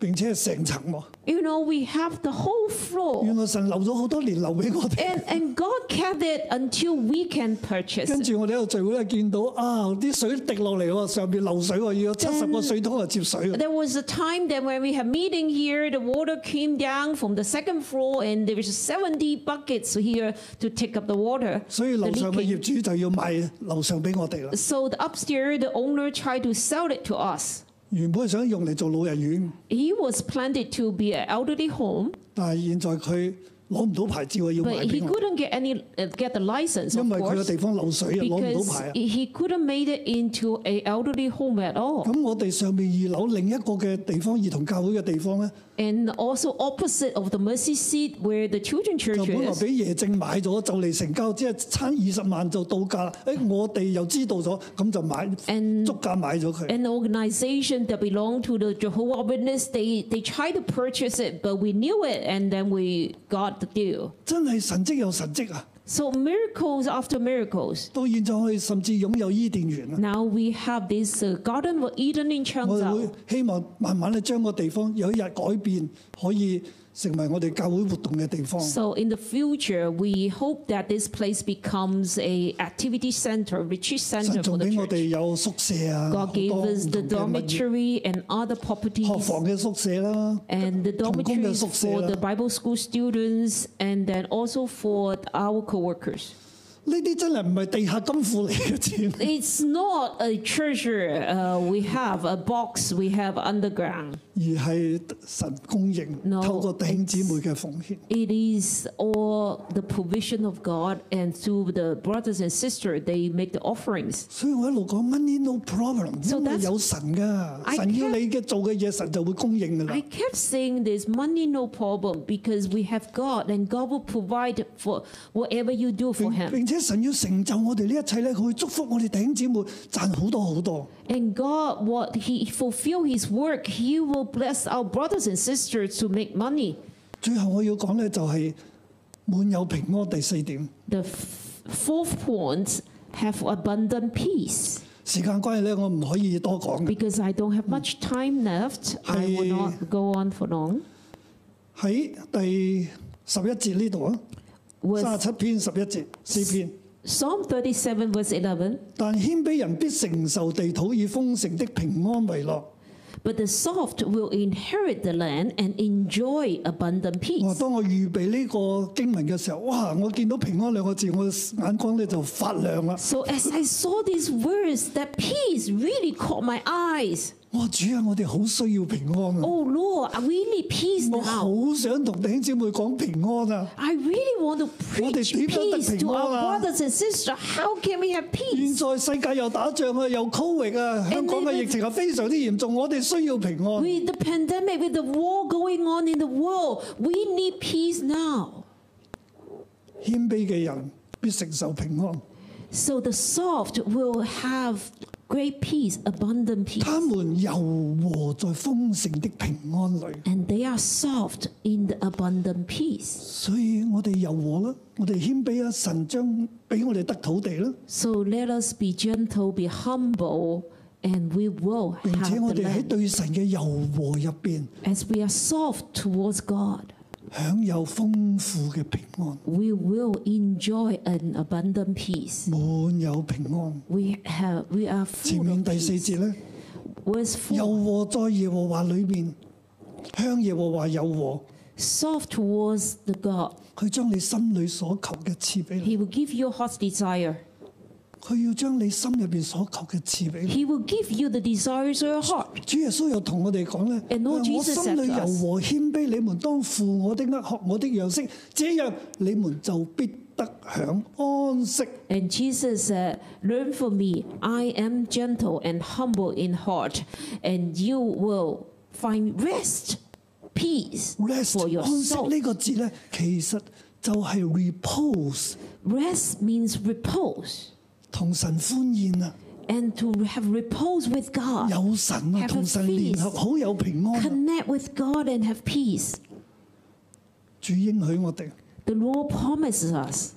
Speaker 7: 並且係成層喎。
Speaker 8: You know, we have the whole
Speaker 7: 原
Speaker 8: floor.
Speaker 7: 來神留咗好多年留俾我哋。
Speaker 8: And, and God kept it until we can purchase
Speaker 7: 跟
Speaker 8: it.
Speaker 7: 住我哋喺度聚會咧，見到啊啲水滴落嚟喎，上邊漏水喎，要有七十個水桶嚟接水喎。
Speaker 8: 嗯 There was a time that when we had meeting here, the water came down from the second floor, and there was 70 buckets here to take up the water.
Speaker 7: 所以
Speaker 8: the
Speaker 7: 樓上嘅
Speaker 8: leaking.
Speaker 7: 業主就要賣樓上俾我哋啦。
Speaker 8: So the upstairs, the owner tried to sell it to us.
Speaker 7: 原本係想用嚟做老人院，
Speaker 8: He was planted to be an elderly home,
Speaker 7: 但係現在佢攞唔到牌照啊，要
Speaker 8: but
Speaker 7: 賣
Speaker 8: he
Speaker 7: 俾我哋，
Speaker 8: couldn't get any uh, get the license, of
Speaker 7: 因為佢個
Speaker 8: course,
Speaker 7: 地方漏水啊，攞唔到
Speaker 8: because
Speaker 7: 牌啊。
Speaker 8: he couldn't make it into a elderly home at all.
Speaker 7: 咁我哋上面二樓另一個嘅地方，兒童教會嘅地方咧，
Speaker 8: And also opposite of the mercy seat where the children church
Speaker 7: 就本來
Speaker 8: is.
Speaker 7: 俾耶政買咗，就嚟成交，只係差二十萬就到價啦。誒、我哋又知道咗，咁就買
Speaker 8: And-
Speaker 7: 足價買咗佢。
Speaker 8: an organization that belonged to the Jehovah Witness. They they tried to purchase it, but we knew it, and then we got the deal.
Speaker 7: 真係神蹟有神蹟啊！
Speaker 8: So miracles after miracles.
Speaker 7: 到現在我哋甚至擁有伊甸園啦。
Speaker 8: Now we have this uh, Garden of Eden in
Speaker 7: 我哋
Speaker 8: Changzhou.
Speaker 7: 會希望慢慢咧將個地方有一日改變，可以成為我哋教會活動嘅地方。
Speaker 8: So in the future, we hope that this place becomes a activity center, retreat
Speaker 7: 神
Speaker 8: center for
Speaker 7: 仲俾
Speaker 8: the
Speaker 7: 我哋
Speaker 8: church.
Speaker 7: 有宿舍啊，好
Speaker 8: God
Speaker 7: 多
Speaker 8: gave
Speaker 7: 唔
Speaker 8: us the
Speaker 7: 同嘅物業
Speaker 8: dormitory and other properties.
Speaker 7: 學房嘅宿舍啦。
Speaker 8: and the
Speaker 7: 同工嘅
Speaker 8: dormitories
Speaker 7: 宿舍
Speaker 8: for
Speaker 7: 啦。
Speaker 8: the Bible school students and then also for our co-workers.
Speaker 7: 呢啲真係唔係地下金庫嚟嘅錢，
Speaker 8: It's not a treasure uh, we have, a box we have underground.
Speaker 7: 而係神供應
Speaker 8: No，
Speaker 7: 透過弟兄姊妹嘅奉獻。
Speaker 8: It is all the provision of God, and through the brothers and sisters, they make the offerings.
Speaker 7: 所以我一路講 money no problem，
Speaker 8: So
Speaker 7: 因為
Speaker 8: that's-
Speaker 7: 有神噶，
Speaker 8: I
Speaker 7: 神要
Speaker 8: can't-
Speaker 7: 你嘅做嘅嘢，神就會供應噶啦
Speaker 8: I。kept saying this money, no problem, because we have God, and God will provide for whatever you do for
Speaker 7: 並
Speaker 8: Him.
Speaker 7: 並且神要成就我哋呢一切咧，佢會祝福我哋弟兄姊妹賺好多好多。
Speaker 8: And God, what He fulfill His work, He will bless our brothers and sisters to make money.
Speaker 7: 最後我要講咧就係滿有平安第四點，
Speaker 8: The f- fourth point have abundant peace.
Speaker 7: 時間關係咧，我唔可以多講嘅。
Speaker 8: Because I don't have much time left, I will
Speaker 7: Hey.
Speaker 8: not go on for long.
Speaker 7: 喺第十一節呢度啊，三十
Speaker 8: Verse
Speaker 7: 七篇十一節四篇。
Speaker 8: Psalm 37, verse 11.
Speaker 7: 但謙卑人必承受地土，以豐盛的平安為樂。
Speaker 8: But the soft will inherit the land and enjoy abundant
Speaker 7: 我
Speaker 8: peace.
Speaker 7: 當我預備呢個經文嘅時候，哇！我見到平安兩個字，我眼光咧就發亮啦。
Speaker 8: So as I saw these words, that peace really caught my eyes.
Speaker 7: 我話主啊，我哋好需要平安啊！
Speaker 8: Oh Lord, I really peace
Speaker 7: 我
Speaker 8: now.
Speaker 7: 好想同弟兄姊妹講平安啊！
Speaker 8: I really want to preach
Speaker 7: 點樣得
Speaker 8: peace to our
Speaker 7: 平安啊？
Speaker 8: brothers and sisters. How can we have
Speaker 7: 現
Speaker 8: peace?
Speaker 7: 在世界又打仗啊，又 Covid 啊，香港嘅疫情係非常之嚴重，我哋需要平安。
Speaker 8: With the pandemic, with the war going on in the world, we need peace now.
Speaker 7: 謙卑嘅人必承受平安，
Speaker 8: So the soft will have great peace, abundant peace.
Speaker 7: 他們柔和在豐盛的平安裏。
Speaker 8: And they are soft in the abundant peace.
Speaker 7: 所以我哋柔和啦，我哋謙卑啦，神將俾我哋得土地啦，
Speaker 8: So let us be gentle, be humble, and we will
Speaker 7: 並
Speaker 8: have
Speaker 7: 且我
Speaker 8: the
Speaker 7: 哋喺
Speaker 8: land.
Speaker 7: 對神嘅柔和入邊，
Speaker 8: As we are soft towards God,
Speaker 7: 享有豐富嘅平安，
Speaker 8: we will enjoy an abundant peace.
Speaker 7: 滿有平安。
Speaker 8: We have we are
Speaker 7: 前
Speaker 8: full
Speaker 7: 面
Speaker 8: of
Speaker 7: 第四
Speaker 8: peace.
Speaker 7: 節咧，
Speaker 8: Verse 4,
Speaker 7: 柔和在耶和華裏面，向耶和華柔和，
Speaker 8: soft towards the God.
Speaker 7: 佢將你心裏所求嘅賜俾你，
Speaker 8: He will give you a heart's desire.
Speaker 7: 佢要將你心入邊所求嘅賜俾你。
Speaker 8: He will give you the desires of your heart.
Speaker 7: 主耶穌又同我哋講咧，
Speaker 8: And Lord
Speaker 7: 我
Speaker 8: Jesus
Speaker 7: 心裏
Speaker 8: said to
Speaker 7: 柔
Speaker 8: us-
Speaker 7: 和謙卑，你們當負我的軛，學我的樣式，這樣你們就必得享安息。
Speaker 8: And Jesus said, Learn from me. I am gentle and humble in heart, and you will find rest, peace
Speaker 7: rest
Speaker 8: for your
Speaker 7: 安息
Speaker 8: soul.
Speaker 7: 呢個字咧，其實就係 repose
Speaker 8: Rest means repose,
Speaker 7: 同神歡宴啊，
Speaker 8: and to have repose with God.
Speaker 7: 有神啊，
Speaker 8: Have a
Speaker 7: 同神聯合，
Speaker 8: feast
Speaker 7: 好有平安啊。
Speaker 8: Connect with God and have peace.
Speaker 7: 主應許我哋，
Speaker 8: The Lord promises us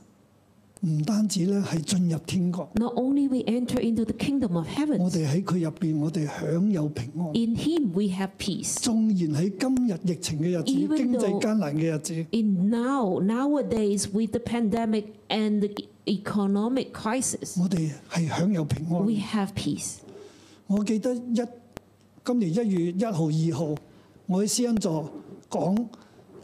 Speaker 7: 唔單止咧係進入天國，
Speaker 8: not only we enter into the kingdom of
Speaker 7: 我
Speaker 8: heaven,
Speaker 7: 哋喺佢入邊，我哋享有平安。
Speaker 8: in Him we have peace.
Speaker 7: 縱然喺今日疫情嘅日子、
Speaker 8: Even though-
Speaker 7: 經濟艱難嘅日子。
Speaker 8: In now, nowadays, with the pandemic and the economic crisis,
Speaker 7: 我哋係享有平
Speaker 8: we
Speaker 7: 安。
Speaker 8: have peace.
Speaker 7: 我記得一今年一月一號、二號，我喺私恩座講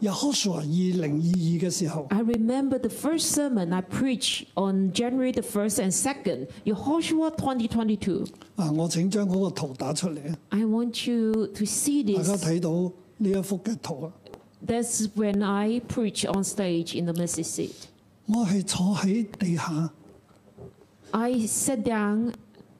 Speaker 7: 《耶和華二零二二》嘅時候，
Speaker 8: I remember the first sermon I preached on January the 1st and 2nd, Yehoshua 2022.
Speaker 7: 啊，我請將嗰個圖打出嚟，
Speaker 8: I want you to see
Speaker 7: 大家
Speaker 8: this.
Speaker 7: 睇到呢一幅嘅圖啊。
Speaker 8: That's when I preach on stage in the Mississippi.
Speaker 7: 我係坐喺地下，
Speaker 8: I sat down,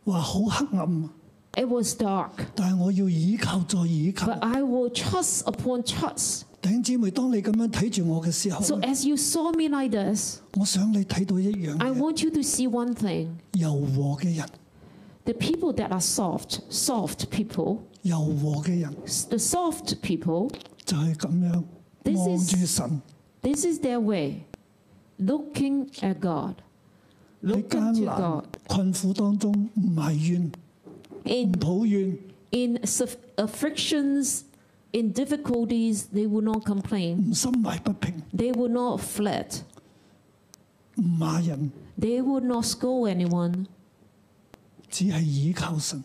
Speaker 7: 話好黑暗，
Speaker 8: it was dark,
Speaker 7: 但係我要倚靠再倚靠。
Speaker 8: but I will trust upon trust.
Speaker 7: 弟兄姊妹，當你咁樣睇住我嘅時候，
Speaker 8: So as you saw me like this,
Speaker 7: 我想你睇到一樣
Speaker 8: I
Speaker 7: 嘢
Speaker 8: want you to see one thing.
Speaker 7: 柔和嘅人，
Speaker 8: The people that are soft, soft people,
Speaker 7: 柔和嘅人
Speaker 8: s- the soft people,
Speaker 7: 就係咁樣
Speaker 8: This
Speaker 7: 望
Speaker 8: is-
Speaker 7: 住神。
Speaker 8: this is their way. Looking at God.
Speaker 7: 喺
Speaker 8: Looking
Speaker 7: 艱
Speaker 8: to
Speaker 7: 難
Speaker 8: God.
Speaker 7: 困苦當中唔埋怨、唔
Speaker 8: In
Speaker 7: 抱怨，
Speaker 8: in suff- afflictions, in difficulties, they will not complain.
Speaker 7: 唔心懷不平，
Speaker 8: They will not fret.
Speaker 7: 唔罵人，
Speaker 8: They will not scold anyone.
Speaker 7: 只係倚靠神，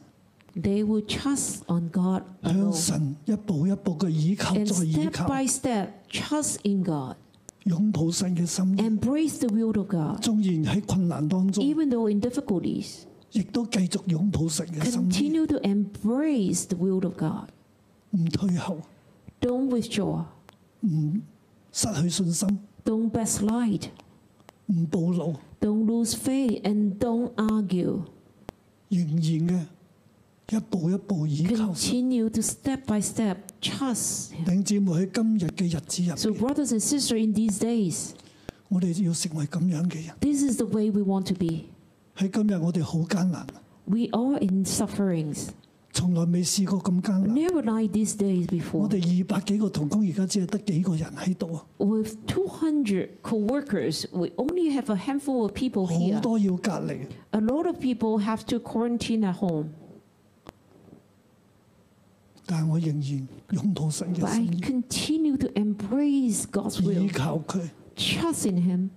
Speaker 8: They will trust on God
Speaker 7: 向
Speaker 8: alone.
Speaker 7: 神一步一步嘅倚靠，
Speaker 8: And
Speaker 7: 再倚
Speaker 8: step
Speaker 7: 靠，
Speaker 8: by step, trust in God.
Speaker 7: 擁抱神嘅心意。
Speaker 8: Embrace the will of God.
Speaker 7: 縱然喺困難當中，
Speaker 8: Even though in difficulties,
Speaker 7: 亦都繼續擁抱神嘅心意，
Speaker 8: continue to embrace the will of God.
Speaker 7: 唔退後，
Speaker 8: Don't withdraw.
Speaker 7: 失去信心，
Speaker 8: Don't backslide.
Speaker 7: 唔暴露，
Speaker 8: Don't lose faith and don't argue.
Speaker 7: 仍然嘅一步一步倚靠神。
Speaker 8: Continue to step by step trust Him.
Speaker 7: 弟兄姊妹喺今日嘅日子
Speaker 8: So,
Speaker 7: 入邊，
Speaker 8: brothers and sisters, in these days,
Speaker 7: 我哋要成為咁樣嘅人。
Speaker 8: this is the way we want to be.
Speaker 7: 喺今日我哋好艱難。
Speaker 8: We are in sufferings,
Speaker 7: 從來未試過咁艱難。
Speaker 8: Never like these days
Speaker 7: 我
Speaker 8: before.
Speaker 7: 哋二百幾個童工而家只係得幾個人喺度啊，
Speaker 8: With 200 co-workers, we only have a handful of people
Speaker 7: 好
Speaker 8: here.
Speaker 7: 多要隔離。
Speaker 8: A lot of people have to quarantine at home.
Speaker 7: 但係我仍然擁抱神嘅
Speaker 8: But
Speaker 7: 心
Speaker 8: I continue to embrace God's
Speaker 7: 意，依
Speaker 8: will,
Speaker 7: 靠佢，
Speaker 8: trust in Him,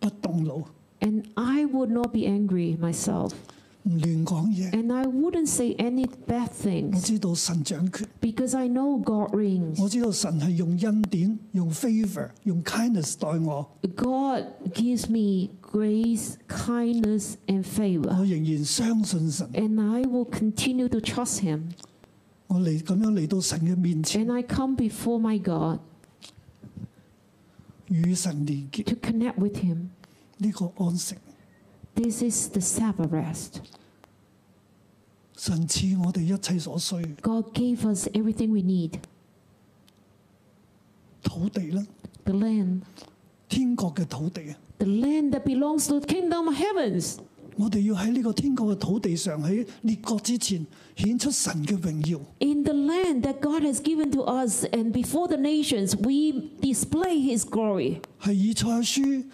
Speaker 7: 不動腦，唔
Speaker 8: and I would not be angry myself.
Speaker 7: 亂講嘢。
Speaker 8: And I wouldn't say any bad
Speaker 7: 我
Speaker 8: things
Speaker 7: 知道神掌權，
Speaker 8: because I know God reigns.
Speaker 7: 我知道神係用恩典、用 favor、用 kindness 待我，
Speaker 8: God gives me grace, kindness, and
Speaker 7: 我
Speaker 8: favor.
Speaker 7: 仍然相信神。
Speaker 8: And I will continue to trust Him.
Speaker 7: 我嚟咁樣嚟到神嘅面前，
Speaker 8: And I come before my God
Speaker 7: 與神連結，
Speaker 8: to connect with Him.
Speaker 7: 呢、個安息。
Speaker 8: This is the Sabbath rest.
Speaker 7: 神賜我哋一切所需，
Speaker 8: God gave us everything we need
Speaker 7: 土地啦，
Speaker 8: the land,
Speaker 7: 天國嘅土地啊！
Speaker 8: the land that belongs to the kingdom of heavens.
Speaker 7: 我哋要喺呢個天國嘅土地上，喺列國之前顯出神嘅榮耀。
Speaker 8: In the land that God has given to us and before the nations, we display His glory.
Speaker 7: 係以賽亞書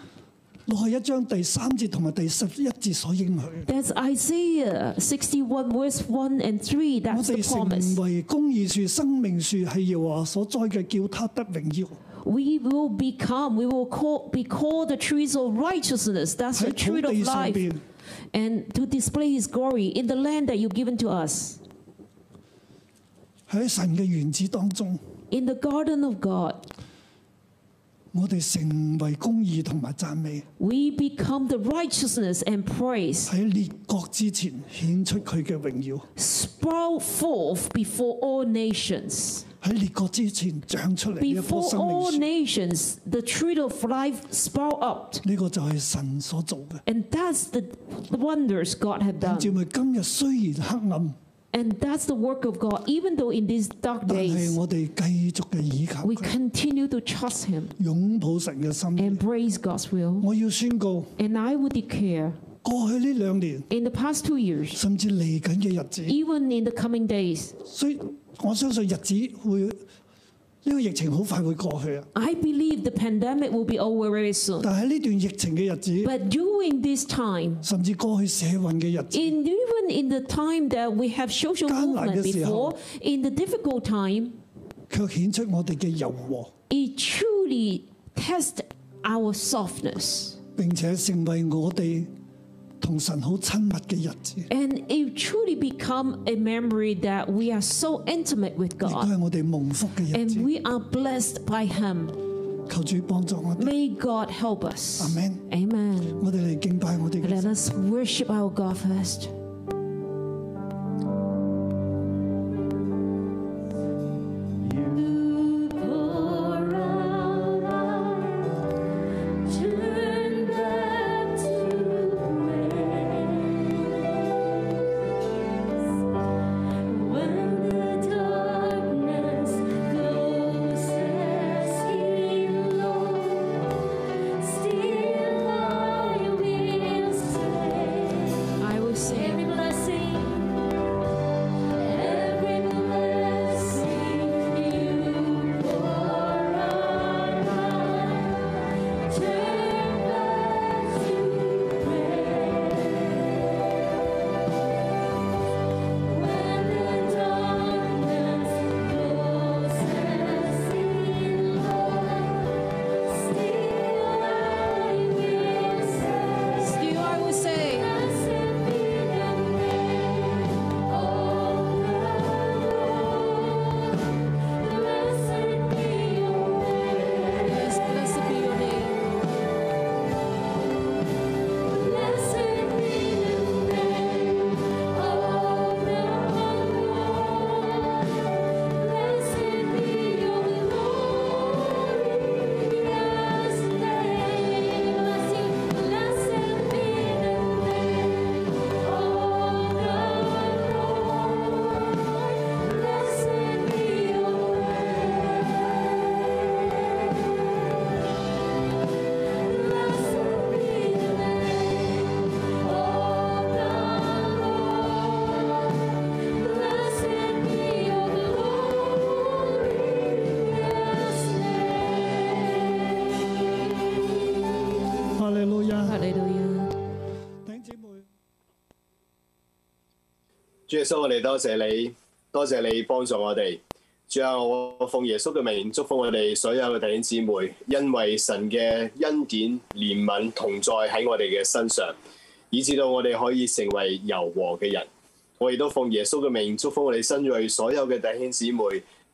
Speaker 7: 六十一章第三節同埋第十一節所應許。
Speaker 8: That's Isaiah 61, verse 1 and 3.
Speaker 7: 我
Speaker 8: That's the
Speaker 7: 哋
Speaker 8: promise.
Speaker 7: 成為公義樹、生命樹係耶和華所栽嘅，叫他得榮耀。
Speaker 8: We will become, we will call, be called the trees of righteousness. That's the
Speaker 7: 喺
Speaker 8: tree
Speaker 7: 土
Speaker 8: of
Speaker 7: 地上
Speaker 8: life.
Speaker 7: 邊，
Speaker 8: And to display His glory in the land that you've given to us,
Speaker 7: 喺神嘅原子當中，
Speaker 8: in the garden of God.
Speaker 7: 我哋成為公義同埋讚美。
Speaker 8: We become the righteousness and praise,
Speaker 7: 喺列國之前顯出佢嘅榮耀，
Speaker 8: sprout forth before all nations.
Speaker 7: 喺列國之前長出嚟呢一棵
Speaker 8: Before
Speaker 7: 生命
Speaker 8: all
Speaker 7: 樹。呢、
Speaker 8: nations, the tree of life sprout up.
Speaker 7: 個就係神所做嘅。
Speaker 8: And that's the, the wonders God had
Speaker 7: 弟兄
Speaker 8: done.
Speaker 7: 姊妹，今日雖然黑暗，
Speaker 8: And that's the work of God. Even though in these dark
Speaker 7: 但係
Speaker 8: days,
Speaker 7: 我哋繼續嘅倚靠
Speaker 8: we
Speaker 7: 佢，
Speaker 8: continue to trust Him,
Speaker 7: 擁抱神嘅心意。
Speaker 8: embrace God's will.
Speaker 7: 我要宣告，
Speaker 8: And I would declare
Speaker 7: 過去呢兩年，
Speaker 8: in the past two years,
Speaker 7: 甚至嚟緊嘅日子，
Speaker 8: even in the coming days,
Speaker 7: 所以我相信日子會呢、個疫情好快會過去啊！
Speaker 8: I believe the pandemic will be over very soon.
Speaker 7: 但喺呢段疫情嘅日子，
Speaker 8: But during this time,
Speaker 7: 甚至過去社運嘅日子，
Speaker 8: in even in the time that we have social
Speaker 7: 艱難嘅
Speaker 8: movement
Speaker 7: 時候。
Speaker 8: before, in the difficult time,
Speaker 7: 卻顯出我哋嘅柔和，
Speaker 8: it truly tests our softness.
Speaker 7: 並且成為我哋同神好親密嘅日子，亦
Speaker 8: And it truly become a memory that we are so intimate with
Speaker 7: 都
Speaker 8: God.
Speaker 7: 係我哋蒙福嘅日
Speaker 8: And
Speaker 7: 子。
Speaker 8: we are blessed by Him.
Speaker 7: 求主幫助我哋，
Speaker 8: May God help us.
Speaker 7: Amen.
Speaker 8: Amen.
Speaker 7: 我哋嚟敬拜我哋嘅神
Speaker 8: Let us worship our God first. I will sing.
Speaker 2: 主耶穌，我哋多謝你，多謝你幫助我哋。主啊，我奉耶穌嘅名祝福我哋所有嘅弟兄姊妹，因為神嘅恩典、憐憫同在喺我哋嘅身上，以至到我哋可以成為柔和嘅人。我亦都奉耶穌嘅名祝福我哋新锐所有嘅弟兄姊妹，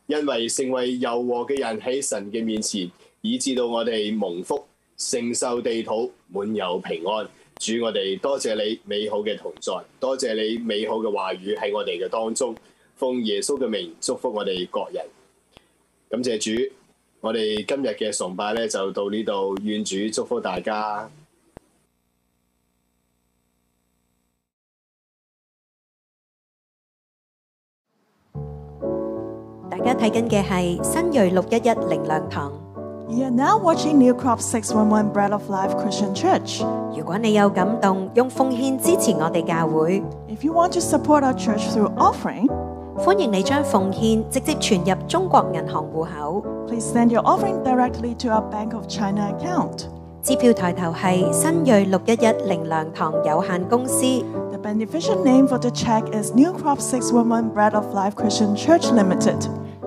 Speaker 2: 因為成為柔和嘅人喺神嘅面前，以至到我哋蒙福，承受地土，滿有平安。主，我哋多謝你美好嘅同在，多謝你美好嘅話語喺我哋嘅當中。奉耶穌嘅名祝福我哋各人。感謝主，我哋今日嘅崇拜咧就到呢度，願主祝福大家。
Speaker 9: 大家睇緊嘅係新锐六一一靈糧堂。
Speaker 10: You're now watching New Crop 611 Bread of Life Christian Church.
Speaker 9: 如果你有感動，用奉獻支持我哋教會，
Speaker 10: If you want to support our church through offering,
Speaker 9: 歡迎你將奉獻直接存入中國銀行户口。
Speaker 10: please send your offering directly to our Bank of China account.
Speaker 9: 支票抬頭係新锐六一一靈糧堂有限公司，
Speaker 10: The beneficial name for the check is New Crop 611 Bread of Life Christian Church Limited.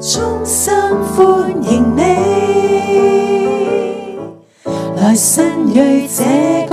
Speaker 1: 衷心歡迎你，來新锐這